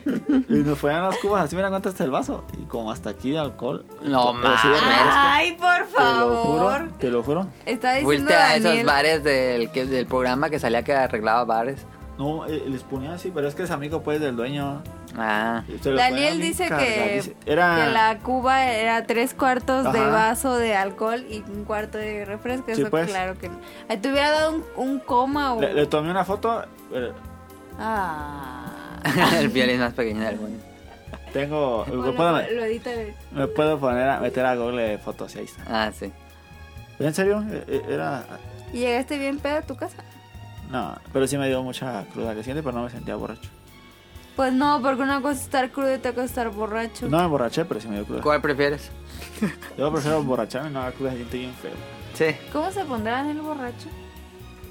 nos fueron las cubas, así mira cuántas el vaso. Y como hasta aquí de alcohol. No Pero sí de mames. refresco. Ay, por Te lo favor. juro, te lo juro. Está diciendo Fuiste a esos Daniel. bares del, que- del programa que salía que arreglaba bares. No, eh, les ponía así, pero es que es amigo pues del dueño. Ah. (laughs) Se lo Daniel ponían bien dice que, cargadísimo. Era. que la cuba era tres cuartos de Ajá. vaso de alcohol y un cuarto de refresco. Sí, Eso pues. claro que no. Ay, Te hubiera dado un, un coma o... Le, le tomé una foto. eh, Ah. el violín más pequeño del mundo. Tengo. me Bueno, puedo- lo edita de- me puedo poner a meter a Google fotos, y ahí está. Ah, sí. ¿En serio? Eh, eh, Era. ¿Y llegaste bien pedo a tu casa? No, pero sí me dio mucha cruda que siente, pero no me sentía borracho. Pues no, porque una cosa es estar crudo y otra cosa es estar borracho. No me emborraché, pero sí me dio cruda. ¿Cuál prefieres? Yo prefiero emborracharme, no la cruda se siente bien feo. Sí. ¿Cómo se pondrá en el borracho?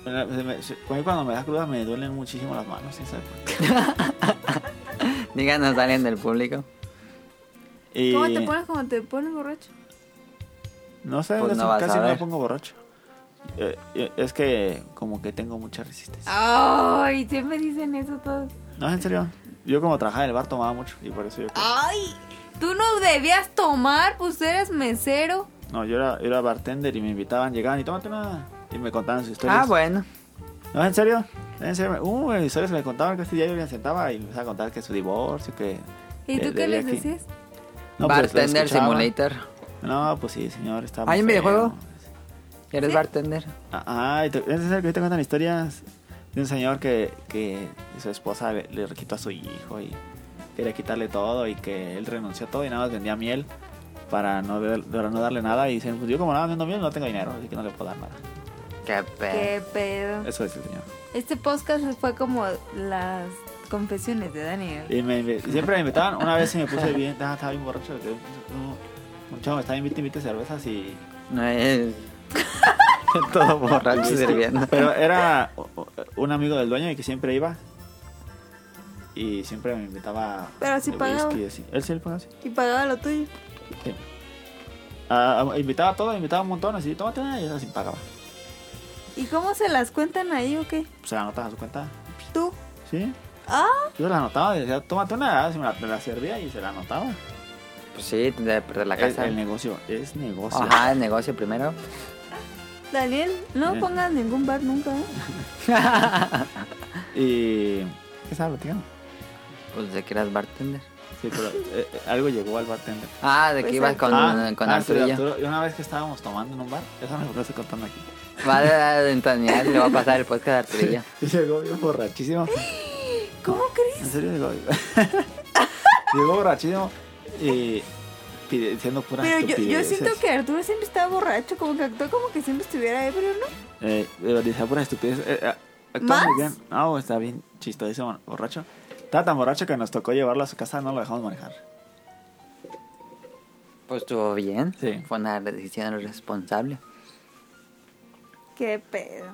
Pero, pues, me- se- a mí cuando me da cruda me duelen muchísimo las manos, ¿sí sabes? Díganos, alguien del público. Y ¿Cómo te pones cuando te pones borracho? No sé, Pues eso no vas casi a no me ver. pongo borracho. Eh, eh, es que como que tengo mucha resistencia. Ay, siempre dicen eso todos. No, en serio. Yo como trabajaba en el bar tomaba mucho y por eso yo... Ah. Ay, tú no debías tomar, pues eres mesero. No, yo era, yo era bartender y me invitaban, llegaban y tómate una... Y me contaban sus historias. Ah, bueno. No, en serio. En serio. Uh, mis historias me contaban que este día yo me sentaba y me empezaba a contar que su divorcio, que... ¿Y de- tú de qué les viaje. decías? No, pues, lo bartender escuchaba. Simulator. No, pues sí, señor, está muy ¿Hay un feo. videojuego? ¿Eres bartender? Ah, y te, es en serio que te cuentan historias de un señor que, que su esposa le, le quitó a su hijo y quería quitarle todo y que él renunció a todo y nada más vendía miel para no, ver- para no darle nada y dicen, pues yo como nada vendo miel no tengo dinero, así que no le puedo dar nada. Qué pedo. Qué pedo. Eso es el señor. Este podcast fue como las confesiones de Daniel. Y me, invi- siempre me invitaban, una vez sí me puse bien, estaba, estaba bien borracho, que, no, un chavo me estaba invitando invita (laughs) cervezas y No eh, es todo borracho sirviendo. Pero era o- o- un amigo del dueño y que siempre iba. Y siempre me invitaba. Pero sí whisky, pagaba. así. Él sí, él pagaba, sí. Y pagaba lo tuyo. Sí. Ah, ah, invitaba a todo, invitaba un montón, así, tómate una", y él así pagaba. ¿Y cómo se las cuentan ahí o qué? Se la anotaba a su cuenta. ¿Tú? ¿Sí? Ah, Yo se la anotaba, decía, tómate una, así me la, me la servía y se la anotaba. Pues sí, de perder la Es- casa. el negocio, es negocio. Ajá, el negocio primero. Daniel, no Eh. pongas ningún bar nunca. ¿eh? Y. ¿Qué estaba platicando? Pues de que eras bartender. Sí, pero eh, eh, algo llegó al bartender. Ah, de que Pues ibas sí. con, ah, con ah, sí, Arturillo. Arturo, y una vez que estábamos tomando en un bar, eso no lo estoy contando aquí. Va a ventanear y le va a pasar el podcast a Arturillo. (laughs) Y llegó bien borrachísimo. ¿Cómo crees? En serio llegó. (laughs) llegó borrachísimo y pide- diciendo puras Pero yo, yo estupideces. siento que Arturo siempre está borracho, como que actúa como que siempre estuviera ebrio, ¿no? Eh, eh, decía puras estupideces. Eh, eh, actuó ¿Más? muy bien. No, está bien chistoso borracho. Estaba tan borracho que nos tocó llevarlo a su casa, no lo dejamos manejar. Pues estuvo bien. Sí. Fue una decisión responsable. Qué pedo.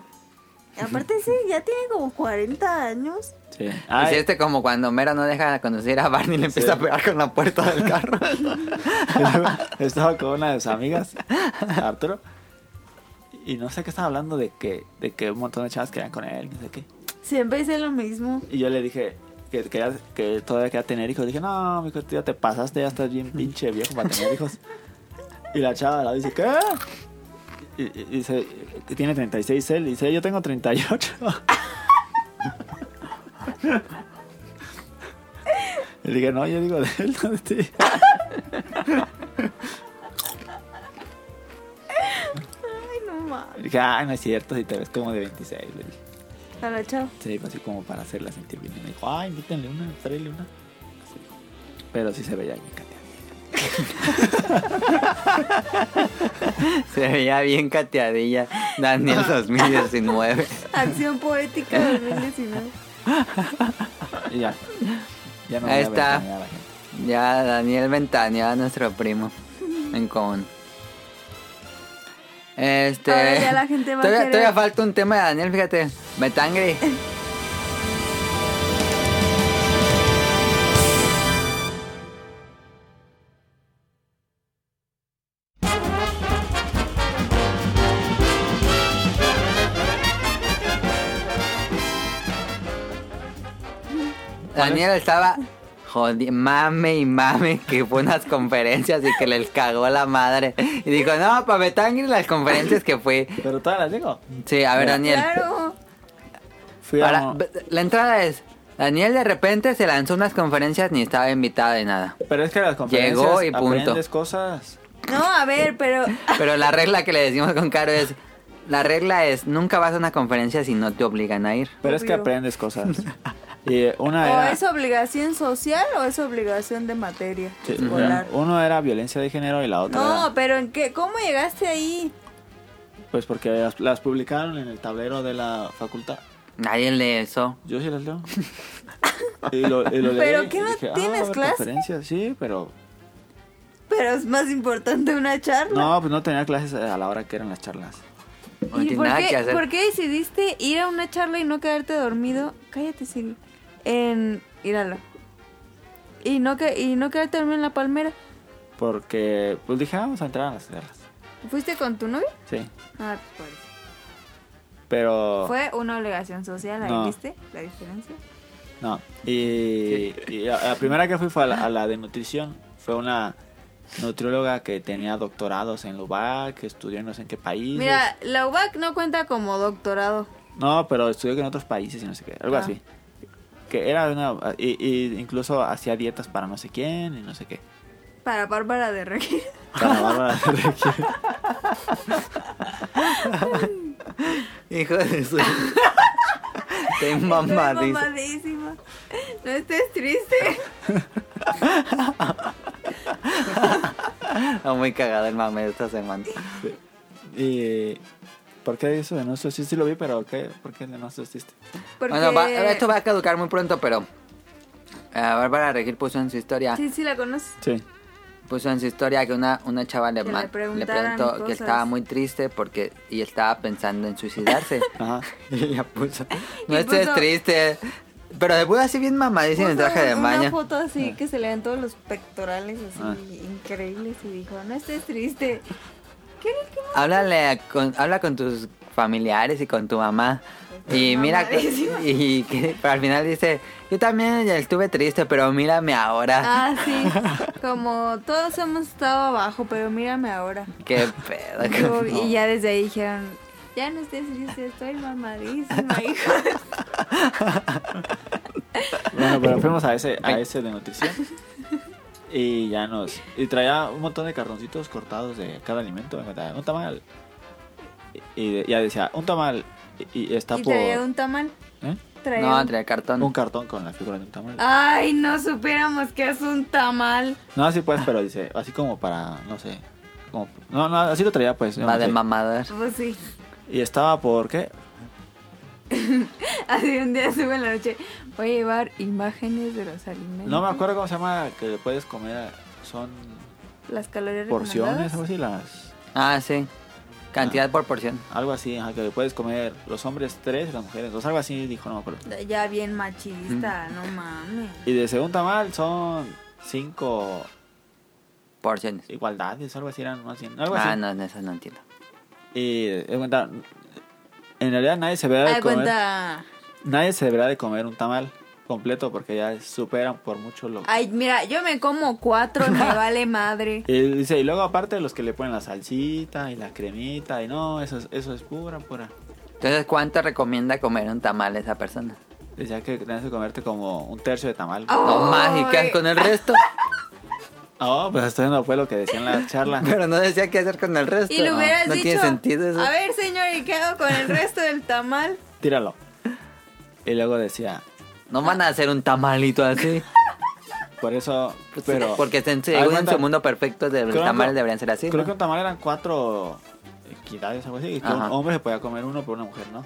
Aparte sí, ya tiene como 40 años. Sí. Hiciste como cuando Mero no deja de conducir a Barney y le empieza a Sí. pegar con la puerta del (laughs) carro. (laughs) Y luego (laughs) estaba con una de sus amigas, Arturo, y no sé qué estaba hablando de que, de que un montón de chavas querían con él, no sé qué. Siempre dice lo mismo. Y yo le dije que, que, ya- que todavía quería tener hijos. Dije, no, mijo, tú ya te pasaste, ya estás bien pinche viejo para tener hijos. Y la chava la dice, ¿qué? Y, y- y dice, que tiene 36 él. Y dice, yo tengo 38. Le dije, no, yo digo de él, no de ti. Ay, no mames. Le dije, ay, no es cierto, si te ves como de 26. Le dije, A la chava. sí, así como para hacerla sentir bien. Y me dijo, ay, invítenle una, tráele una. Pero sí se veía bien, Katia. Se veía bien cateadilla. (laughs) Daniel 2019. Acción poética 2019. Y ya. Ya no Ahí voy a está. ventanear a la gente. Ya Daniel ventaneó a nuestro primo en común. Este. Ahora ya la gente va a todavía, querer- todavía falta un tema de Daniel, fíjate. (laughs) Metangri. Daniel estaba jodi- mame y mame que fue a unas conferencias y que les cagó la madre. Y dijo, no, pa' Betangri las conferencias que fui. Pero todas las digo. Sí, a ver, Daniel. Claro. Fui Ahora, a... ve- la entrada es, Daniel de repente se lanzó a unas conferencias ni estaba invitado de nada. Pero es que las conferencias Llegó y punto. aprendes cosas. No, a ver, pero Pero la regla que le decimos con Caro es, la regla es, nunca vas a una conferencia si no te obligan a ir. Pero es que Obvio. Oh, (laughs) aprendes cosas. Y eh, una ¿o era... es obligación social o es obligación de materia Sí, escolar? Uno era violencia de género y la otra No, era- pero ¿en qué? ¿Cómo llegaste ahí? Pues porque las, las publicaron en el tablero de la facultad. Nadie lee eso. Yo sí (laughs) las leo. Y lo, y lo leí ¿Pero y qué no dije, ah, tienes va a haber clase? conferencias. Sí, pero... Pero es más importante una charla. No, pues no tenía clases a la hora que eran las charlas. No ¿Y tiene por nada qué, que hacer. por qué decidiste ir a una charla y no quedarte dormido? Cállate, Siri. En Irala. Y no, que, y no quedarte dormido en la palmera. Porque, pues dije, ah, vamos a entrar a las charlas. ¿Fuiste con tu novio? Sí. Ah, pues. Pero. Fue una obligación social, ¿ahí Oh. No. viste la diferencia? No. Y, y a- la primera que fui fue a la, a la de nutrición. Fue una nutrióloga que tenía doctorados en Lubac, que estudió en no sé en qué país. Mira, la UBAC no cuenta como doctorado. No, pero estudió en otros países y no sé qué, algo Ah. así. Que era una. Y, y incluso hacía dietas para no sé quién y no sé qué. Para Bárbara de Regil. Para Bárbara de Regil. Hijo (laughs) de su. (laughs) Te Estoy mamadiza. mamadísima. No estés triste. Está muy cagado el mame de esta semana. (laughs) Y. ¿Por qué eso de no sé? Sí, sí lo vi, pero ¿qué? ¿por qué de no asististe? Porque... Bueno, va- esto va a caducar muy pronto, pero. eh, Bárbara Regil puso en su historia. Sí, sí la conoces. Sí. Puso en su historia que una, una chava le, Que le ma- le preguntaran preguntó que cosas. estaba muy triste porque y estaba pensando en (laughs) suicidarse. Ajá. (laughs) y ella puso. Y No estés puso- triste. Pero se puso así bien mamadísimo en Puso traje de Ah. Una baño. foto así que se le ven todos los pectorales así Ah. increíbles y dijo, no estés triste. ¿Qué era el que Háblale a- con, habla con tus familiares y con tu mamá. Y mira, Mamadísima. (laughs) y que pero al final dice, yo también estuve triste, pero mírame ahora. Ah, sí. Como todos hemos estado abajo, pero mírame ahora. (laughs) Ah, Qué (laughs) pedo. Y como- Y ya desde ahí dijeron, ya no estés triste, estoy (laughs) mamadísima, hijo. (laughs) Bueno, pero fuimos a ese, a ese de nutrición. Y ya nos. Y traía un montón de cartoncitos cortados de cada alimento. me traía Un tamal. Y, y ya decía, un tamal. Y, y está Y por. traía un tamal. ¿eh? Traía No, un- entre el cartón. Un cartón con la figura de un tamal. Ay, no supiéramos que es un tamal. No, así pues, pero dice, así como para, no sé. Como, no, no, así lo traía pues. yo La no de sé. mamador. Pues sí. Y estaba por, ¿qué? Así un día sube en la noche. Voy a llevar imágenes de los alimentos. No me acuerdo cómo se llama, que le puedes comer. Son Las calorías recomendadas. porciones, algo así, las. Ah, sí. Cantidad por porción. Algo así, ajá, que le puedes comer los hombres tres y las mujeres dos. Algo así, Mm. dijo, no me acuerdo. Ya bien machista, no mames. Y de segundo tamal son cinco Porciones. igualdades, algo así eran más bien. Algo Ah, así. no, no, eso no entiendo. Y eh, cuenta, en realidad nadie se verá Ay, de comer. cuenta. Nadie se deberá de comer un tamal completo porque ya superan por mucho lo. Ay, mira, yo me como cuatro, (laughs) me vale madre. Y dice, y luego aparte los que le ponen la salsita y la cremita y no, eso es, eso es pura, pura. Entonces, ¿cuánto recomienda comer un tamal esa persona? Decía que tenías que comerte como un tercio de tamal. No Ay. mágicas con el resto. No, pues esto no fue lo que decía en la charla. (laughs) Pero no decía qué hacer con el resto. Y le no, hubieras no dicho. tiene sentido eso. A ver, señor, ¿y qué hago con el resto del tamal? Tíralo. Y luego decía, No van a hacer un tamalito (laughs) así. por eso, pero... Pues, Porque se- Ay, según en cuenta- su mundo perfecto, de- los Creo que- tamales deberían ser así. Creo ¿no? que un tamal eran cuatro equidades o algo así. Y que un Ajá. hombre se podía comer uno, pero una mujer no.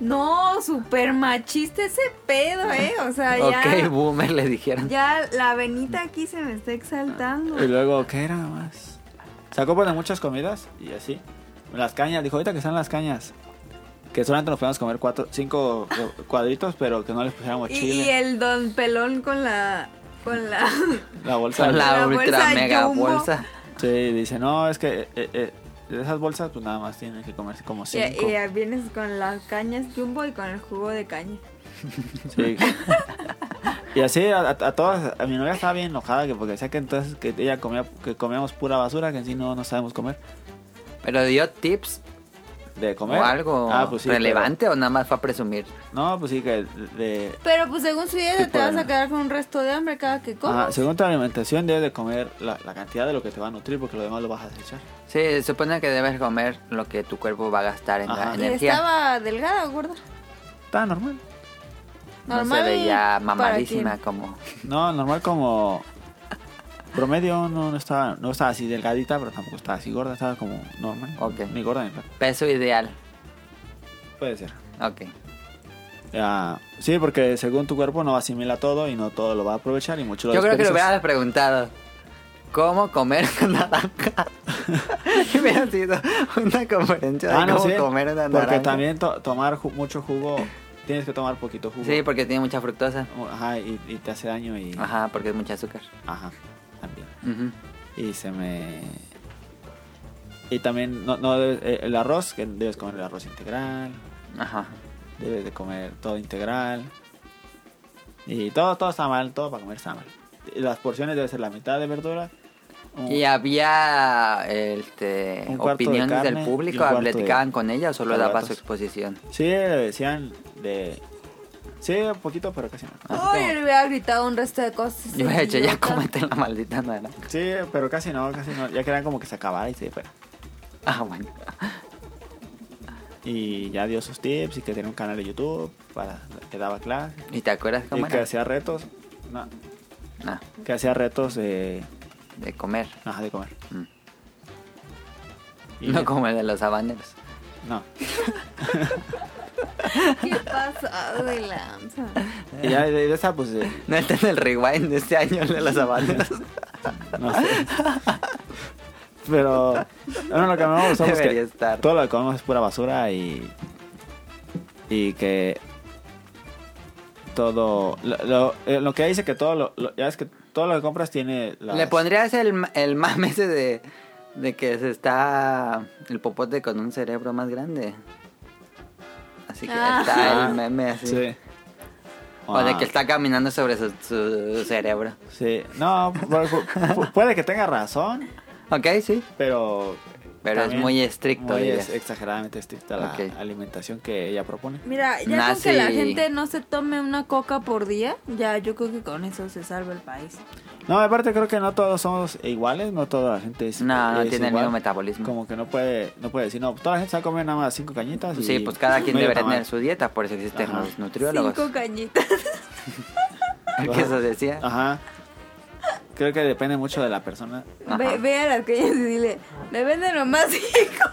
No, super machista ese pedo, ¿eh? O sea, Ok, ya. boomer, le dijeron. Ya la venita aquí se me está exaltando. Y luego, ¿qué era más? Sacó pues de muchas comidas y así. Las cañas, dijo ahorita que están las cañas. Que solamente nos podíamos comer cuatro, cinco eh, cuadritos, pero que no les pusiéramos Y, y chile. el don pelón con la. Con la. La bolsa. Con la, La ultra bolsa mega Jumbo. bolsa. Sí, dice, no, es que eh, eh, de esas bolsas pues nada más tienen que comerse como y, cinco. y ya vienes con las cañas jumbo y con el jugo de caña. Sí. Y así a, a- a todas, a mi novia estaba bien enojada que porque decía que entonces que ella comía, que comíamos pura basura, que en sí no, no sabemos comer. Pero dio tips De comer. o algo Ah, pues sí, relevante o nada más fue a presumir. pero- no, pues sí, que de. Pero pues según su dieta Sí, te vas puede. a quedar con un resto de hambre cada que comas. Ajá, según tu alimentación, debes de comer la, la cantidad de lo que te va a nutrir porque lo demás lo vas a desechar. Sí, se supone que debes comer lo que tu cuerpo va a gastar en la Ajá. y energía. estaba delgada o gorda. Está normal. No se Normal veía para mamadísima quién. como... No, normal como. Promedio no, no estaba no estaba así delgadita, pero tampoco estaba así gorda, estaba como normal. Ok. Ni gorda ni flaca. Peso ideal. Puede ser. Ok. Ah, sí, porque según tu cuerpo no asimila todo y no todo lo va a aprovechar y mucho lo Yo creo que le desperdicias. hubieras preguntado, ¿cómo comer (laughs) una naranja? Y hubiera sido una conferencia de Ah, no, cómo sí, comer una naranja. Porque también to- tomar ju- mucho jugo, tienes que tomar poquito jugo. Oh, Sí, porque tiene mucha fructosa. Ajá, y, y te hace daño y... Ajá. Ajá, porque es mucha azúcar. también. Ujú. Y se me... Y también, no, no debes- eh, el arroz, que debes comer el arroz integral, Ajá. debes de comer todo integral. Y todo, todo está mal, todo para comer está mal. Y las porciones deben ser la mitad de verdura. un- Y había este, Un cuarto de opiniones carne del y un público, cuarto de platicaban con ella o solo daba carbohidratos. su exposición. Sí, le decían de... Sí, un poquito, pero casi no. Uy, yo le hubiera gritado un resto de cosas. Yo he hecho, ya idiota. comete la maldita naranja. Sí, pero casi no, casi no. Ya querían como que se acabara y se fuera. Ah, bueno. Y ya dio sus tips y que tenía un canal de YouTube para que daba clases. ¿Y te acuerdas Y cómo que era? hacía retos. No, Ah, que hacía retos de... de comer. Ajá, de comer. Mm. Y- No como el de los habaneros. No. (laughs) ¿Qué pasado de lanza? Y ya de, de esa, pues, eh, No está en el rewind de este año el de los habaneros. (laughs) no sé. Pero, bueno, lo que no me gustó pues, que Debería estar. todo lo que comemos es pura basura y. Y que. Todo. Lo, lo- eh, lo que dice que todo lo, lo- Ya es que todo lo que compras tiene. las- ¿Le pondrías el, el mame ese de, de que se está el popote con un cerebro más grande? Así que Ah. está el meme así. Sí. O de Ah, que está caminando sobre su, su cerebro. Sí. No, pu- pu- pu- puede que tenga razón, Ok, sí. pero. Pero es muy estricto, muy dirías. es- exageradamente estricta la Ok. alimentación que ella propone. Mira, ya con Nazi. que la gente no se tome una coca por día, ya yo creo que con eso se salva el país. No, aparte creo que no todos somos iguales, no toda la gente es No, no es tiene el igual. mismo metabolismo. Como que no puede, no puede decir, no, toda la gente se va a comer nada más cinco cañitas. y Sí, pues cada quien medio debería tamal. tener su dieta, por eso existen Ajá. los nutriólogos. Cinco cañitas. (laughs) que eso decía. Ajá. Creo que depende mucho de la persona. Ve, ve a las cañas y dile, me venden nomás cinco.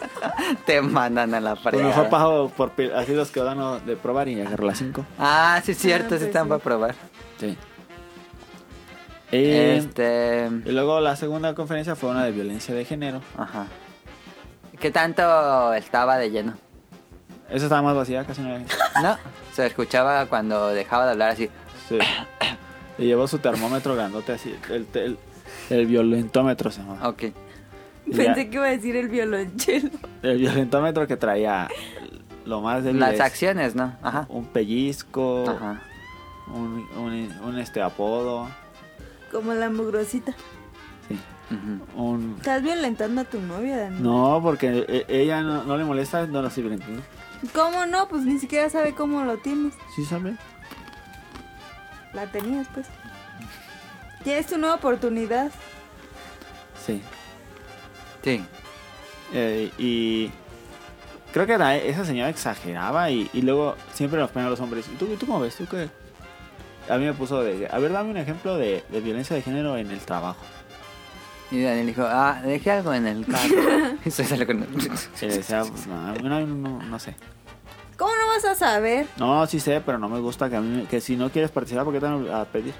Te mandan a la Pues mejor pared. pago por pil- así los que dan o- de probar y agarro las cinco. Ah, sí, es cierto, sí están para probar. Sí. Eh, Este. Y luego la segunda conferencia fue una de violencia de género. Ajá. ¿Qué tanto estaba de lleno? Esa estaba más vacía, casi no había gente. No, se escuchaba cuando dejaba de hablar así. (coughs) Sí. Y llevó su termómetro grandote así, el, el, el violentómetro se llama. Ok. Pensé que iba a decir el violonchelo. El violentómetro que traía lo más de Las acciones, ¿no? Ajá. Un pellizco, Ajá. Un, un- un, este apodo, Como la mugrosita. sí, Ujú. un... Estás violentando a tu novia, Dani. No, porque e- ella no, no le molesta, no lo estoy violentando. ¿Cómo no? Pues ni siquiera sabe cómo lo tienes. ¿Sí sabe? La tenías, pues. Ya es tu nueva oportunidad. Sí. Sí. Eh, y creo que la- esa señora exageraba y, y luego siempre nos ponían a los hombres. ¿Y tú, tú cómo ves? ¿Tú qué? A mí me puso de... A ver, dame un ejemplo de, de violencia de género en el trabajo. Y Daniel dijo, ah, dejé algo en el (laughs) carro. y se salió con Y le (laughs) decía, pues, no, no, no, no sé. ¿Cómo no vas a saber? No, sí sé, pero no me gusta que a mí... Que si no quieres participar, ¿por qué te van a pedir?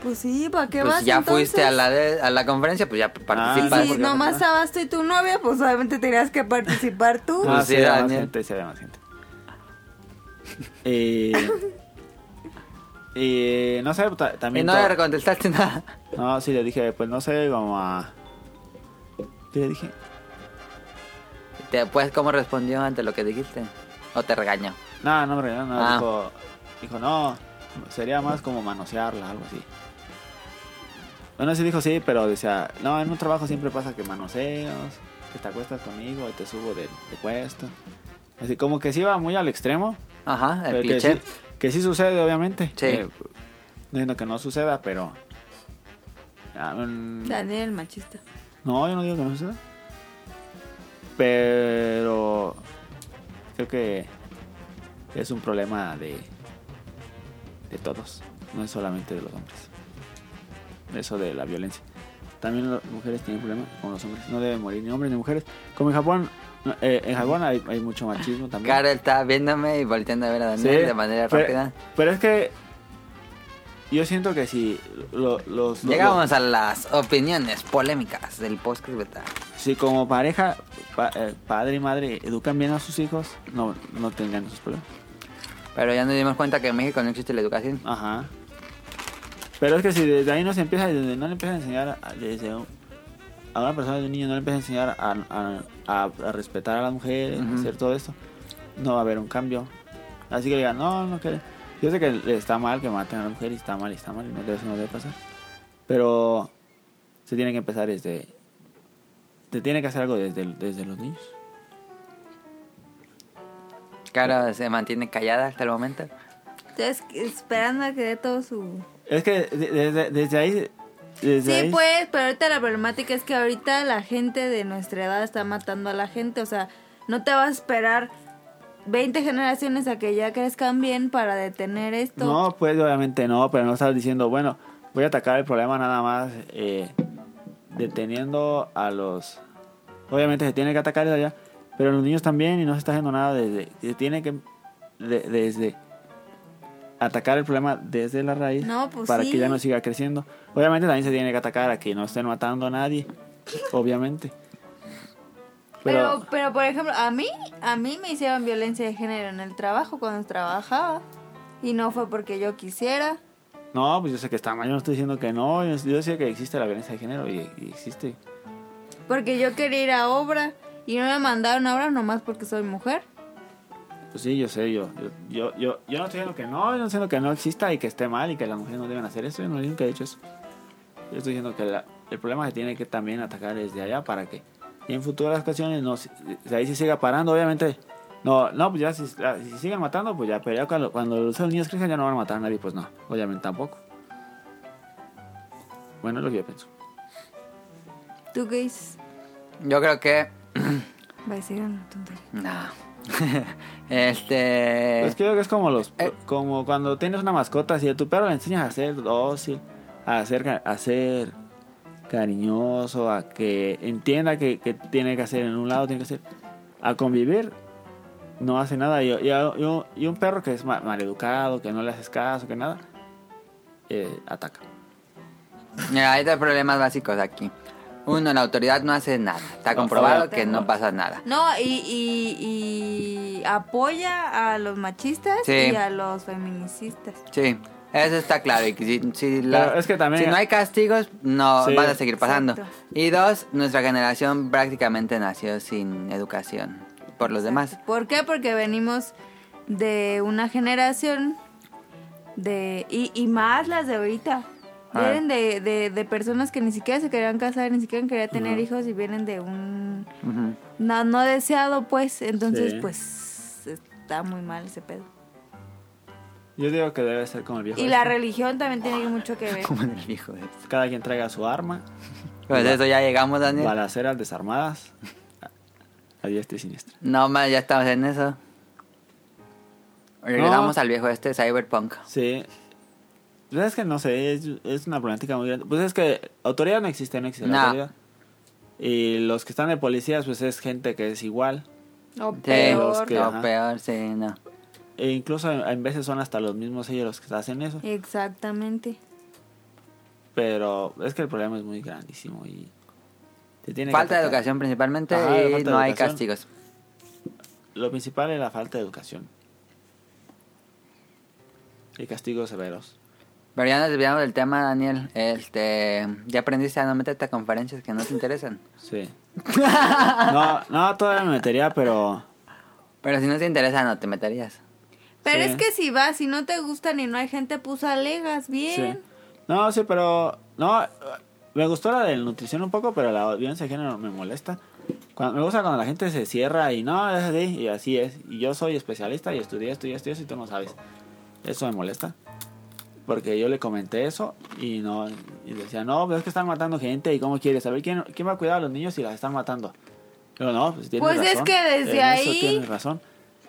Pues sí, ¿para qué Pues vas ya entonces? fuiste a la, de- a la conferencia, pues ya Y participas. Ah, si porque- nomás estabas tú y tu novia, pues obviamente tenías que participar tú. Ah, Ah, sí, sí, había más Daniel. gente, sí, había más gente. (laughs) Eh, eh, no sé, ta- Y también... no to- le contestaste nada. no, sí, le dije, pues no sé, como a... ¿Qué le dije? Te- Pues, ¿cómo respondió ante lo que dijiste? ¿O te regañó? No, no me regaló Ah. nada. Dijo, dijo, no, sería más como manosearla, algo así. Bueno, sí dijo sí, pero decía, no, en un trabajo siempre pasa que manoseos, que te acuestas conmigo, te subo de, de puesto. Así como que sí iba muy al extremo. Ajá, el pero que, cliché. sí, que sí sucede, obviamente. Sí. Eh, no diciendo que no suceda, pero... ah, mm, Daniel, machista. no, yo no digo que no suceda. Pero creo que es un problema de, de todos, no es solamente de los hombres. Eso de la violencia. También las mujeres tienen problemas con los hombres. No deben morir ni hombres ni mujeres. Como en Japón, no, eh, en Japón hay, hay mucho machismo también. Cara está viéndome y volteando a ver a Daniel Sí, de manera pero- rápida. Pero es que yo siento que si lo- los... los- Llegamos a las opiniones polémicas del podcast beta. Si como pareja, pa- eh, padre y madre, educan bien a sus hijos, no, no tendrían esos problemas. Pero ya nos dimos cuenta que en México no existe la educación. Ajá. Pero es que si desde ahí no se empieza, desde no le empiezan a enseñar a- desde un- a una persona de un niño no le empieza a enseñar a, a- a- a respetar a las mujeres, a hacer todo esto, no va a haber un cambio. Así que digan, no, no que Yo sé que está mal que maten a la mujer y está mal y está mal y no debe, eso no debe pasar. Pero se tiene que empezar desde... Se tiene que hacer algo desde, desde los niños. Cara se mantiene callada hasta el momento. Entonces, esperando a que dé todo su... Es que de- desde, desde ahí... Desde Sí, ahí- pues, pero ahorita la problemática es que ahorita la gente de nuestra edad está matando a la gente. O sea, no te vas a esperar 20 generaciones a que ya crezcan bien para detener esto. No, pues obviamente no, pero no estás diciendo, bueno, voy a atacar el problema nada más eh, deteniendo a los... Obviamente se tiene que atacar desde allá, pero los niños también y no se está haciendo nada desde... Se tiene que... de- desde... Atacar el problema desde la raíz No, pues para sí. que ya no siga creciendo. Obviamente también se tiene que atacar a que no estén matando a nadie, obviamente. Pero, pero por ejemplo, a mí, a mí me hicieron violencia de género en el trabajo cuando trabajaba. Y no fue porque yo quisiera. No, pues yo sé que está mal, yo no estoy diciendo que no, yo, yo sé que existe la violencia de género y, y existe. Porque yo quería ir a obra. Y no me mandaron a obra nomás porque soy mujer. Pues sí, yo sé, yo, yo, yo, yo, yo no estoy diciendo que no, yo no estoy diciendo que no exista y que esté mal y que las mujeres no deben hacer eso, yo no digo que he hecho eso. Yo estoy diciendo que la- el problema se tiene que también atacar desde allá para que en futuras ocasiones no, se- se- ahí se siga parando, obviamente. No, no, pues ya si, la- si siguen matando, pues ya, pero ya cuando, cuando los niños crezcan ya no van a matar a nadie, pues no, obviamente tampoco. Bueno, es lo que yo pienso. ¿Tú qué dices? Yo creo que. Va a decir una tontería. No. (laughs) este. Es que yo creo que es como los Eh. como cuando tienes una mascota, si a tu perro le enseñas a ser dócil, a ser, ca- a ser cariñoso, a que entienda que, que tiene que hacer en un lado, tiene que hacer, a convivir, no hace nada. Y, y, a- y un- y un perro que es ma- maleducado, que no le haces caso, que nada, eh, ataca. Mira, hay dos problemas básicos aquí. Uno, la autoridad no hace nada. Está comprobado que no pasa nada. No, y, y, y apoya a los machistas Sí. y a los feminicistas. Sí, eso está claro. Y que si, si la- Pero es que también- si no hay castigos, no Sí. van a seguir pasando. Exacto. Y dos, nuestra generación prácticamente nació sin educación por los demás. ¿Por qué? Porque venimos de una generación de... Y, y más las de ahorita. Ah. Vienen de, de, de personas que ni siquiera se querían casar, ni siquiera querían tener hijos y vienen de un... Ujú. No, no deseado, pues. Entonces, Sí. pues, está muy mal ese pedo. Yo digo que debe ser como el viejo. Y la este. religión también tiene mucho que (laughs) ver. Como en el viejo de esto. Cada quien traiga su arma, Pues eso ya llegamos, Daniel. balaceras desarmadas, (laughs) a, a diestra y siniestra. No más, ya estamos en eso. Regresamos No. al viejo este, Cyberpunk. Sí. Pues es que no sé, es, es una problemática muy grande. Pues es que autoridad no existe, no existe la No. autoridad. Y los que están de policías, pues es gente que es igual. O Sí, peor. que- no, ajá. peor, sí, no. E incluso en, en veces son hasta los mismos ellos los que hacen eso. Exactamente. Pero es que el problema es muy grandísimo y... se tiene que Falta de atacar. educación principalmente Ajá, y no falta de hay educación. castigos. Lo principal es la falta de educación. Y castigos severos. Pero ya nos desviamos del tema, Daniel. Este, ya aprendiste a no meterte a conferencias que no te interesan. (laughs) Sí. No, no, todavía me metería, pero... Pero si no te interesa, no te meterías. Pero Sí. es que si vas, si no te gustan y no hay gente, pues alegas Sí. bien. No, sí, pero. No, me gustó la de nutrición un poco, pero la violencia de género me molesta. Cuando, me gusta cuando la gente se cierra y no, es así, y así es. Y yo soy especialista y estudié esto y esto y eso, y tú no sabes. Eso me molesta. Porque yo le comenté eso y no. Y decía, no, pero es que están matando gente y cómo quieres saber quién, quién va a cuidar a los niños si las están matando. Pero no, pues tienes Pues razón. es que desde en ahí- Eso tienes razón.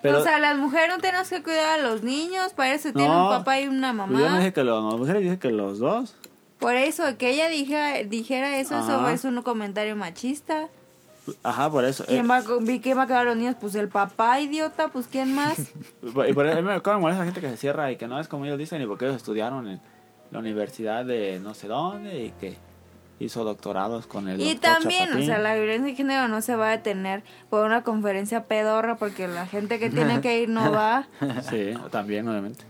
Pero, o sea, las mujeres no tenemos que cuidar a los niños, para eso tienen No. un papá y una pues yo no mamá. dije que los, las mujeres, dije que los dos. Por eso, que ella dijera, dijera eso, eso Ajá. es un comentario machista. Ajá, por eso. eh, ¿Quién va, a cu- vi- quién va a cuidar a los niños? Pues el papá, idiota, pues ¿quién más? Y por y por eso a mí me cómo me molesta la gente que se cierra y que no es como ellos dicen y porque ellos estudiaron en la universidad de no sé dónde y que hizo doctorados con (laughs) el y doctor también, o Chapatín. sea, la violencia de género no se va a detener por una conferencia pedorra porque la gente que tiene que ir no (laughs) va. (laughs) Sí, también, obviamente.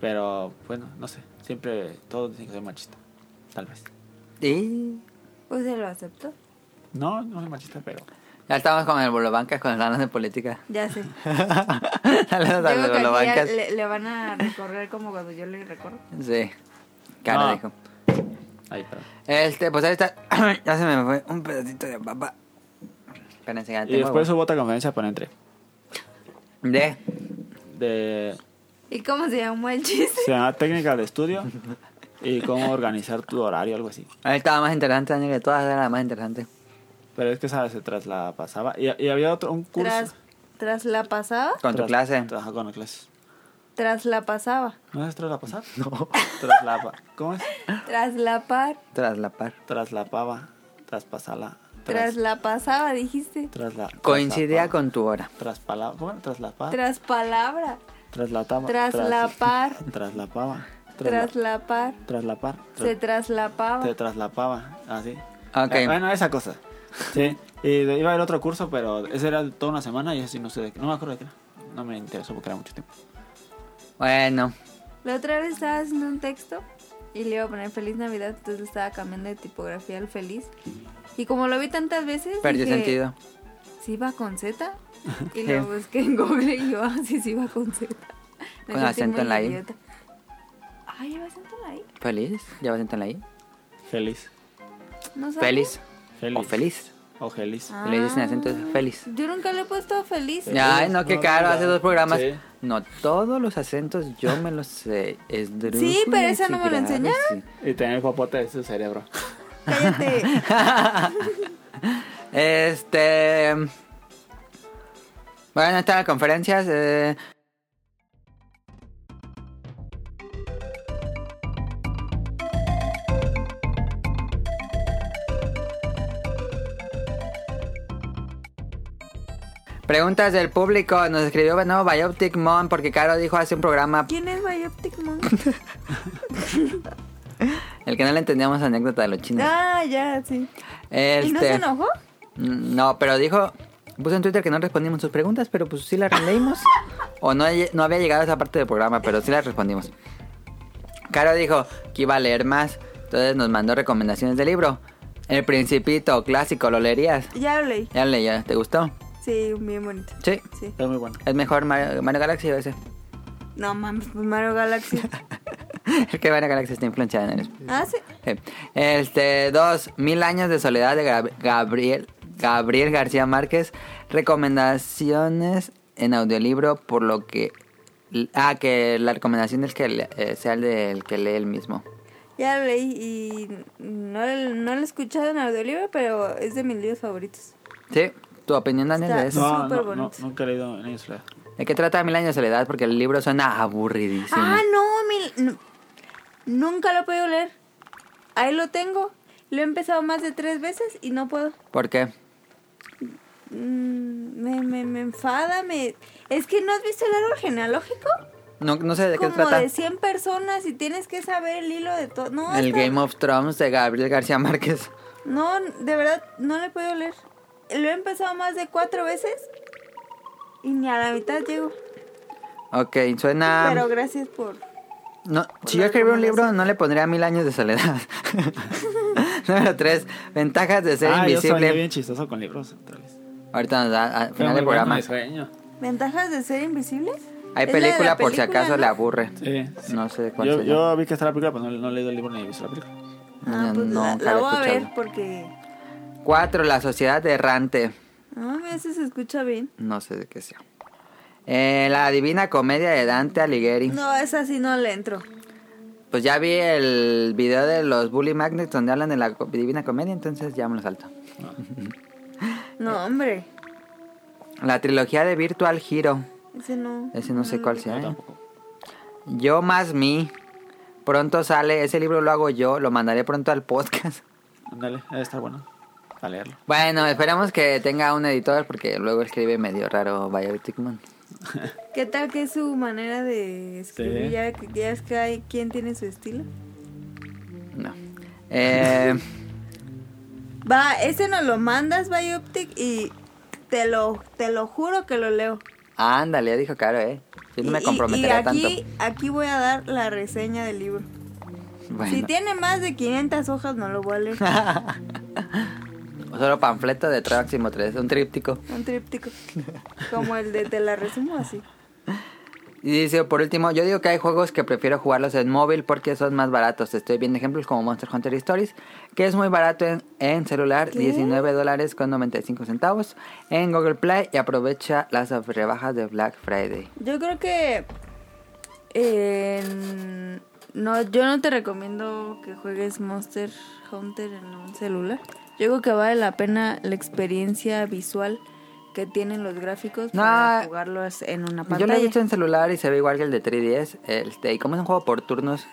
Pero, bueno, no sé. Siempre todos dicen que soy machista. Tal vez. Y Pues se lo aceptó. No, no soy machista, pero. Ya estamos con el Bolobancas, con las ganas de política. Ya (laughs) sé. Saludos Digo al que aquí ya Bolobancas. le, le van a recorrer como cuando yo le recorro. Sí. Cara No. dijo. Ahí, perdón. Este, pues ahí está. (clears throat) ya se me fue un pedacito de papa. Espérense, Ah, ya Y tengo después agua. hubo otra conferencia para entre. De. De, ¿Y cómo se llamó el chiste? se llama técnica de estudio y cómo organizar tu horario, algo así. Ahí estaba más interesante, Daniel. De todas era la más interesante. Pero es que esa se traslada, pasaba. Y, y había otro, un curso. Tras, tras la pasaba, Con tu Tras- clase. Ajá, con la clase. tras la pasaba, ¿No es traslapasar? (laughs) No. Traslapa. ¿Cómo es? tras la par, Traslapar. Traslapaba. Traspasala. tras la pasaba, dijiste. Trasla. Coincidía con tu hora. Traspalaba. ¿Cómo era? Traslapa. Tras palabra, Traslataba. traslapar. tras- (laughs) Traslapaba. tras Trasla- la par, Traslapar. se Tras- traslapaba. Te traslapaba. Así. Ok. Eh, bueno, esa cosa. Sí. Y de- iba a haber otro curso, pero ese era toda una semana y ese sí no sé de qué. No me acuerdo de qué era. No me interesó porque era mucho tiempo. Bueno. La otra vez estaba haciendo un texto y le iba a poner Feliz Navidad, entonces le estaba cambiando de tipografía al feliz. Y como lo vi tantas veces, Perdió dije, sentido. ¿sí va con Z? Y lo busqué en Google y yo, (laughs) ah, sí, sí va con Z. Me Con sentí acento muy en la I. idiota. Ah, lleva acento en la I. Feliz. Ya vas a entrar ahí. Feliz. No sabía. Feliz. Feliz. O feliz. O feliz. Ah. Le dicen acento feliz. Yo nunca le he puesto (laughs) feliz. Ay, no, qué no, caro. no, Hace dos programas. sí. No, todos los acentos yo me los eh, sé. Es Sí, pero esa no me lo enseñaron. enseñaron. Y tener el popote de su cerebro. Cállate. Este. Bueno, están las conferencias. eh, Preguntas del público. Nos escribió de nuevo Bioptic Mon porque Caro dijo hace un programa ¿Quién es Bioptic Monk? (laughs) el que no le entendíamos anécdota de los chinos. ah, ya, sí. Este, ¿Y no se enojó? Mm, No, pero dijo, puso en Twitter que no respondimos sus preguntas, pero pues sí las leímos. o no, lle- no había llegado a esa parte del programa, pero sí las respondimos. Caro dijo que iba a leer más, entonces nos mandó recomendaciones de libro. El Principito, clásico, ¿lo leerías? Ya lo leí. Ya lo leí, ¿te gustó? Sí, bien bonito. Sí. Sí. Es muy bueno. ¿Es mejor Mario, Mario Galaxy o ese? No mames, pues Mario Galaxy. (laughs) Es que Mario Galaxy está influenciada en él. ah, sí. Sí. Este, dos, Mil años de soledad de Gab- Gabriel, Gabriel García Márquez. Recomendaciones en audiolibro, por lo que... Ah, que la recomendación es que le- eh, sea el del que lee el mismo. Ya lo leí y no, no lo he escuchado en audiolibro, pero es de mis libros favoritos. ¿Sí? ¿Tu opinión, Daniel, de Está- eso? No, súper no, no, bonito. nunca he leído en ellos. la- ¿De qué trata Mil años de soledad? Porque el libro suena aburridísimo. Ah, no, mi- no. nunca lo he podido leer. Ahí lo tengo. Lo he empezado más de tres veces y no puedo. ¿Por qué? Mm, me, me, me enfada, me... Es que no has visto el árbol genealógico. No, no sé de qué Como trata. de 100 personas y tienes que saber el hilo de todo. No, El está- Game of Thrones de Gabriel García Márquez. No, de verdad, no le puedo leer. Lo he empezado más de cuatro veces y ni a la mitad llego. Ok, suena... Pero gracias por... No, si la yo escribiera un libro, recomendación. no le pondría mil años de soledad. (laughs) Número 3. Ventajas de ser ah, yo soñé invisible. bien chistoso con libros centrales. Ahorita nos da al final Fue muy del programa. bueno el sueño. ¿Ventajas de ser invisible? Hay Es la de la película, por si película, acaso ¿no? le aburre. Sí, sí. No sé cuál Yo, sea. yo vi que está la película, pero no, no he leído el libro ni he visto la película. Ah, Mm, No, pues la, nunca la la he voy a ver escuchado. porque... 4. La sociedad de errante. No, a veces se escucha bien. No sé de qué sea. Eh, la divina comedia de Dante Alighieri. No, esa sí no le entro. Pues ya vi el video de los Bully Magnets donde hablan de la co- divina comedia, entonces ya me lo salto. No, hombre. La trilogía de Virtual Hero. Ese Ah, no. Ese no sé cuál sea. Yo ¿eh? tampoco. Yo más mí. Pronto sale, ese libro lo hago yo, lo mandaré pronto al podcast. (laughs) Ándale, debe estar bueno. Para leerlo. Bueno, esperamos que tenga un editor porque luego escribe medio raro Biotic Man. ¿Qué tal que es su manera de escribir? Sí. Ya, ya es que hay quien tiene su estilo. No. (laughs) Eh, Va, ese nos lo mandas, Bioptic, y te lo, te lo juro que lo leo. ándale, ya dijo Caro, ¿eh? Yo no me Y- y- comprometería y aquí, tanto. aquí voy a dar la reseña del libro. Bueno, (laughs) Si tiene más de 500 hojas, no lo voy a leer. Solo panfleto de tres máximo tres, un tríptico. Un tríptico. Como el de te la resumo así. Y dice, por último, yo digo que hay juegos que prefiero jugarlos en móvil porque son más baratos. Estoy viendo ejemplos como Monster Hunter Stories, que es muy barato en, en celular, 19 dólares con 95 centavos, en Google Play y aprovecha las rebajas de Black Friday. Yo creo que. eh, no, yo no te recomiendo que juegues Monster Hunter en un celular. Yo creo que vale la pena la experiencia visual que tienen los gráficos No. para jugarlos en una Ah, Yo lo pantalla. he hecho en celular y se ve igual que el de 3DS. Este, y como es un juego por turnos,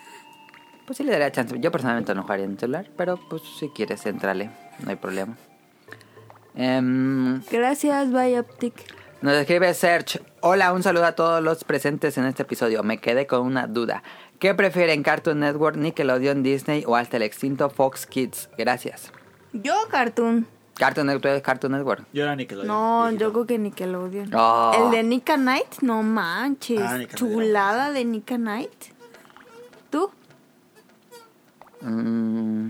pues sí le daría chance. Yo personalmente no jugaría en celular, pero pues si quieres, entrale, no hay problema. Em, Gracias, Bioptic. Nos escribe Serge. Hola, un saludo a todos los presentes en este episodio. Me quedé con una duda. ¿Qué prefieren Cartoon Network, Nickelodeon, Disney o hasta el extinto Fox Kids? Gracias. Yo, Cartoon. Cartoon Network, Cartoon Network. Yo era Nickelodeon. No, viejito. yo creo que Nickelodeon. Ah. El de Nika Knight, no manches. Ah, Nika Knight. Chulada de Nika Knight. ¿Tú? Mm,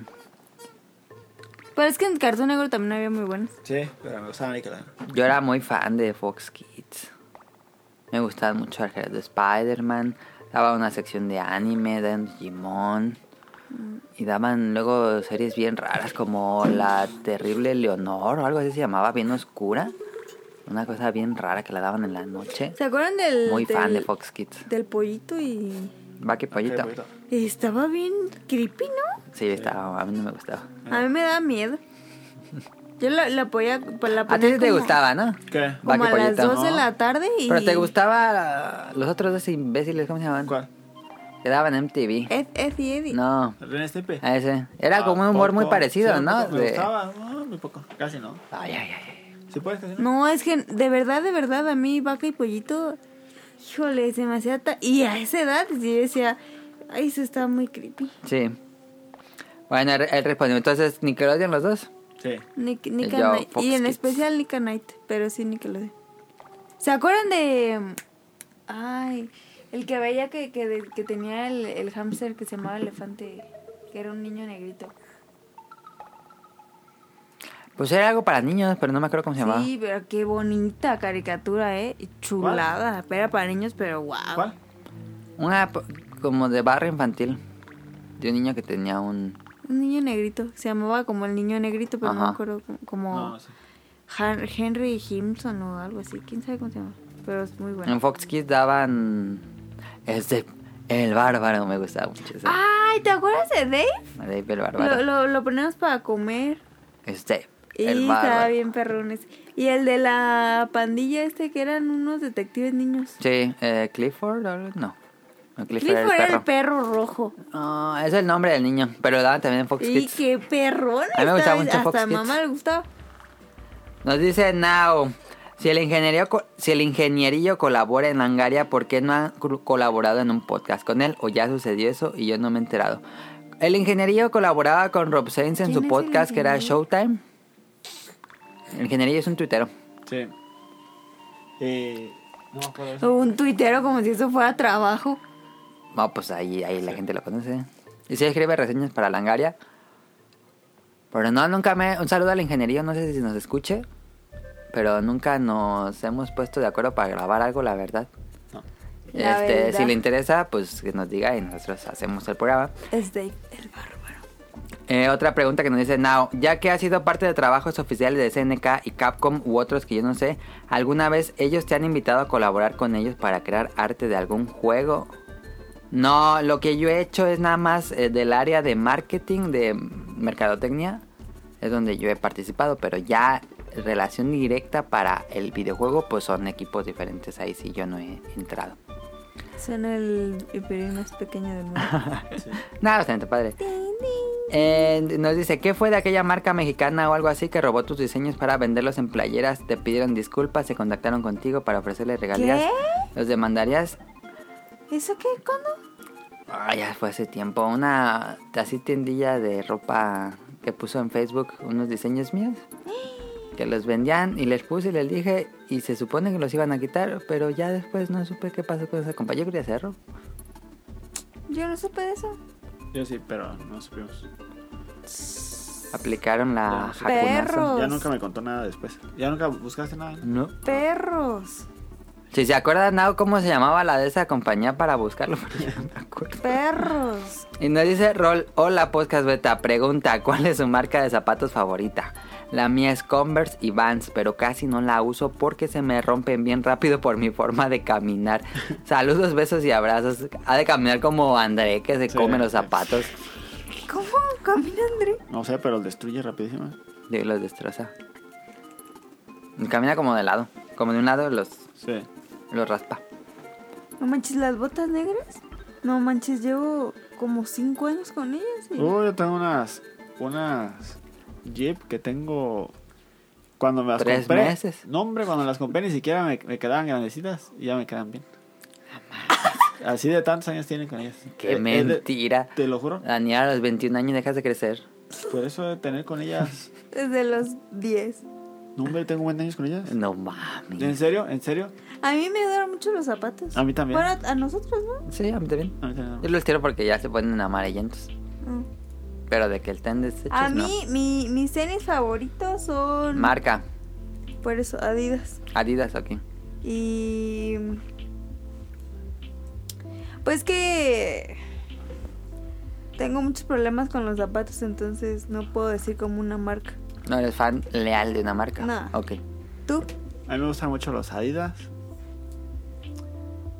Pero es que en Cartoon Negro también había muy buenas. Sí, pero me gustaba Nickelodeon. yo era muy fan de Fox Kids. Me gustaban mucho las de Spider-Man. Daba una sección de anime, de Digimon. Y daban luego series bien raras como La Terrible Leonor o algo así se llamaba, bien oscura. Una cosa bien rara que la daban en la noche. ¿Se acuerdan del. Muy del- fan de Fox Kids. Del pollito y. Bucky Pollito. Qué bonito. y Estaba bien creepy, ¿no? Sí, estaba, a mí no me gustaba. A mí me da miedo. Yo la, la podía. pues, La A ti ponía sí te como- gustaba, ¿no? ¿Qué? Como Bucky a las Pollito. 2 de la tarde y. Pero te gustaba los otros dos imbéciles, ¿cómo se llamaban? ¿Cuál? Que daban MTV. Ed, Ed y Eddie. No, ¿René Stipe? Ah, a ese. Ah, Era como un humor muy parecido, ¿no? Me De- gustaba, no, muy poco. Casi no. Ay, ay, ay. Si puedes, casi no. No, es que de verdad, de verdad, a mí vaca y pollito, híjole, se me hacía... ta- Y a esa edad sí decía, ay, eso está muy creepy. Sí. Bueno, él, él respondió. Entonces, Nickelodeon los dos. Sí. Nick, Nick Yo, and Knight. Fox Y en Kids. especial Nick and Knight, pero sí Nickelodeon. ¿Se acuerdan de... Ay, el que veía que, que, de- que tenía el, el hámster que se llamaba Elefante, que era un niño negrito? Pues era algo para niños, pero no me acuerdo cómo se llamaba. Sí, pero qué bonita caricatura, ¿eh? Chulada. Era para niños, pero wow. ¿Cuál? Una po- como de barrio infantil. De un niño que tenía un... Un niño negrito, se llamaba como el niño negrito, pero no Ajá. me acuerdo cómo- como No, sí. Han- Henry Himson o algo así, quién sabe cómo se llama, pero es muy bueno. En Fox Kids daban... Este... El bárbaro, me gustaba mucho. ese. Ay, ¿te acuerdas de Dave? Dave el bárbaro. Ah. Lo, lo, lo poníamos para comer Este, y el estaba bárbaro. bien perrones. Y el de la pandilla este que eran unos detectives niños. Sí, eh, Clifford, o algo- no. No, Clifford, Clifford era el era el perro. perro rojo. No, es el nombre del niño, pero lo daban también en Fox Y Kids. qué perrón. A mí me gustaba estaba, mucho Fox Hasta a Kids. mamá le gustaba. Nos dice Now, si el, ingeniero, co- si el ingenierillo colabora en Angaria, ¿por qué no han cru- colaborado en un podcast con él? O ya sucedió eso y yo no me he enterado. El ingenierillo colaboraba con Rob Sainz en ¿Quién es su el podcast que era Showtime. El ingenierillo es un tuitero. Sí. Eh, no me acuerdo de eso. Un tuitero como si eso fuera trabajo. No, pues ahí, ahí la gente lo conoce. Y sí escribe reseñas para Langaria. Pero no, nunca me... Un saludo a la ingeniería, no sé si nos escuche. Pero nunca nos hemos puesto de acuerdo para grabar algo, la verdad. No. La este, verdad. Si le interesa, pues que nos diga y nosotros hacemos el programa. Es Dave, Este, el bárbaro. Eh, otra pregunta que nos dice Now, ya que has sido parte de trabajos oficiales de SNK y Capcom u otros que yo no sé, ¿alguna vez ellos te han invitado a colaborar con ellos para crear arte de algún juego? No, lo que yo he hecho es nada más eh, del área de marketing, de mercadotecnia, es donde yo he participado, pero ya relación directa para el videojuego, pues son equipos diferentes, ahí sí yo no he entrado. Son el imperio más pequeño del (laughs) mundo. Nada, bastante padre. Eh, nos dice, ¿qué fue de aquella marca mexicana o algo así que robó tus diseños para venderlos en playeras? Te pidieron disculpas, se contactaron contigo para ofrecerles regalías. ¿Los demandarías? ¿Eso qué? ¿Cuándo? Ah, ya fue hace tiempo. Una así tiendilla de ropa que puso en Facebook unos diseños míos. Que los vendían y les puse y les dije y se supone que los iban a quitar, pero ya después no supe qué pasó con esa compañía. Yo quería hacerlo. Yo no supe de eso. Yo sí, pero no supimos. Aplicaron la jacunazo. Perro. Ya nunca me contó nada después. Ya nunca buscaste nada. No. Perros. Si se acuerdan, Nao, cómo se llamaba la de esa compañía para buscarlo, (laughs) porque ya no me acuerdo. Perros. Y nos dice Rol, hola podcast beta, pregunta, ¿cuál es su marca de zapatos favorita? La mía es Converse y Vans, pero casi no la uso porque se me rompen bien rápido por mi forma de caminar. Saludos, besos y abrazos. Ha de caminar como André, que se Sí. come los zapatos ¿Cómo camina André? No sé, pero destruye rapidísimo. y los destroza. Y Camina como de lado, como de un lado los, Sí. los raspa. No manches, las botas negras. No manches, llevo como cinco años con ellas. y- Uh, yo tengo unas. Unas. Jeep que tengo. Cuando me las Tres compré. meses. No, hombre, cuando las compré ni siquiera me, me quedaban grandecitas y ya me quedan bien. Así de tantos años tienen con ellas. Ah, ¡Qué Eh, es de- mentira! te lo juro. Daniel, a los 21 años dejas de crecer. Por eso de tener con ellas. Desde los 10. No, hombre, tengo 20 años con ellas. No ¿En mames. serio? ¿En serio? A mí me duran mucho los zapatos. A mí también. Bueno, a nosotros, ¿no? Sí, a mí también. A mí también. Yo los tiro porque ya se ponen amarillentos. Mm. Pero de que estén deshechos, A no. mí, mm. mi- mis tenis favoritos son. Marca, Por eso, Adidas. Adidas, ok. Y. Pues que. Tengo muchos problemas con los zapatos, entonces no puedo decir como una marca. No eres fan leal de una marca. No. Ok. ¿Tú? A mí me gustan mucho los Adidas.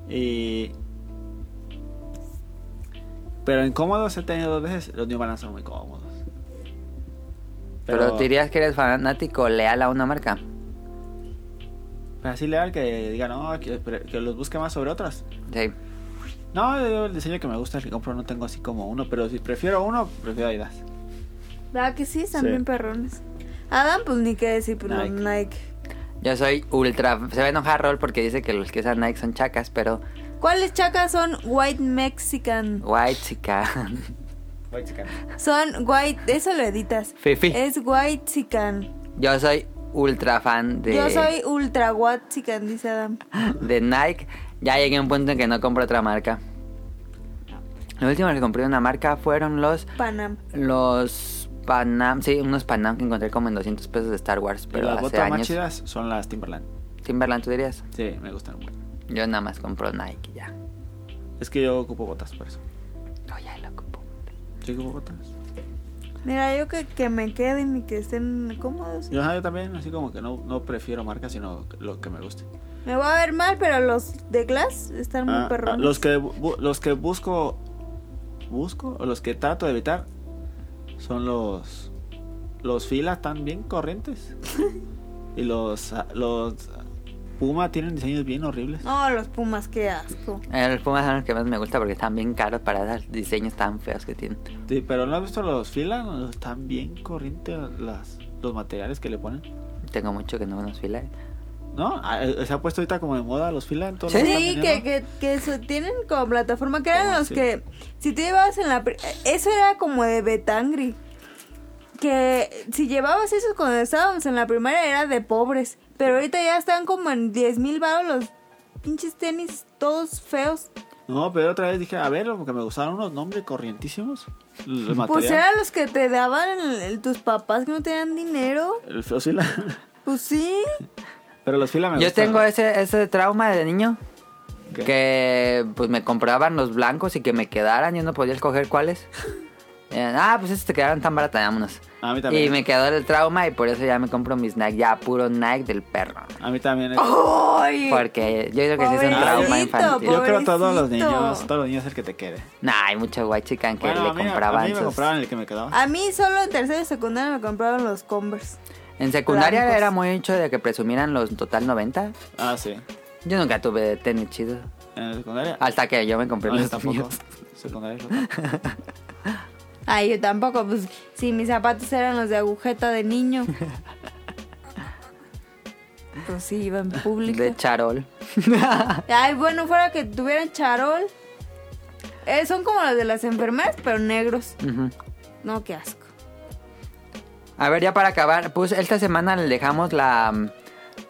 Y. Pero incómodos he tenido dos veces. Los New Balance son muy cómodos. Pero, dirías que eres fanático leal a una marca. pero así leal que diga, no, que, pero que los busque más sobre otras. Sí. No, yo el diseño que me gusta, el que compro, no tengo así como uno. Pero si prefiero uno, prefiero Adidas. Ah, que sí, están Sí. bien perrones. Adam, pues ni qué decir, pues los Nike. Nike. Yo soy ultra. Se va a enojar Rol porque dice que los que usan Nike son chacas, pero. ¿Cuáles chacas son White Mexican? White chica. (laughs) Son White, eso lo editas. Fifi. Es White Mexican. Yo soy ultra fan de. Yo soy ultra White Mexican, dice Adam. de Nike. Ya llegué a un punto en que no compro otra marca. Lo último que compré de una marca fueron los. Panam. Los Panam. Sí, unos Panam que encontré como en 200 pesos de Star Wars, Pero pero las hace botas más años. chidas son las Timberland. Timberland, tú dirías. Sí, me gustan mucho. Yo nada más compro Nike ya. Es que yo ocupo botas, por eso. No, ya lo ocupo. Yo ocupo botas. Mira, yo que, que me queden y que estén cómodos. Yo, ajá, yo también, así como que no, no prefiero marcas, sino lo que me guste. Me voy a ver mal, pero los de Glass están muy Ah, ah, perrones. los que bu- los que busco busco o los que trato de evitar son los los filas tan (laughs) bien corrientes y los ah, los Puma tienen diseños bien horribles. No, los Pumas, qué asco. Eh, los Pumas son los que más me gusta porque están bien caros para dar diseños tan feos que tienen. Sí, pero no has visto los filas, están bien corrientes las los materiales que le ponen. Tengo mucho que no nos fila. ¿No? Ah, eh, Se ha puesto ahorita como de moda los filas en todos Sí. los Sí, que, que, que eso tienen como plataforma, que eran ¿Cómo los así? que, si te llevabas en la... pri- Eso era como de Betangri. Que si llevabas eso cuando estábamos en la primera era de pobres. Pero ahorita ya están como en 10 mil baros los pinches tenis todos feos. No, pero otra vez dije, a ver, porque me gustaron unos nombres corrientísimos. Los Pues materiales. eran los que te daban el- tus papás que no tenían dinero. El- Los fila. (laughs) Pues sí. Pero los fila me Yo gustan. tengo ese, ese trauma de niño ¿Qué? que pues me compraban los blancos y que me quedaran. Yo no podía escoger (laughs) cuáles. Eh, ah, pues estos te quedaron tan baratos, vámonos. A mí también. Y me quedó el trauma y por eso ya me compro mis Nike, ya puro Nike del perro. A mí también. ¡Ay! Porque yo creo que sí es un trauma Oh, Pobrecito, infantil. Yo creo todos los Pobrecito. niños, todos los niños es el que te quede. Nah, hay mucho guay chican que Bueno, le a mí, compraban a mí me sus- compraban el que me quedaba. A mí solo en tercero y secundaria me compraron los Converse. En secundaria Blancos. era mucho de que presumieran los total 90. Ah, sí. Yo nunca tuve tenis chido. En la secundaria. Hasta que yo me compré no, yo Ah, los tampoco. míos. Secundaria. es loca. Ay, yo tampoco, pues si mis zapatos eran los de agujeta de (laughs) niño. pues sí, iba en público. De charol. Ay, bueno, fuera que tuvieran charol. Eh, son como los de las enfermeras, pero negros. Ujú. No, qué asco. A ver, ya para acabar, pues esta semana le dejamos la,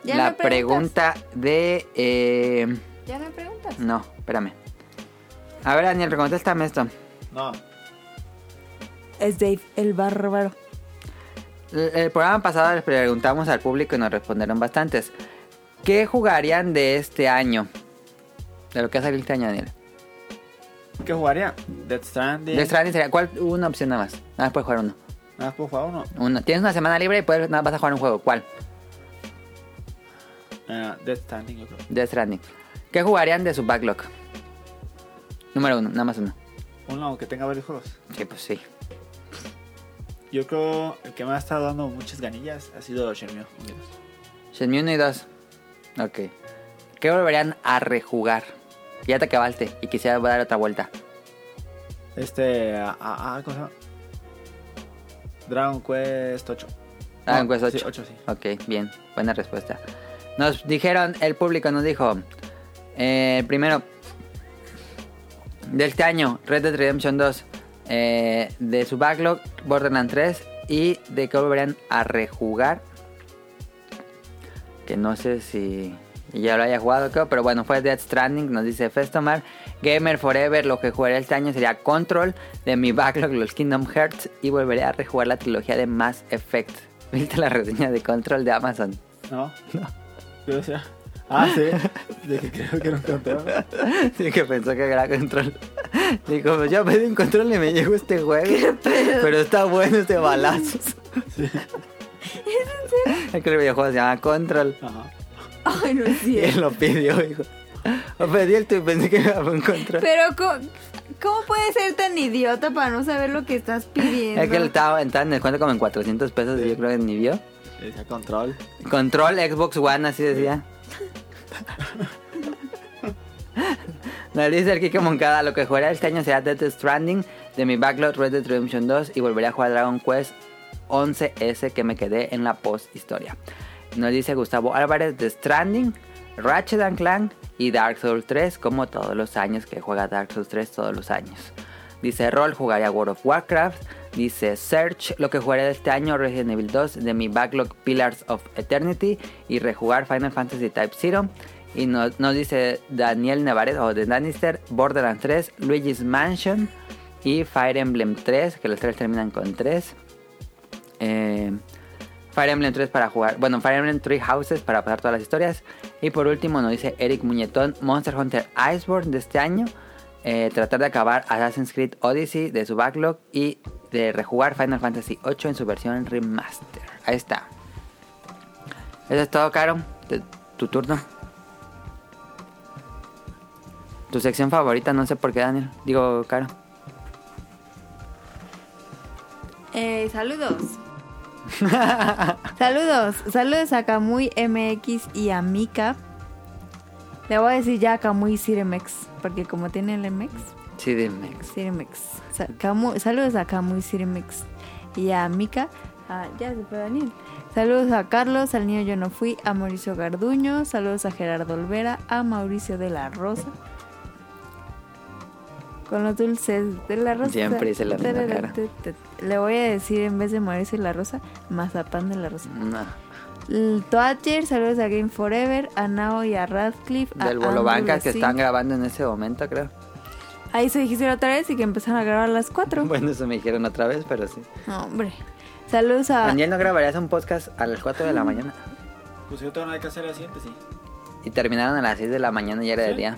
Ya la no pregunta preguntas. de... eh, ¿Ya me preguntas? no, espérame. A ver, Daniel, contéstame esto. No. Es Dave, el bárbaro. el Eh, el programa pasado les preguntamos al público y nos respondieron bastantes. ¿Qué jugarían de este año? De lo que ha salido este año, Daniel. ¿Qué jugaría? Death Stranding. De Stranding sería, ¿cuál? Una opción nada más. Nada más puedes jugar uno. Nada más puedo jugar uno. Uno. Tienes una semana libre y puedes, nada más vas a jugar un juego. ¿Cuál? Ah, Death Stranding, yo creo. Death Stranding. ¿Qué jugarían de su backlog? Número uno, nada más uno. Uno que tenga varios juegos. Sí, pues sí. Yo creo el que me ha estado dando muchas ganillas ha sido Shenmue. Unidos. Shenmue 1 y 2. Ok. ¿Qué volverían a rejugar? Ya te acabaste y quisiera dar otra vuelta. Este. ah, Ah, ah, ¿cómo se llama? Dragon Quest 8. Ah, No, pues Sí, 8, sí. Ok, bien, buena respuesta. Nos dijeron, el público nos dijo, eh, primero, de este año, Red Dead Redemption 2, eh, de su backlog, Borderlands 3 y de que volverían a rejugar. Que no sé si ya lo haya jugado, creo, pero bueno, fue Dead Stranding, nos dice Festomar. Gamer Forever, lo que jugaré este año sería Control, de mi backlog, los Kingdom Hearts, y volveré a rejugar la trilogía de Mass Effect. (laughs) ¿Viste la reseña de Control de Amazon? (laughs) No. Pero, o sea. Ah, (laughs) sí. De que creo que no contó. Sí, que pensó que era Control. (laughs) Dijo, pues yo pedí un Control y me llegó este juego. Pero está bueno este balazo. Es que el videojuego se llama Control. Ajá. Ay, no es Y cierto. (laughs) él lo pidió, dijo. Lo pedí el tuyo y pensé que era un Control. Pero, co- ¿cómo puedes ser tan idiota para no saber lo que estás pidiendo? Es que él estaba estaba en descuento como en 400 pesos y yo creo que ni vio. Decía control. Control Xbox One, así decía. Nos dice el Kike Moncada, lo que jugaré este año será Death Stranding, de mi backlog Red Dead Redemption 2 y volveré a jugar Dragon Quest 11S que me quedé en la post historia. Nos dice Gustavo Álvarez de Stranding, Ratchet and Clank y Dark Souls 3 como todos los años que juega Dark Souls 3 todos los años. Dice Roll, jugaría World of Warcraft. Dice Search, lo que jugaré este año, Resident Evil 2, de mi backlog Pillars of Eternity y rejugar Final Fantasy Type Zero. Y nos, nos dice Daniel Nevaredo o de Danister, Borderlands 3, Luigi's Mansion y Fire Emblem 3, que los tres terminan con 3. Eh, Fire Emblem 3 para jugar. Bueno, Fire Emblem 3 Houses para pasar todas las historias. Y por último nos dice Eric Muñetón, Monster Hunter Iceborne de este año. eh, tratar de acabar Assassin's Creed Odyssey de su backlog y de rejugar Final Fantasy VIII en su versión remaster. Ahí está. Eso es todo, Caro. Te- tu turno. Tu sección favorita, no sé por qué, Daniel. Digo, Caro. Eh, saludos. saludos. Saludos a Camuy MX y a Mika. Le voy a decir ya a Camuy Ciremex, porque como tiene el MX, Sí, dime. Ciremex. Sa- Camuy- saludos a Camuy Ciremex y a Mika. Ah, ya se fue Daniel. Saludos a Carlos, al niño yo no fui, a Mauricio Garduño, saludos a Gerardo Olvera, a Mauricio de la Rosa. Con los dulces de la rosa. Siempre hice la misma cara. Le voy a decir en vez de Mauricio de la Rosa, mazapán de la Rosa. No. L- Toacher, saludos a Game Forever, a Nao y a Radcliffe. a Del Andrew Bolo Banca que Lacin. están grabando en ese momento, creo. Ahí se dijiste otra vez y que empezaron a grabar a las 4. Bueno, eso me dijeron otra vez, pero sí. No, hombre. Saludos a. Daniel, ¿no grabarías un podcast a las 4 de la mañana? Pues si no tengo nada que hacer, así, pues sí. Y terminaron a las 6 de la mañana y era de ¿Sí? día.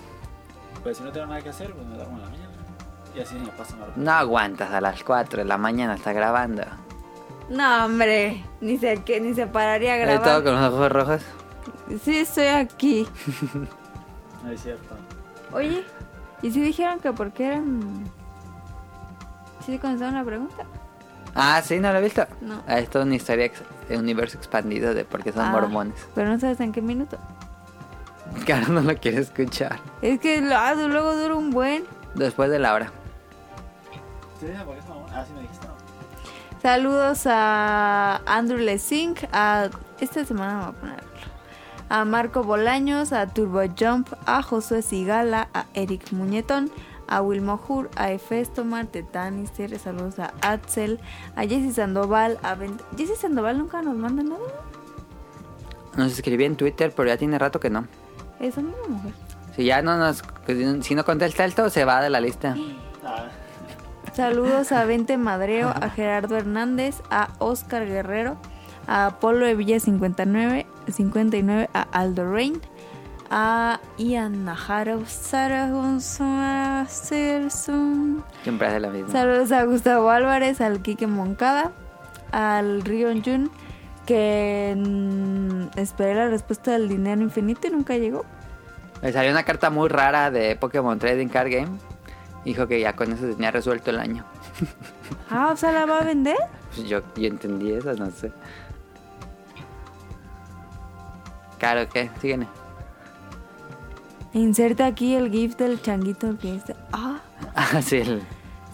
Pues si no tengo nada que hacer, pues me duermo en la mañana. Y así me pasa mal. No aguantas a las 4 de la mañana, está grabando. No, hombre. Ni se, que, ni se pararía a Ahí todo grabar. con los ojos rojos. Sí, estoy aquí. No es cierto. Oye, ¿y si dijeron que por qué eran. ¿Sí contestaron la pregunta? Ah, sí, no lo he visto. No. Ah, Es toda una historia, ex- un universo expandido de por qué son Ah, mormones. (laughs) Pero no sabes en qué minuto. Claro, no lo quiere escuchar. Es que lo, ah, luego dura un buen. Después de la hora. ¿Te dicen por qué es mamón? Ah, sí me dijiste, no. Saludos a Andrew Lesink, a esta semana me voy a ponerlo. A Marco Bolaños, a Turbo Jump, a Josué Sigala, a Eric Muñetón, a Wilmo Hur, a Efesto Marte Tanister, saludos a Axel, a Jesse Sandoval, a Ben... Jesse Sandoval nunca nos manda nada. Nos escribí en Twitter, pero ya tiene rato que no. Es hombre o mujer. (gasps) Si ya no nos. Si no contesta esto, se va de la lista. Ah, Saludos a Vente Madreo, a Gerardo Hernández, a Oscar Guerrero, a Apolo de Villa 59, 59 a Aldo Rain, a Ian Najarov, Sara González, Sersun. Siempre hace la misma. Saludos a Gustavo Álvarez, al Quique Moncada, al Rion Jun, que mm, esperé la respuesta del dinero infinito y nunca llegó. Me salió una carta muy rara de Pokémon Trading Card Game. Dijo que ya con eso tenía resuelto el año. Ah, o sea, la va a vender. Pues yo, yo entendí eso, no sé. Claro, ¿qué? Sígueme. (laughs) Inserta aquí el GIF del changuito que está. Ah. Ah, sí, el,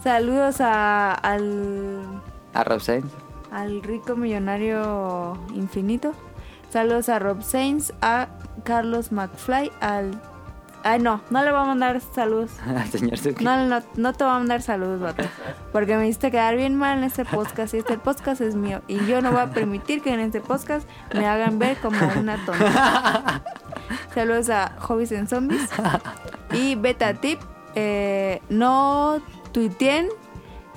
Saludos a- al, a Robson. al rico millonario infinito. Saludos a Rob Sainz, a Carlos McFly, al. Ay, no, no le voy a mandar saludos. Al (laughs) señor Suki. No, no, no te voy a mandar saludos, vato. Porque me hiciste quedar bien mal en este podcast. Y este podcast es mío. Y yo no voy a permitir que en este podcast me hagan ver como una tonta. Saludos a Hobbies en Zombies. Y beta tip: eh, no tuiteen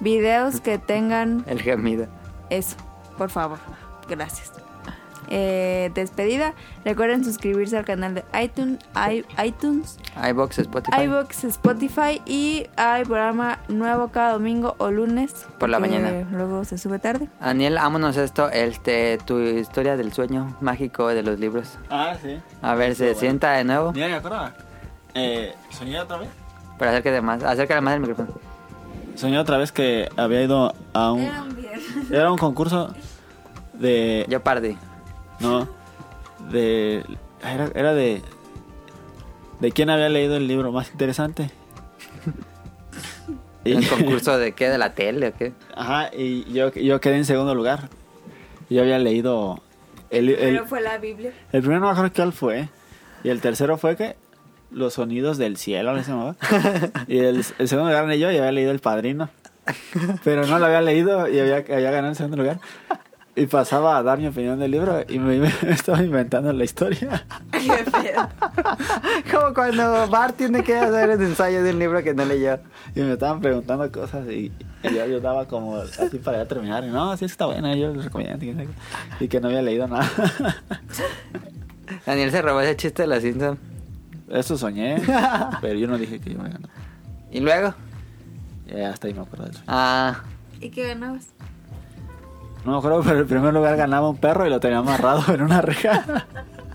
videos que tengan El gemido. eso. Por favor. Gracias. Eh, despedida. Recuerden suscribirse al canal de iTunes, i- iTunes iBox, Spotify. iBox, Spotify y hay programa nuevo cada domingo o lunes. Por la porque mañana. Luego se sube tarde. Daniel, ámonos esto, este, tu historia del sueño mágico de los libros. Ah, sí. A ver, se Pero bueno. sienta de nuevo. Mira, me acordaba. Eh, soñé otra vez. Pero acércate más, acércate más del micrófono. Soñé otra vez que había ido a Mm. un. Era un concurso de. Yo perdí. No. De. Era, era de. De quién había leído el libro más interesante. (laughs) Y- ¿El concurso de qué? ¿De la tele o qué? (laughs) Ajá, y yo, yo quedé en segundo lugar. Yo había leído. El, el- fue la Biblia. (laughs) el primero no me acuerdo cuál fue. Y el tercero fue que. Los sonidos del cielo, ¿no (laughs) se llamaba? Y el, el segundo lugar gané yo y había leído El Padrino. Pero no lo había leído y había, había ganado el segundo lugar. Y pasaba a dar mi opinión del libro y me, (laughs) me estaba inventando la historia. (laughs) Como cuando Bart tiene que hacer el ensayo de un libro que no leyó. Y me estaban preguntando cosas y, y yo, yo daba como así para ya terminar. Y no, sí, es que está buena, yo lo recomiendo. que no sé qué. Y que no había leído nada. (laughs) Daniel se robó ese chiste de la cinta. Eso soñé, pero yo no dije que yo me ganaba. ¿Y luego? Ya hasta ahí me acuerdo del sueño. Ah, ¿Y qué ganabas? No me acuerdo, pero en primer lugar ganaba un perro y lo tenía amarrado en una reja.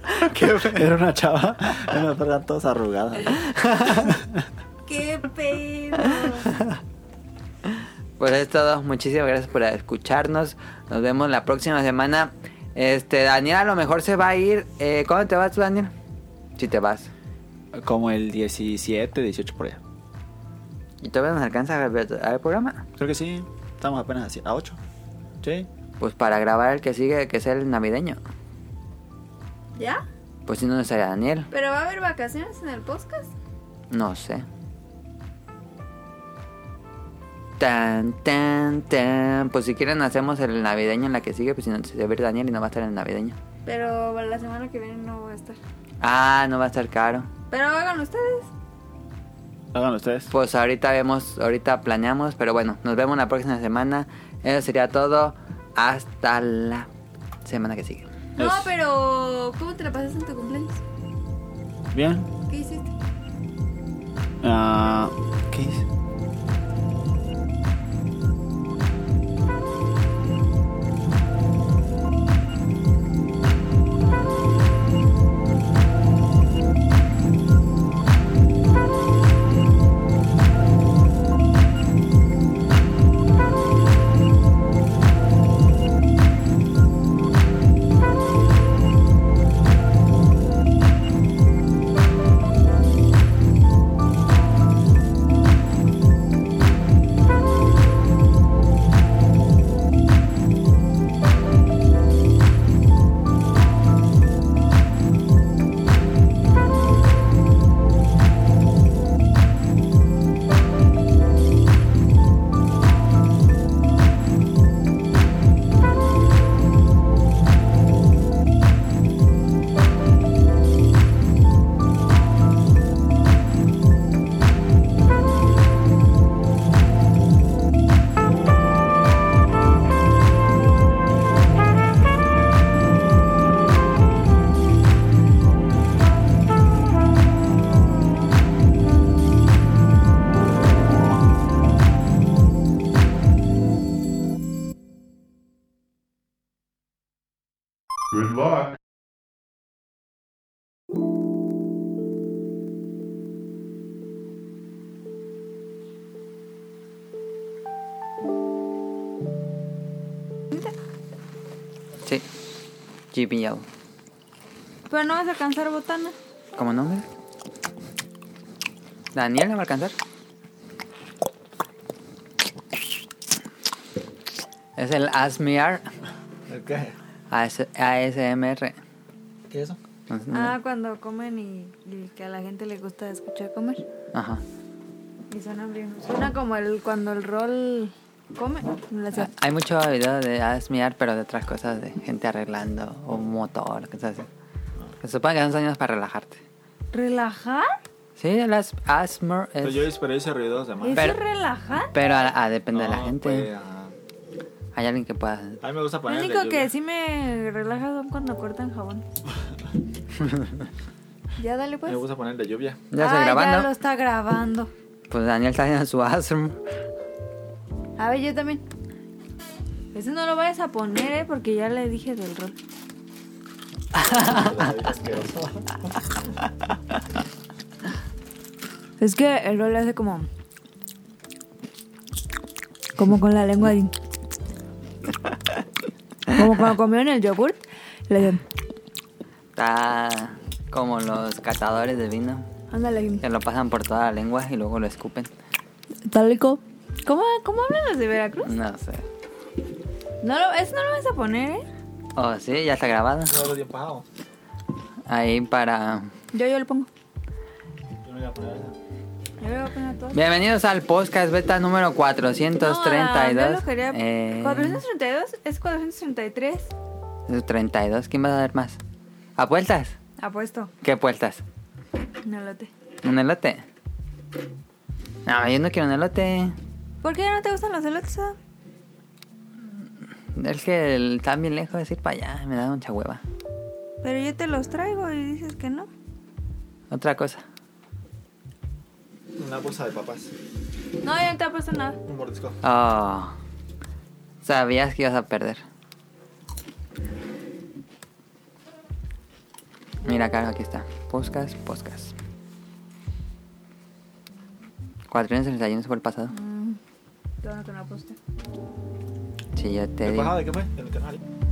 (laughs) Era una chava, y me perra todos arrugados. ¡Qué pedo! pues es todo. Muchísimas gracias por escucharnos. Nos vemos la próxima semana. Este, Daniel a lo mejor se va a ir. Eh, ¿Cuándo te vas tú, Daniel? Si te vas. Como el 17, 18 por allá. ¿Y todavía nos alcanza a ver a ver el programa? Creo que sí, estamos apenas así, a 8. Sí. Pues para grabar el que sigue, que es el navideño. ¿Ya? Pues si no, no sé, Daniel. ¿Pero va a haber vacaciones en el podcast? No sé. Tan, tan, tan. Pues si quieren, hacemos el navideño en la que sigue. Pues si no, se va a ir Daniel y no va a estar en el navideño. Pero la semana que viene no voy a estar. Ah, no va a estar caro. Pero hagan ustedes. Háganlo ustedes. Pues ahorita vemos, ahorita planeamos. Pero bueno, nos vemos la próxima semana. Eso sería todo. Hasta la semana que sigue. No, Es- pero ¿cómo te la pasaste en tu cumpleaños? Bien. ¿Qué hiciste? Ah, ¿Qué hice? Sí. GBL. Pero Pues no vas a alcanzar botana. ¿Cómo no, mira? Daniel, ¿me va a alcanzar? Es el ASMR. ¿Qué? AS- ASMR. ¿Qué es eso? Ah, cuando comen y, y que a la gente le gusta escuchar comer. Ajá. Y suena bien. Suena como el cuando el rol come. La se- Ah, Hay mucho video de ASMR, pero de otras cosas, de gente arreglando o un motor, cosas así. Se supone que son sueños para relajarte. ¿Relajar? Sí, el as- ASMR Pues yo es... esperé ese ruido de más. ¿Eso Pero- es relajar? Pero a- a- depende de la No, gente. pues, ajá. Hay alguien que pueda... a mí me gusta Lo poner el de único que lluvia. sí me relaja son cuando cortan (laughs) jabón. ya dale pues. Me gusta poner el de lluvia. Ya estoy Ah, grabando. Ya lo está grabando. Pues Daniel está haciendo su ASMR. A ver, yo también. Ese no lo vayas a poner, ¿eh? Porque ya le dije del rol. (laughs) Es que el rol hace como. Como con la lengua así. Como cuando comieron el yogurt. Le dicen, Está como los catadores de vino. ándale, Que lo pasan por toda la lengua y luego lo escupen. talico. ¿Cómo, ¿Cómo hablan los de Veracruz? No sé. No lo, eso no lo vas a poner, ¿eh? Oh, sí, ya está grabado. No lo di empajado. Ahí para... Yo, yo lo pongo. Yo no iba a poner esa. Yo lo voy a poner a todos. Bienvenidos al podcast beta número No, yo 432. lo quería- Eh, 432 es 433. 32. ¿Quién va a ver más? ¿Apuestas? Apuesto. ¿Qué apuestas? Un elote. ¿Un elote? No, yo no quiero un elote. ¿Por qué no te gustan los elotes? Adam? Es que el- está bien lejos de ir para allá. Me da mucha hueva. Pero yo te los traigo y dices que no. Otra cosa. Una bolsa de papas. No, ya no te ha puesto nada. Un mordisco. Oh. Sabías que ibas a perder. Mira, Caro, aquí está. Podcast, podcast. 431 fue el pasado. Todo lo que no aposté. Sí, yo te ¿El digo. empajado de qué fue? En el canal.